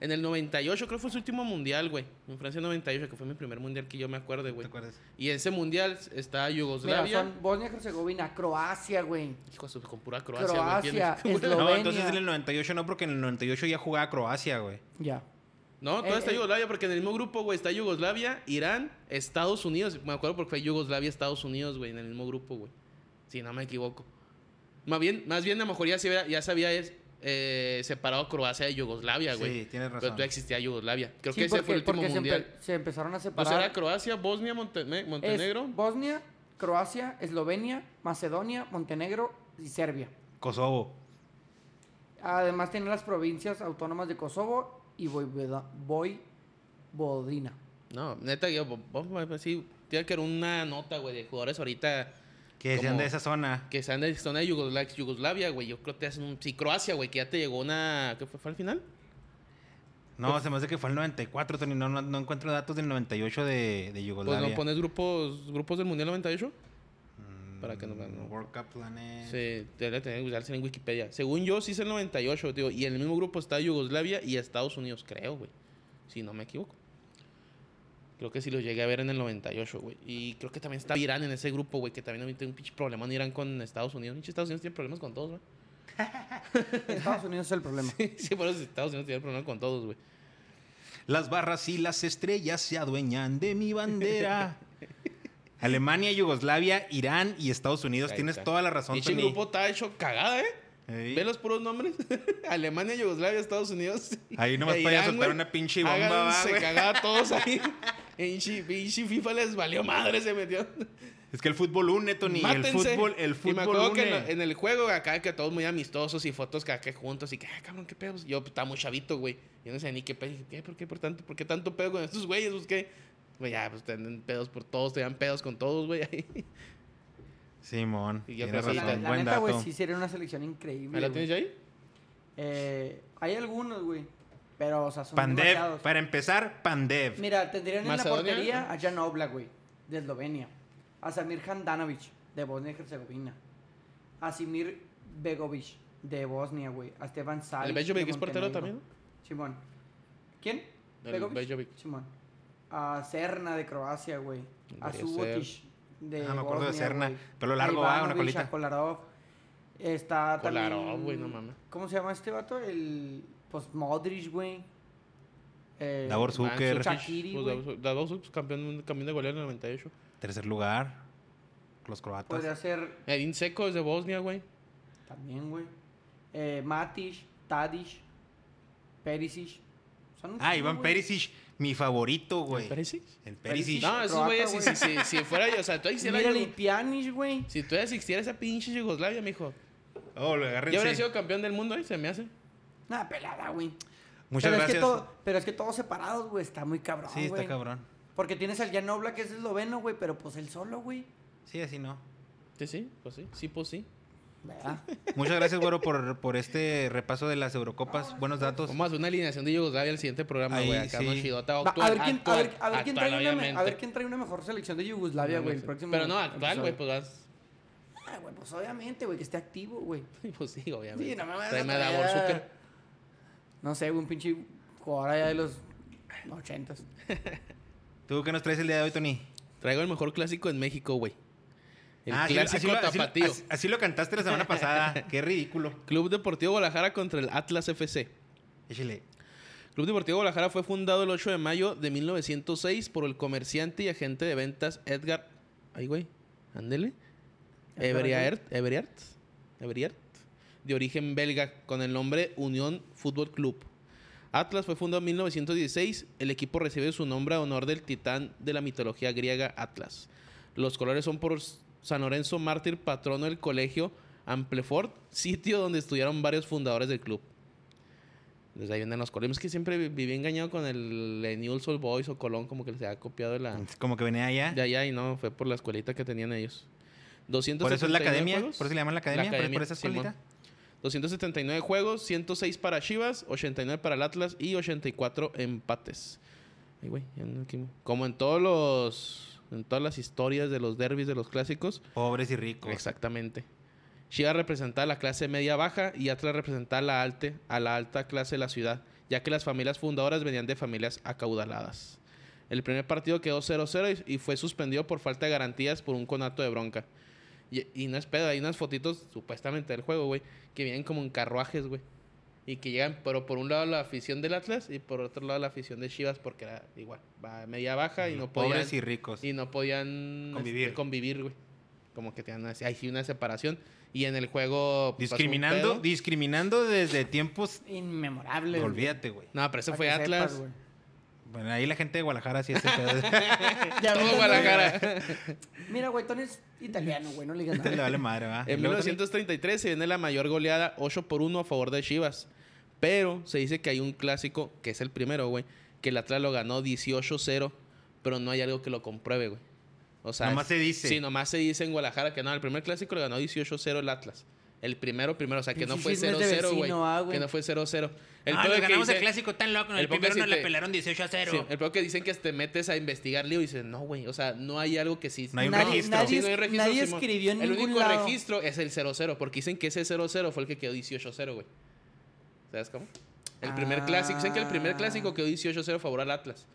En el 98, creo que fue su último mundial, güey. En Francia 98, que fue mi primer mundial que yo me acuerdo,
¿Te
güey.
acuerdas?
Y ese mundial está
mira,
Yugoslavia.
son Bosnia y Herzegovina, Croacia, güey.
Hijo de su- con pura Croacia, güey,
Croacia,
¿entiendes?
Eslovenia.
No, entonces en el 98 no, porque en el 98 ya jugaba Croacia, güey.
Ya.
No, toda
Eh,
está
eh.
Yugoslavia, porque en el mismo grupo, güey, está Yugoslavia, Irán, Estados Unidos. Me acuerdo porque fue Yugoslavia, Estados Unidos, güey, en el mismo grupo, güey. Si no me equivoco. Más bien, más bien a lo mejor ya se había, ya se había, es- eh, separado Croacia de Yugoslavia, güey.
Sí, tienes
Pero
razón.
todavía existía Yugoslavia. Creo
Sí,
que ese fue el último
porque se,
mundial.
empe- se empezaron a
Pues
separar.
era Croacia, Bosnia, Monte- me-
Es
Montenegro.
Bosnia, Croacia, Eslovenia, Macedonia, Montenegro y Serbia.
Kosovo.
Además tiene las provincias autónomas de Kosovo y Voivoda- Voivodina.
No, neta, yo, vamos a sí, tiene que haber una nota, güey, de jugadores ahorita.
Que sean
Como-
de esa zona.
que están de zona de Yugosla- Yugoslavia, güey. Yo creo que te hacen un. Sí, Croacia, güey, que ya te llegó una. ¿Qué fue, fue al final?
No, se me hace que fue el 94, Tony. No, no, no encuentro datos del 98 de, de
Pues
Yugoslavia.
no pones grupos grupos del Mundial 98.
Mm,
para que no- no-
World Cup Planet.
Sí, debe tener que usarse en Wikipedia. Según yo, sí es el 98, tío. Y en el mismo grupo está Yugoslavia y Estados Unidos, creo, güey. Si no me equivoco. Creo que sí lo llegué a ver en el 98, güey. Y creo que también está Irán en ese grupo, güey, que también ahorita tiene un pinche problema en Irán con Estados Unidos. Pinche Estados Unidos tiene problemas con todos, güey.
Estados Unidos es el problema.
sí, por eso Estados Unidos tiene problemas con todos, güey.
Las barras y las estrellas se adueñan de mi bandera. Alemania, Yugoslavia, Irán y Estados Unidos.
Ahí
Tienes
está.
toda la razón,
Pinche
Tony.
grupo está hecho cagada, ¿eh?
Ey.
Ve los puros nombres. Alemania, Yugoslavia, Estados Unidos.
Ahí nomás
e
para ir a
Irán,
soltar
güey.
una pinche bomba, va,
Se
güey.
cagaba a todos ahí. En chi- pinche FIFA les valió madre, se metió.
Es que el fútbol une, Tony. El fútbol, el
Y me
fútbol
acuerdo
une.
que en, lo- en el juego acá que todos muy amistosos y fotos que acá juntos y que, ah, cabrón, qué pedos. Yo pues, estaba muy chavito, güey. Yo no sé ni qué pedo. Dije, ¿qué? ¿Por qué, por tanto, por qué tanto pedo con estos güeyes? Pues qué. Güey, ya, pues tenían pedos por todos, tenían pedos con todos, güey. ahí.
Simón.
Y yo
tienes
creo
razón.
que
la, la
Pues Buen
neta, güey,
dato.
sí sería una selección
¿Me
increíble.
la
güey.
tienes ya ahí?
Eh, hay algunos, güey. Pero, o sea, son
Pandev.
demasiados.
Para empezar, Pandev.
Mira, tendrían en la
Macedonia,
portería
¿no?
a Jan Oblak, güey, de Eslovenia. A Samir Handanovic, de Bosnia y Herzegovina. A Simir Begovic, de Bosnia, güey. A Stefan Savic.
El Bejovic
de
es portero
Montenegro.
también.
Simón. ¿Quién?
El Bejovic.
Simón. A Serna, de Croacia, güey. A
Podría
Subotic, de
Ah, me acuerdo de
Bosnia,
Serna.
güey.
Pelo
A
largo, va, una
Ivanovic,
colita.
A Kolarov. Está también...
Kolarov, güey, no mames.
¿Cómo se llama este vato? El... Pues Modric, güey. Eh,
Davor Zucker.
Manso, Shaqiri,
Pues,
güey.
Davor- Davor Zucker, campeón, campeón de goleo en el 98.
Tercer lugar. Los croatas.
Podría ser
Edin Seco es de Bosnia, güey.
También, güey. Eh, Matic, Tadic, Perisic. Son un
Ah,
chingo,
Iván
güey.
Perisic, mi favorito, güey.
¿Parece?
El Perisic.
No, esos
croata,
güeyes, si, si,
güey.
si, si fuera yo, o sea, todavía existiera,
Mírale, y
Yugo-
Pjanic, güey.
si todavía existiera esa pinche Yugoslavia, mijo.
Oh, lo agarren,
Yo habría
sí.
sido campeón del mundo, ¿eh? Se me hace.
Una pelada, güey.
Muchas
pero Es que Ah,
gracias.
todo- pero es que todos separados, güey. Está muy cabrón,
sí, está
güey.
cabrón.
Porque tienes al Jan Oblak, que es esloveno, güey, pero pues él solo, güey.
Sí, así no.
Sí, sí, pues sí. Sí, pues sí.
¿Verdad?
Muchas gracias, güero, por, por este repaso de las Eurocopas. Buenos datos.
Vamos a hacer una alineación de Yugoslavia al siguiente programa,
Ahí,
güey. Acá
sí.
no Shidota.
Va,
actual-
a, ver quién, a, ver, a ver
actual-
quién trae una, me- a
obviamente.
ver quién trae una mejor selección de Yugoslavia, güey, el próximo.
Pero no, actual,
episodio.
güey, pues vas.
Ah, güey, pues obviamente, güey, que esté activo, güey.
Pues sí, obviamente.
Sí, no me vas a
Tráeme a
traer-
Davor Zucker.
No sé, güey, un pinche jugador allá de los ochentas.
¿Tú qué nos traes el día de hoy, Tony?
Traigo el mejor clásico en México, güey. El
Ah, así lo-
clásico
así lo- así lo-
tapatío.
así- así lo cantaste la semana pasada. Qué ridículo.
Club Deportivo Guadalajara contra el Atlas FC.
Échale.
Club Deportivo Guadalajara fue fundado el 8 de mayo de 1906 por el comerciante y agente de ventas Edgar. Ay, güey. Ándele.
Edgar
Everiart. Everiart. Everiart. De origen belga, con el nombre Unión Fútbol Club. Atlas fue fundado en 1916. El equipo recibe su nombre a honor del titán de la mitología griega Atlas. Los colores son por San Lorenzo Mártir, patrono del colegio Amplefort, sitio donde estudiaron varios fundadores del club. Desde ahí vienen los colores. Es que siempre vi- viví engañado con el eh, Newell's Old Boys o Colón, como que se ha copiado de la
Como que venía allá.
de allá y no, fue por la escuelita que tenían ellos.
Por eso es la
279
academia.
juegos.
Por eso le llaman la academia. por-
academia,
por esa
Simón.
escuelita.
279 juegos, 106 para Chivas, 89 para el Atlas y 84 empates. Ay, güey, ya no aquí- Como en todos los en todas las historias de los derbis de los clásicos,
Pobres y ricos.
Exactamente. Chivas representaba la clase media baja y Atlas representaba la alta, a la alta clase de la ciudad, ya que las familias fundadoras venían de familias acaudaladas. El primer partido quedó 0-0 y, y fue suspendido por falta de garantías por un conato de bronca. Y, y no es pedo, hay unas fotitos supuestamente del juego, güey, que vienen como en carruajes, güey. Y que llegan, pero por un lado la afición del Atlas y por otro lado la afición de Chivas, porque era igual, va media baja y no podían...
Pobres y ricos.
Y no podían
Convivir.
este, convivir, güey. Como que tenían así, hay una separación. Y en el juego. pues, pasó un
Discriminando,
pedo.
discriminando desde tiempos.
Inmemorable. güey.
Olvídate, güey.
No, pero ese
Para
fue
que
Atlas.
sepas, güey.
Bueno, ahí la gente de Guadalajara sí hace pedo.
Ya ves,
Todo
güey.
Guadalajara.
Mira, güey, Tony es italiano, güey, no le digas
Entonces le
nada.
vale madre, ¿va?
en
Luego también-
1933 se viene la mayor goleada 8 por 1 a favor de Chivas. Pero se dice que hay un clásico, que es el primero, güey, que el Atlas lo ganó 18-0, pero no hay algo que lo compruebe, güey. O sea,
Nomás se dice.
Sí, nomás se dice en Guadalajara que no, el primer clásico lo ganó 18-0 el Atlas. El primero, primero, o sea, que no fue
Pinches chismes de
0-0, güey.
vecino, ah, güey.
que no fue 0-0. El
Ah,
pedo
le
que
ganamos el
dice-
clásico tan loco. El,
el poco
primero
sí
nos
te-
la pelaron 18 a 0.
Sí, el problema que dicen que te metes a investigar lío y dices, no, güey, o sea, no hay algo que sí.
No hay un
nadie,
registro.
Nadie,
Sí, no hay registro,
nadie
Simón.
escribió en
El
ningún
único
lado.
registro es el 0-0, porque dicen que ese 0-0 fue el que quedó 18-0, güey. ¿Sabes cómo? El primer
Ah.
clásico, dicen que el primer clásico quedó 18-0 a favor al Atlas.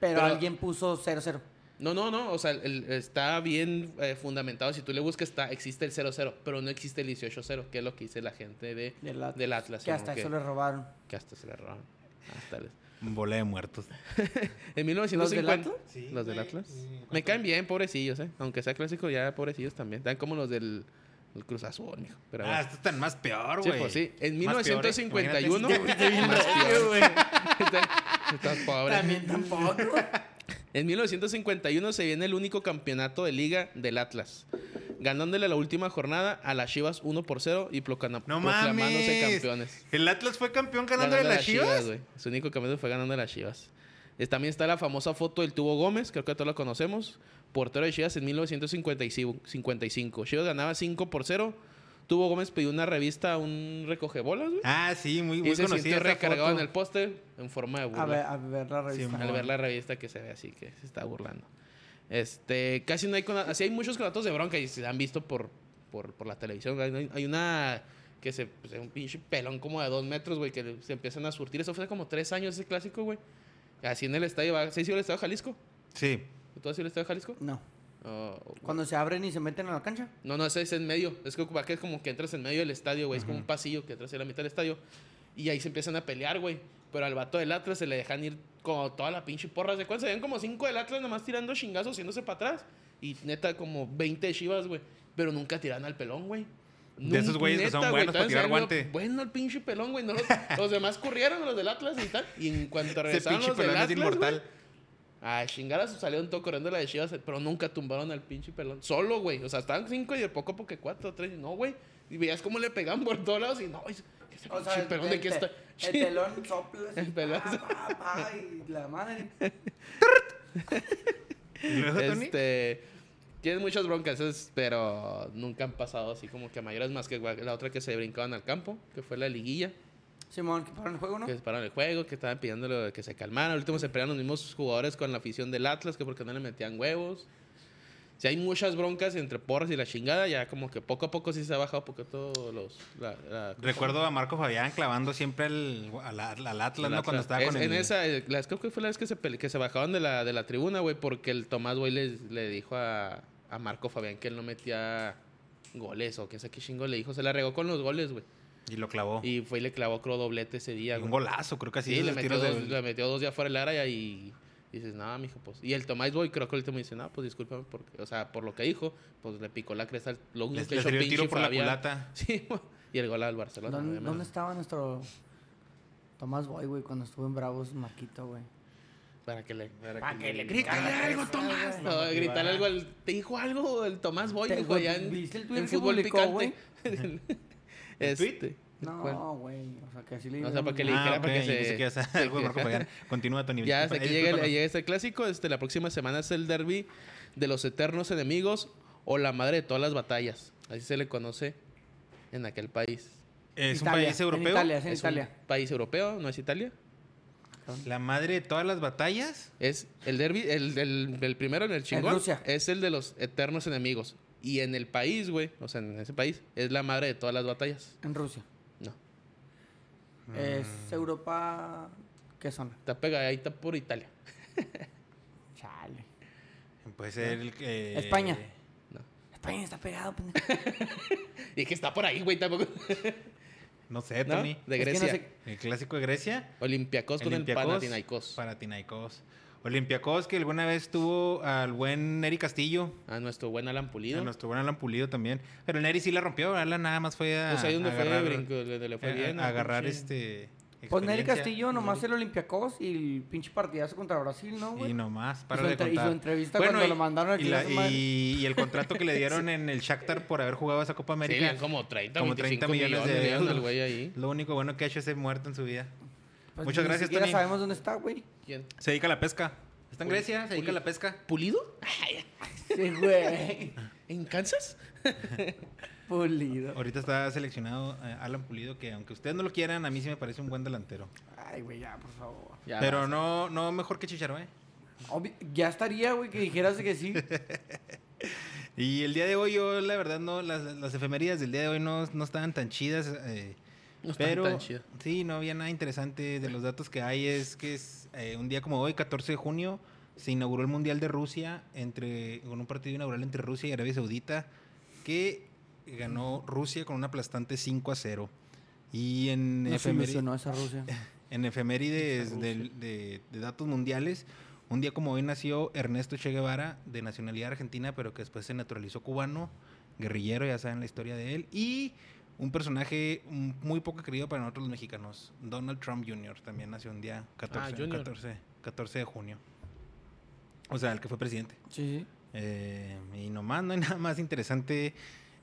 Pero,
Pero-
alguien puso 0-0.
No, no, no, o sea, el- está bien eh, fundamentado. Si tú le buscas, está, existe el 0-0, pero no existe el 18-0, que es lo que dice la gente de,
Del Atlas.
del Atlas.
Que
Simón,
hasta eso le robaron.
que hasta se le Ah, robaron. Hasta les-
Bola de muertos.
En
¿Los del
1950.
Atlas?
Sí,
los del
güey,
Atlas.
sí, ¿cuánto?
Me caen bien, pobrecillos, ¿eh? Aunque sea clásico, ya pobrecillos también. Están como los del el Cruz Azul, mijo. Pero
Ah,
bueno.
estos están más peor,
Sí,
güey.
pues sí. En
Más peor, ¿eh?
1951.
Imagínate.
Más peor.
Ah.
Están- están pobres.
También tampoco.
En 1951 se viene el único campeonato de liga del Atlas, ganándole la última jornada a las Chivas 1 por 0 y proclama-
No
proclamándose
mames.
campeones.
¿El Atlas fue campeón ganando de
Ganándole a
las Chivas?
güey. Su único campeonato fue ganando a las Chivas. Es- También está la famosa foto del Tubo Gómez, creo que todos la conocemos, portero de Chivas en 1955. Chivas ganaba 5 por 0. Tubo Gómez pidió una revista, un recogebolas, güey.
Ah, sí, muy, muy
y se
conocida
sintió
esa
recargado en
foto.
el póster en forma de burla.
A ver, a ver la revista.
Simón.
Al ver la revista que se ve así que se está burlando. Este, casi no hay cona- así hay muchos contratos de bronca y se han visto por, por, por la televisión. Hay, hay una que se pues, un pinche pelón como de dos metros, güey, que se empiezan a surtir. Eso fue hace como tres años ese clásico, güey. Así en el estadio, ¿va? ¿se hizo el estadio de Jalisco?
Sí.
¿Tú has ido al estadio de Jalisco?
No.
Oh, oh.
Cuando se abren y se meten a la cancha.
No, no, ese es en medio. Es que ocupa que es como que entras en medio del estadio, güey. Es como un pasillo que entras en la mitad del estadio. Y ahí se empiezan a pelear, güey. Pero al vato del Atlas se le dejan ir como toda la pinche porra. ¿De cuál? Se ven como cinco del Atlas nomás tirando chingazos, yéndose para atrás. Y neta, como 20 de chivas, güey. Pero nunca tiran al pelón, güey.
De esos
Nun-
güeyes que son
neta,
buenos
güey,
para
todavía
tirar
se ven,
guante.
Bueno, el pinche pelón, güey. No los, los demás corrieron, los del Atlas y tal. Y en cuanto
Ese
regresaron
pinche
los del
pelón
Atlas,
es
güey,
inmortal.
a chingar a su salieron todo corriendo la de Chivas, pero nunca tumbaron al pinche pelón. Solo, güey. O sea, estaban cinco y de poco a poco que cuatro, tres. Y no, güey. Y veías cómo le pegaban por todos lados y no, es- ese
O
pinche
sea, el,
pelón de qué
te-
está.
el telón sopla. así,
El pelón
pa, pa, pa, y la madre.
¿Y luego, Tony?
Este, tienen muchas broncas, es- pero nunca han pasado así como que a mayores más que la otra que se brincaban al campo, que fue la liguilla,
Simón, que pararon el juego, ¿no?
que se pararon el juego, que estaban pidiéndole que se calmaran. Al último se pelearon los mismos jugadores con la afición del Atlas, que porque no le metían huevos. Si hay muchas broncas entre porras y la chingada, ya como que poco a poco sí se ha bajado porque todos los... La, la-
Recuerdo a Marco Fabián clavando siempre al, al, al Atlas,
el
¿no? Cuando
Atlas.
estaba
Es-
con el...
En esa, eh, las, creo que fue la vez que se, pele- que se bajaban de la, de la tribuna, güey, porque el Tomás, güey, les- le, dijo a, a Marco Fabián que él no metía goles o que sé qué chingo le dijo. Se la regó con los goles, güey.
Y lo clavó. Y
Y fue y le clavó creo doblete ese día,
Oh. un
güey.
golazo, creo que así.
Sí, le
esos
metió,
tiros
dos,
de-
le metió dos ya fuera del área y, y dices, nada, mijo, pues. Y el Tomás, güey, creo que ahorita me dice, no, pues discúlpame, porque, o sea, por lo que dijo, pues le picó la cresta. al- Lo único
Les-
que
les
hizo
dio el tiro
pinche
por la
Fabián.
culata.
Sí, güey. y el gol al Barcelona.
¿Dónde,
obviamente.
dónde estaba nuestro Tomás Boy, güey, cuando estuvo en Bravos Maquito, güey?
Para que le
Para que le
Grítale algo,
Tomás.
No, gritar algo al- Te dijo algo el Tomás Boy,
Te-
dijo
güey,
allá en,
¿viste el
en
tweet que
fútbol
publicó, güey?
picante.
¿El tweet?
este.
No, güey. O sea, que así le
O sea, para que le
Ah,
dijera para
ok,
que
yo
se-
pensé que ibas a hacer algo de Marco Fabián. Continúa, Tony.
Ya
disculpa-
hasta
Eh,
que llega el,
discúlpanos.
llega este clásico. Este, la próxima semana es el derby de los eternos enemigos o la madre de todas las batallas. Así se le conoce en aquel país.
Eh, Es un
Italia,
país
en
europeo.
Italia, es en
Es un
Italia.
país europeo, no es Italia.
La madre de todas las batallas.
Es el derby, el, el- el primero en el chingón.
Rusia.
Es el de los eternos enemigos. Y en el país, güey, o sea, en ese país, es la madre de todas las batallas.
En Rusia.
No.
Es Europa. ¿Qué zona?
Está pegadita por Italia.
Chale.
Puede ser. pues, el que-
España.
Eh, No.
España está pegado, pendejo.
Y es que está por ahí, güey, tampoco.
No sé,
¿No?
Tony.
De
Es que no
Grecia.
sé-
El clásico de Grecia.
Olympiacos con
Olympiacos,
el Panathinaikos.
Panathinaikos. Olympiacos, que alguna vez tuvo al buen Neri Castillo.
A nuestro buen Alan Pulido.
A nuestro buen Alan Pulido también. Pero el Neri sí la rompió. Alan nada más fue a.
Pues ahí donde
a
fue,
agarrar-
brinco, le, le fue
a-
bien.
a
al
agarrar
pinche-
este.
Pues Neri
experiencia.
Castillo, nomás el Olympiacos y el pinche partidazo contra Brasil, ¿no, güey?
Y nomás,
Ah, Y
para
su
de
entre- y su
contar.
entrevista cuando lo mandaron a
y, la-
chingar a su madre.
y- y el contrato que le dieron en el Shakhtar por haber jugado esa Copa
Sí, le
América.
dan como 30,
como
25
30 millones, de
le dieron
euros.
al güey ahí.
Lo único bueno que ha hecho es ser muerto en su vida.
Pues
Muchas
ni
gracias,
siquiera
Tony.
sabemos dónde está, güey.
¿Quién?
Se dedica a la pesca. Está en
Puli-
Grecia, se dedica a
Puli-
la pesca.
¿Pulido?
Sí, güey.
¿En Kansas?
Pulido.
Ahorita está seleccionado eh, Alan Pulido, que aunque ustedes no lo quieran, a mí sí me parece un buen delantero.
Ay, güey, ya, por favor.
Ya,
Pero
vas.
no, no mejor que Chicharro, ¿eh?
Obvi- ya estaría, güey, que dijeras que sí.
Y el día de hoy, yo la verdad, no, las, las efemerías del día de hoy no, no estaban tan chidas. eh,
No está
pero
tan chido.
sí, no había nada interesante de los datos que hay. Es que es eh, un día como hoy, 14 de junio, se inauguró el Mundial de Rusia entre, con un partido inaugural entre Rusia y Arabia Saudita que ganó Rusia con un aplastante 5 a 0. Y en
Nos
efemeri-
ilusionó esa Rusia.
en efemérides del- de, de datos mundiales, un día como hoy nació Ernesto Che Guevara, de nacionalidad argentina, pero que después se naturalizó cubano, guerrillero, ya saben la historia de él, y un personaje mm, muy poco querido para nosotros los mexicanos, Donald Trump Jr., también nació un día 14,
Ah, Junior.
14, 14 de junio. O sea, el que fue presidente.
Sí, sí.
Eh, y nomás, no hay nada más interesante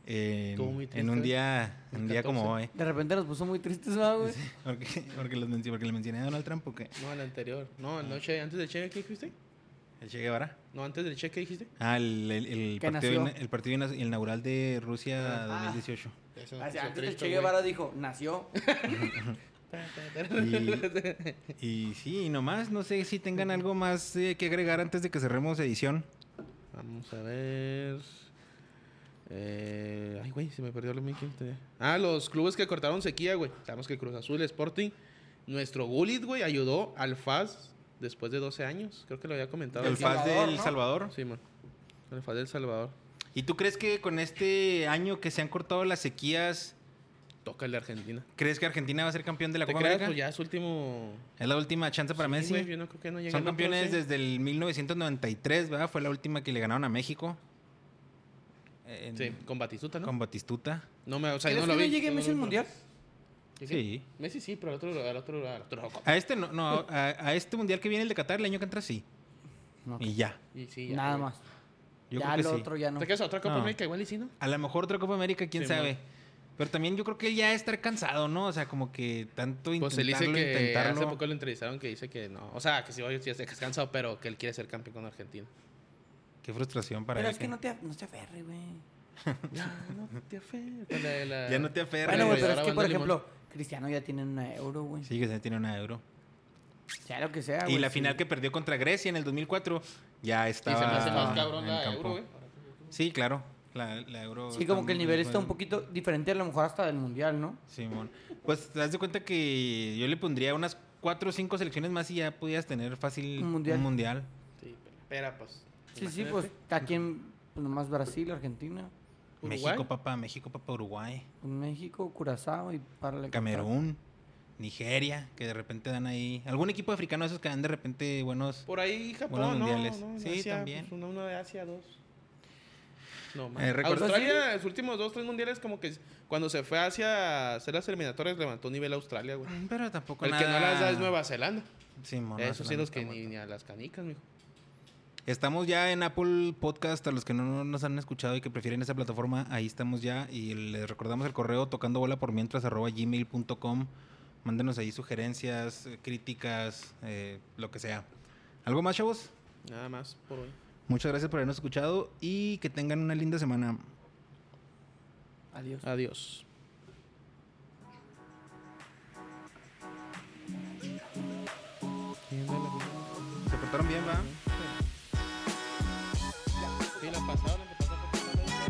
eh,
Estuvo muy
en un
triste.
día,
El
un día como
14.
hoy.
De repente nos puso muy tristes, ¿no, güey?
Porque, porque, los menc- porque le mencioné a Donald Trump, porque
No, el anterior. No,
Ah.
el noche, antes del Che, ¿qué dijiste?
el Che Guevara.
No, antes del Che, ¿qué dijiste?
Ah, el, el- el
Que
partido,
nació.
ina- el partido ina- inaugural de Rusia
Ah.
2018.
Eso,
Así,
eso
Antes el
triste,
Che
güey.
Guevara dijo, nació.
Y sí, y nomás, no sé si tengan algo más eh, que agregar antes de que cerremos edición.
Vamos a ver. Eh, ay, güey, se me perdió lo mío que tenía. Ah, los clubes que cortaron sequía, güey. Sabemos que Cruz Azul, Sporting. Nuestro Gullit, güey, ayudó al FAS después de 12 años. Creo que lo había comentado.
El
aquí.
FAS
Salvador,
del
¿no?
Salvador.
Sí, man. El FAS del Salvador.
¿Y tú crees que con este año que se han cortado las sequías,
Toca el de Argentina.
crees que Argentina va a ser campeón de la
¿Te
Copa
creas?
América?
Pues ya es último.
Es la última chance para
Sí,
Messi.
güey, yo no creo que no llegue
Son
al otro,
campeones
sí.
desde el 1993, ¿verdad? Fue la última que le ganaron a México. En-
Sí, con Batistuta, ¿no?
Con Batistuta.
No me, o sea,
¿Crees
no
que
lo
no
vi.
llegue
No,
Messi
no,
al
no.
mundial?
¿Sí?
Sí.
Messi sí, pero al otro, al otro, al otro.
A este no, no, a, a este mundial que viene el de Qatar, el año que entra sí.
No.
Y ya.
Y sí, ya,
Nada
güey.
más.
Yo
ya
creo que
lo
sí.
otro ya no.
¿Te quedas a otra Copa
No.
América igual y sí, no?
A lo mejor otra Copa América, quién
Sí,
sabe.
man.
Pero también yo creo que él ya estar cansado, ¿no? O sea, como que tanto
Pues él
intentarlo,
dice que
intentarlo.
hace poco lo entrevistaron que dice que no. O sea, que si hoy ya está cansado, pero que él quiere ser campeón con Argentina.
Qué frustración para
Pero
él.
es que no te, no te aferre, güey.
Ya no te aferres. Con la de la-
Ya no te aferres.
Bueno, güey, pero
Ahora
es que,
van
por
de limón.
ejemplo, Cristiano ya tiene una euro, güey.
Sí, que se tiene una euro.
Sea lo que sea,
y
Ah, güey,
la
sí.
final que perdió contra Grecia en el 2004 ya
Y se
estaba
me hace más
en
cabrón la
campo.
euro, güey.
Sí, claro. La, la euro.
Sí, como
está
que el
muy
nivel está un
bueno.
poquito diferente, a lo mejor hasta del mundial, ¿no?
Simón. Pues te das de cuenta que yo le pondría unas cuatro o cinco selecciones más y ya podías tener fácil
Un mundial.
un mundial.
Sí, pero- pero pues.
Sí, sí,
imagínate.
pues aquí en pues, nomás Brasil, Argentina,
Uruguay.
México, papá, México, papá, Uruguay,
con México, Curazao y para la
Camerún, Nigeria, que de repente dan ahí. Algún equipo africano de esos que dan de repente buenos.
Por ahí Japón,
Buenos
¿no?
mundiales.
no, en
Sí,
Asia,
también.
pues, uno, uno de Asia, dos. No, más.
Eh, recuerdo-
Australia, los últimos dos, tres mundiales, como que cuando se fue a Asia a hacer las eliminatorias, levantó nivel Australia, güey.
Mm, Pero tampoco
El
nada.
que no las da es Nueva Zelanda.
Simón, Nueva
Eso sí, los
Zelanda
que
está
ni,
bueno.
ni a las canicas, mijo.
Estamos ya en Apple Podcast, a los que no nos han escuchado y que prefieren esa plataforma, ahí estamos ya. Y les recordamos el correo tocando bola por mientras arroba gmail.com. Mándenos ahí sugerencias, eh, críticas, eh, lo que sea. ¿Algo más, chavos?
Nada más por hoy.
Muchas gracias por habernos escuchado y que tengan una linda semana.
Adiós.
Adiós.
Se portaron bien, ¿va?
Sí, la pasada, la antepasada, la antepasada.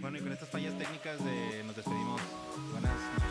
Bueno, y con estas fallas técnicas de- nos despedimos. Buenas noches.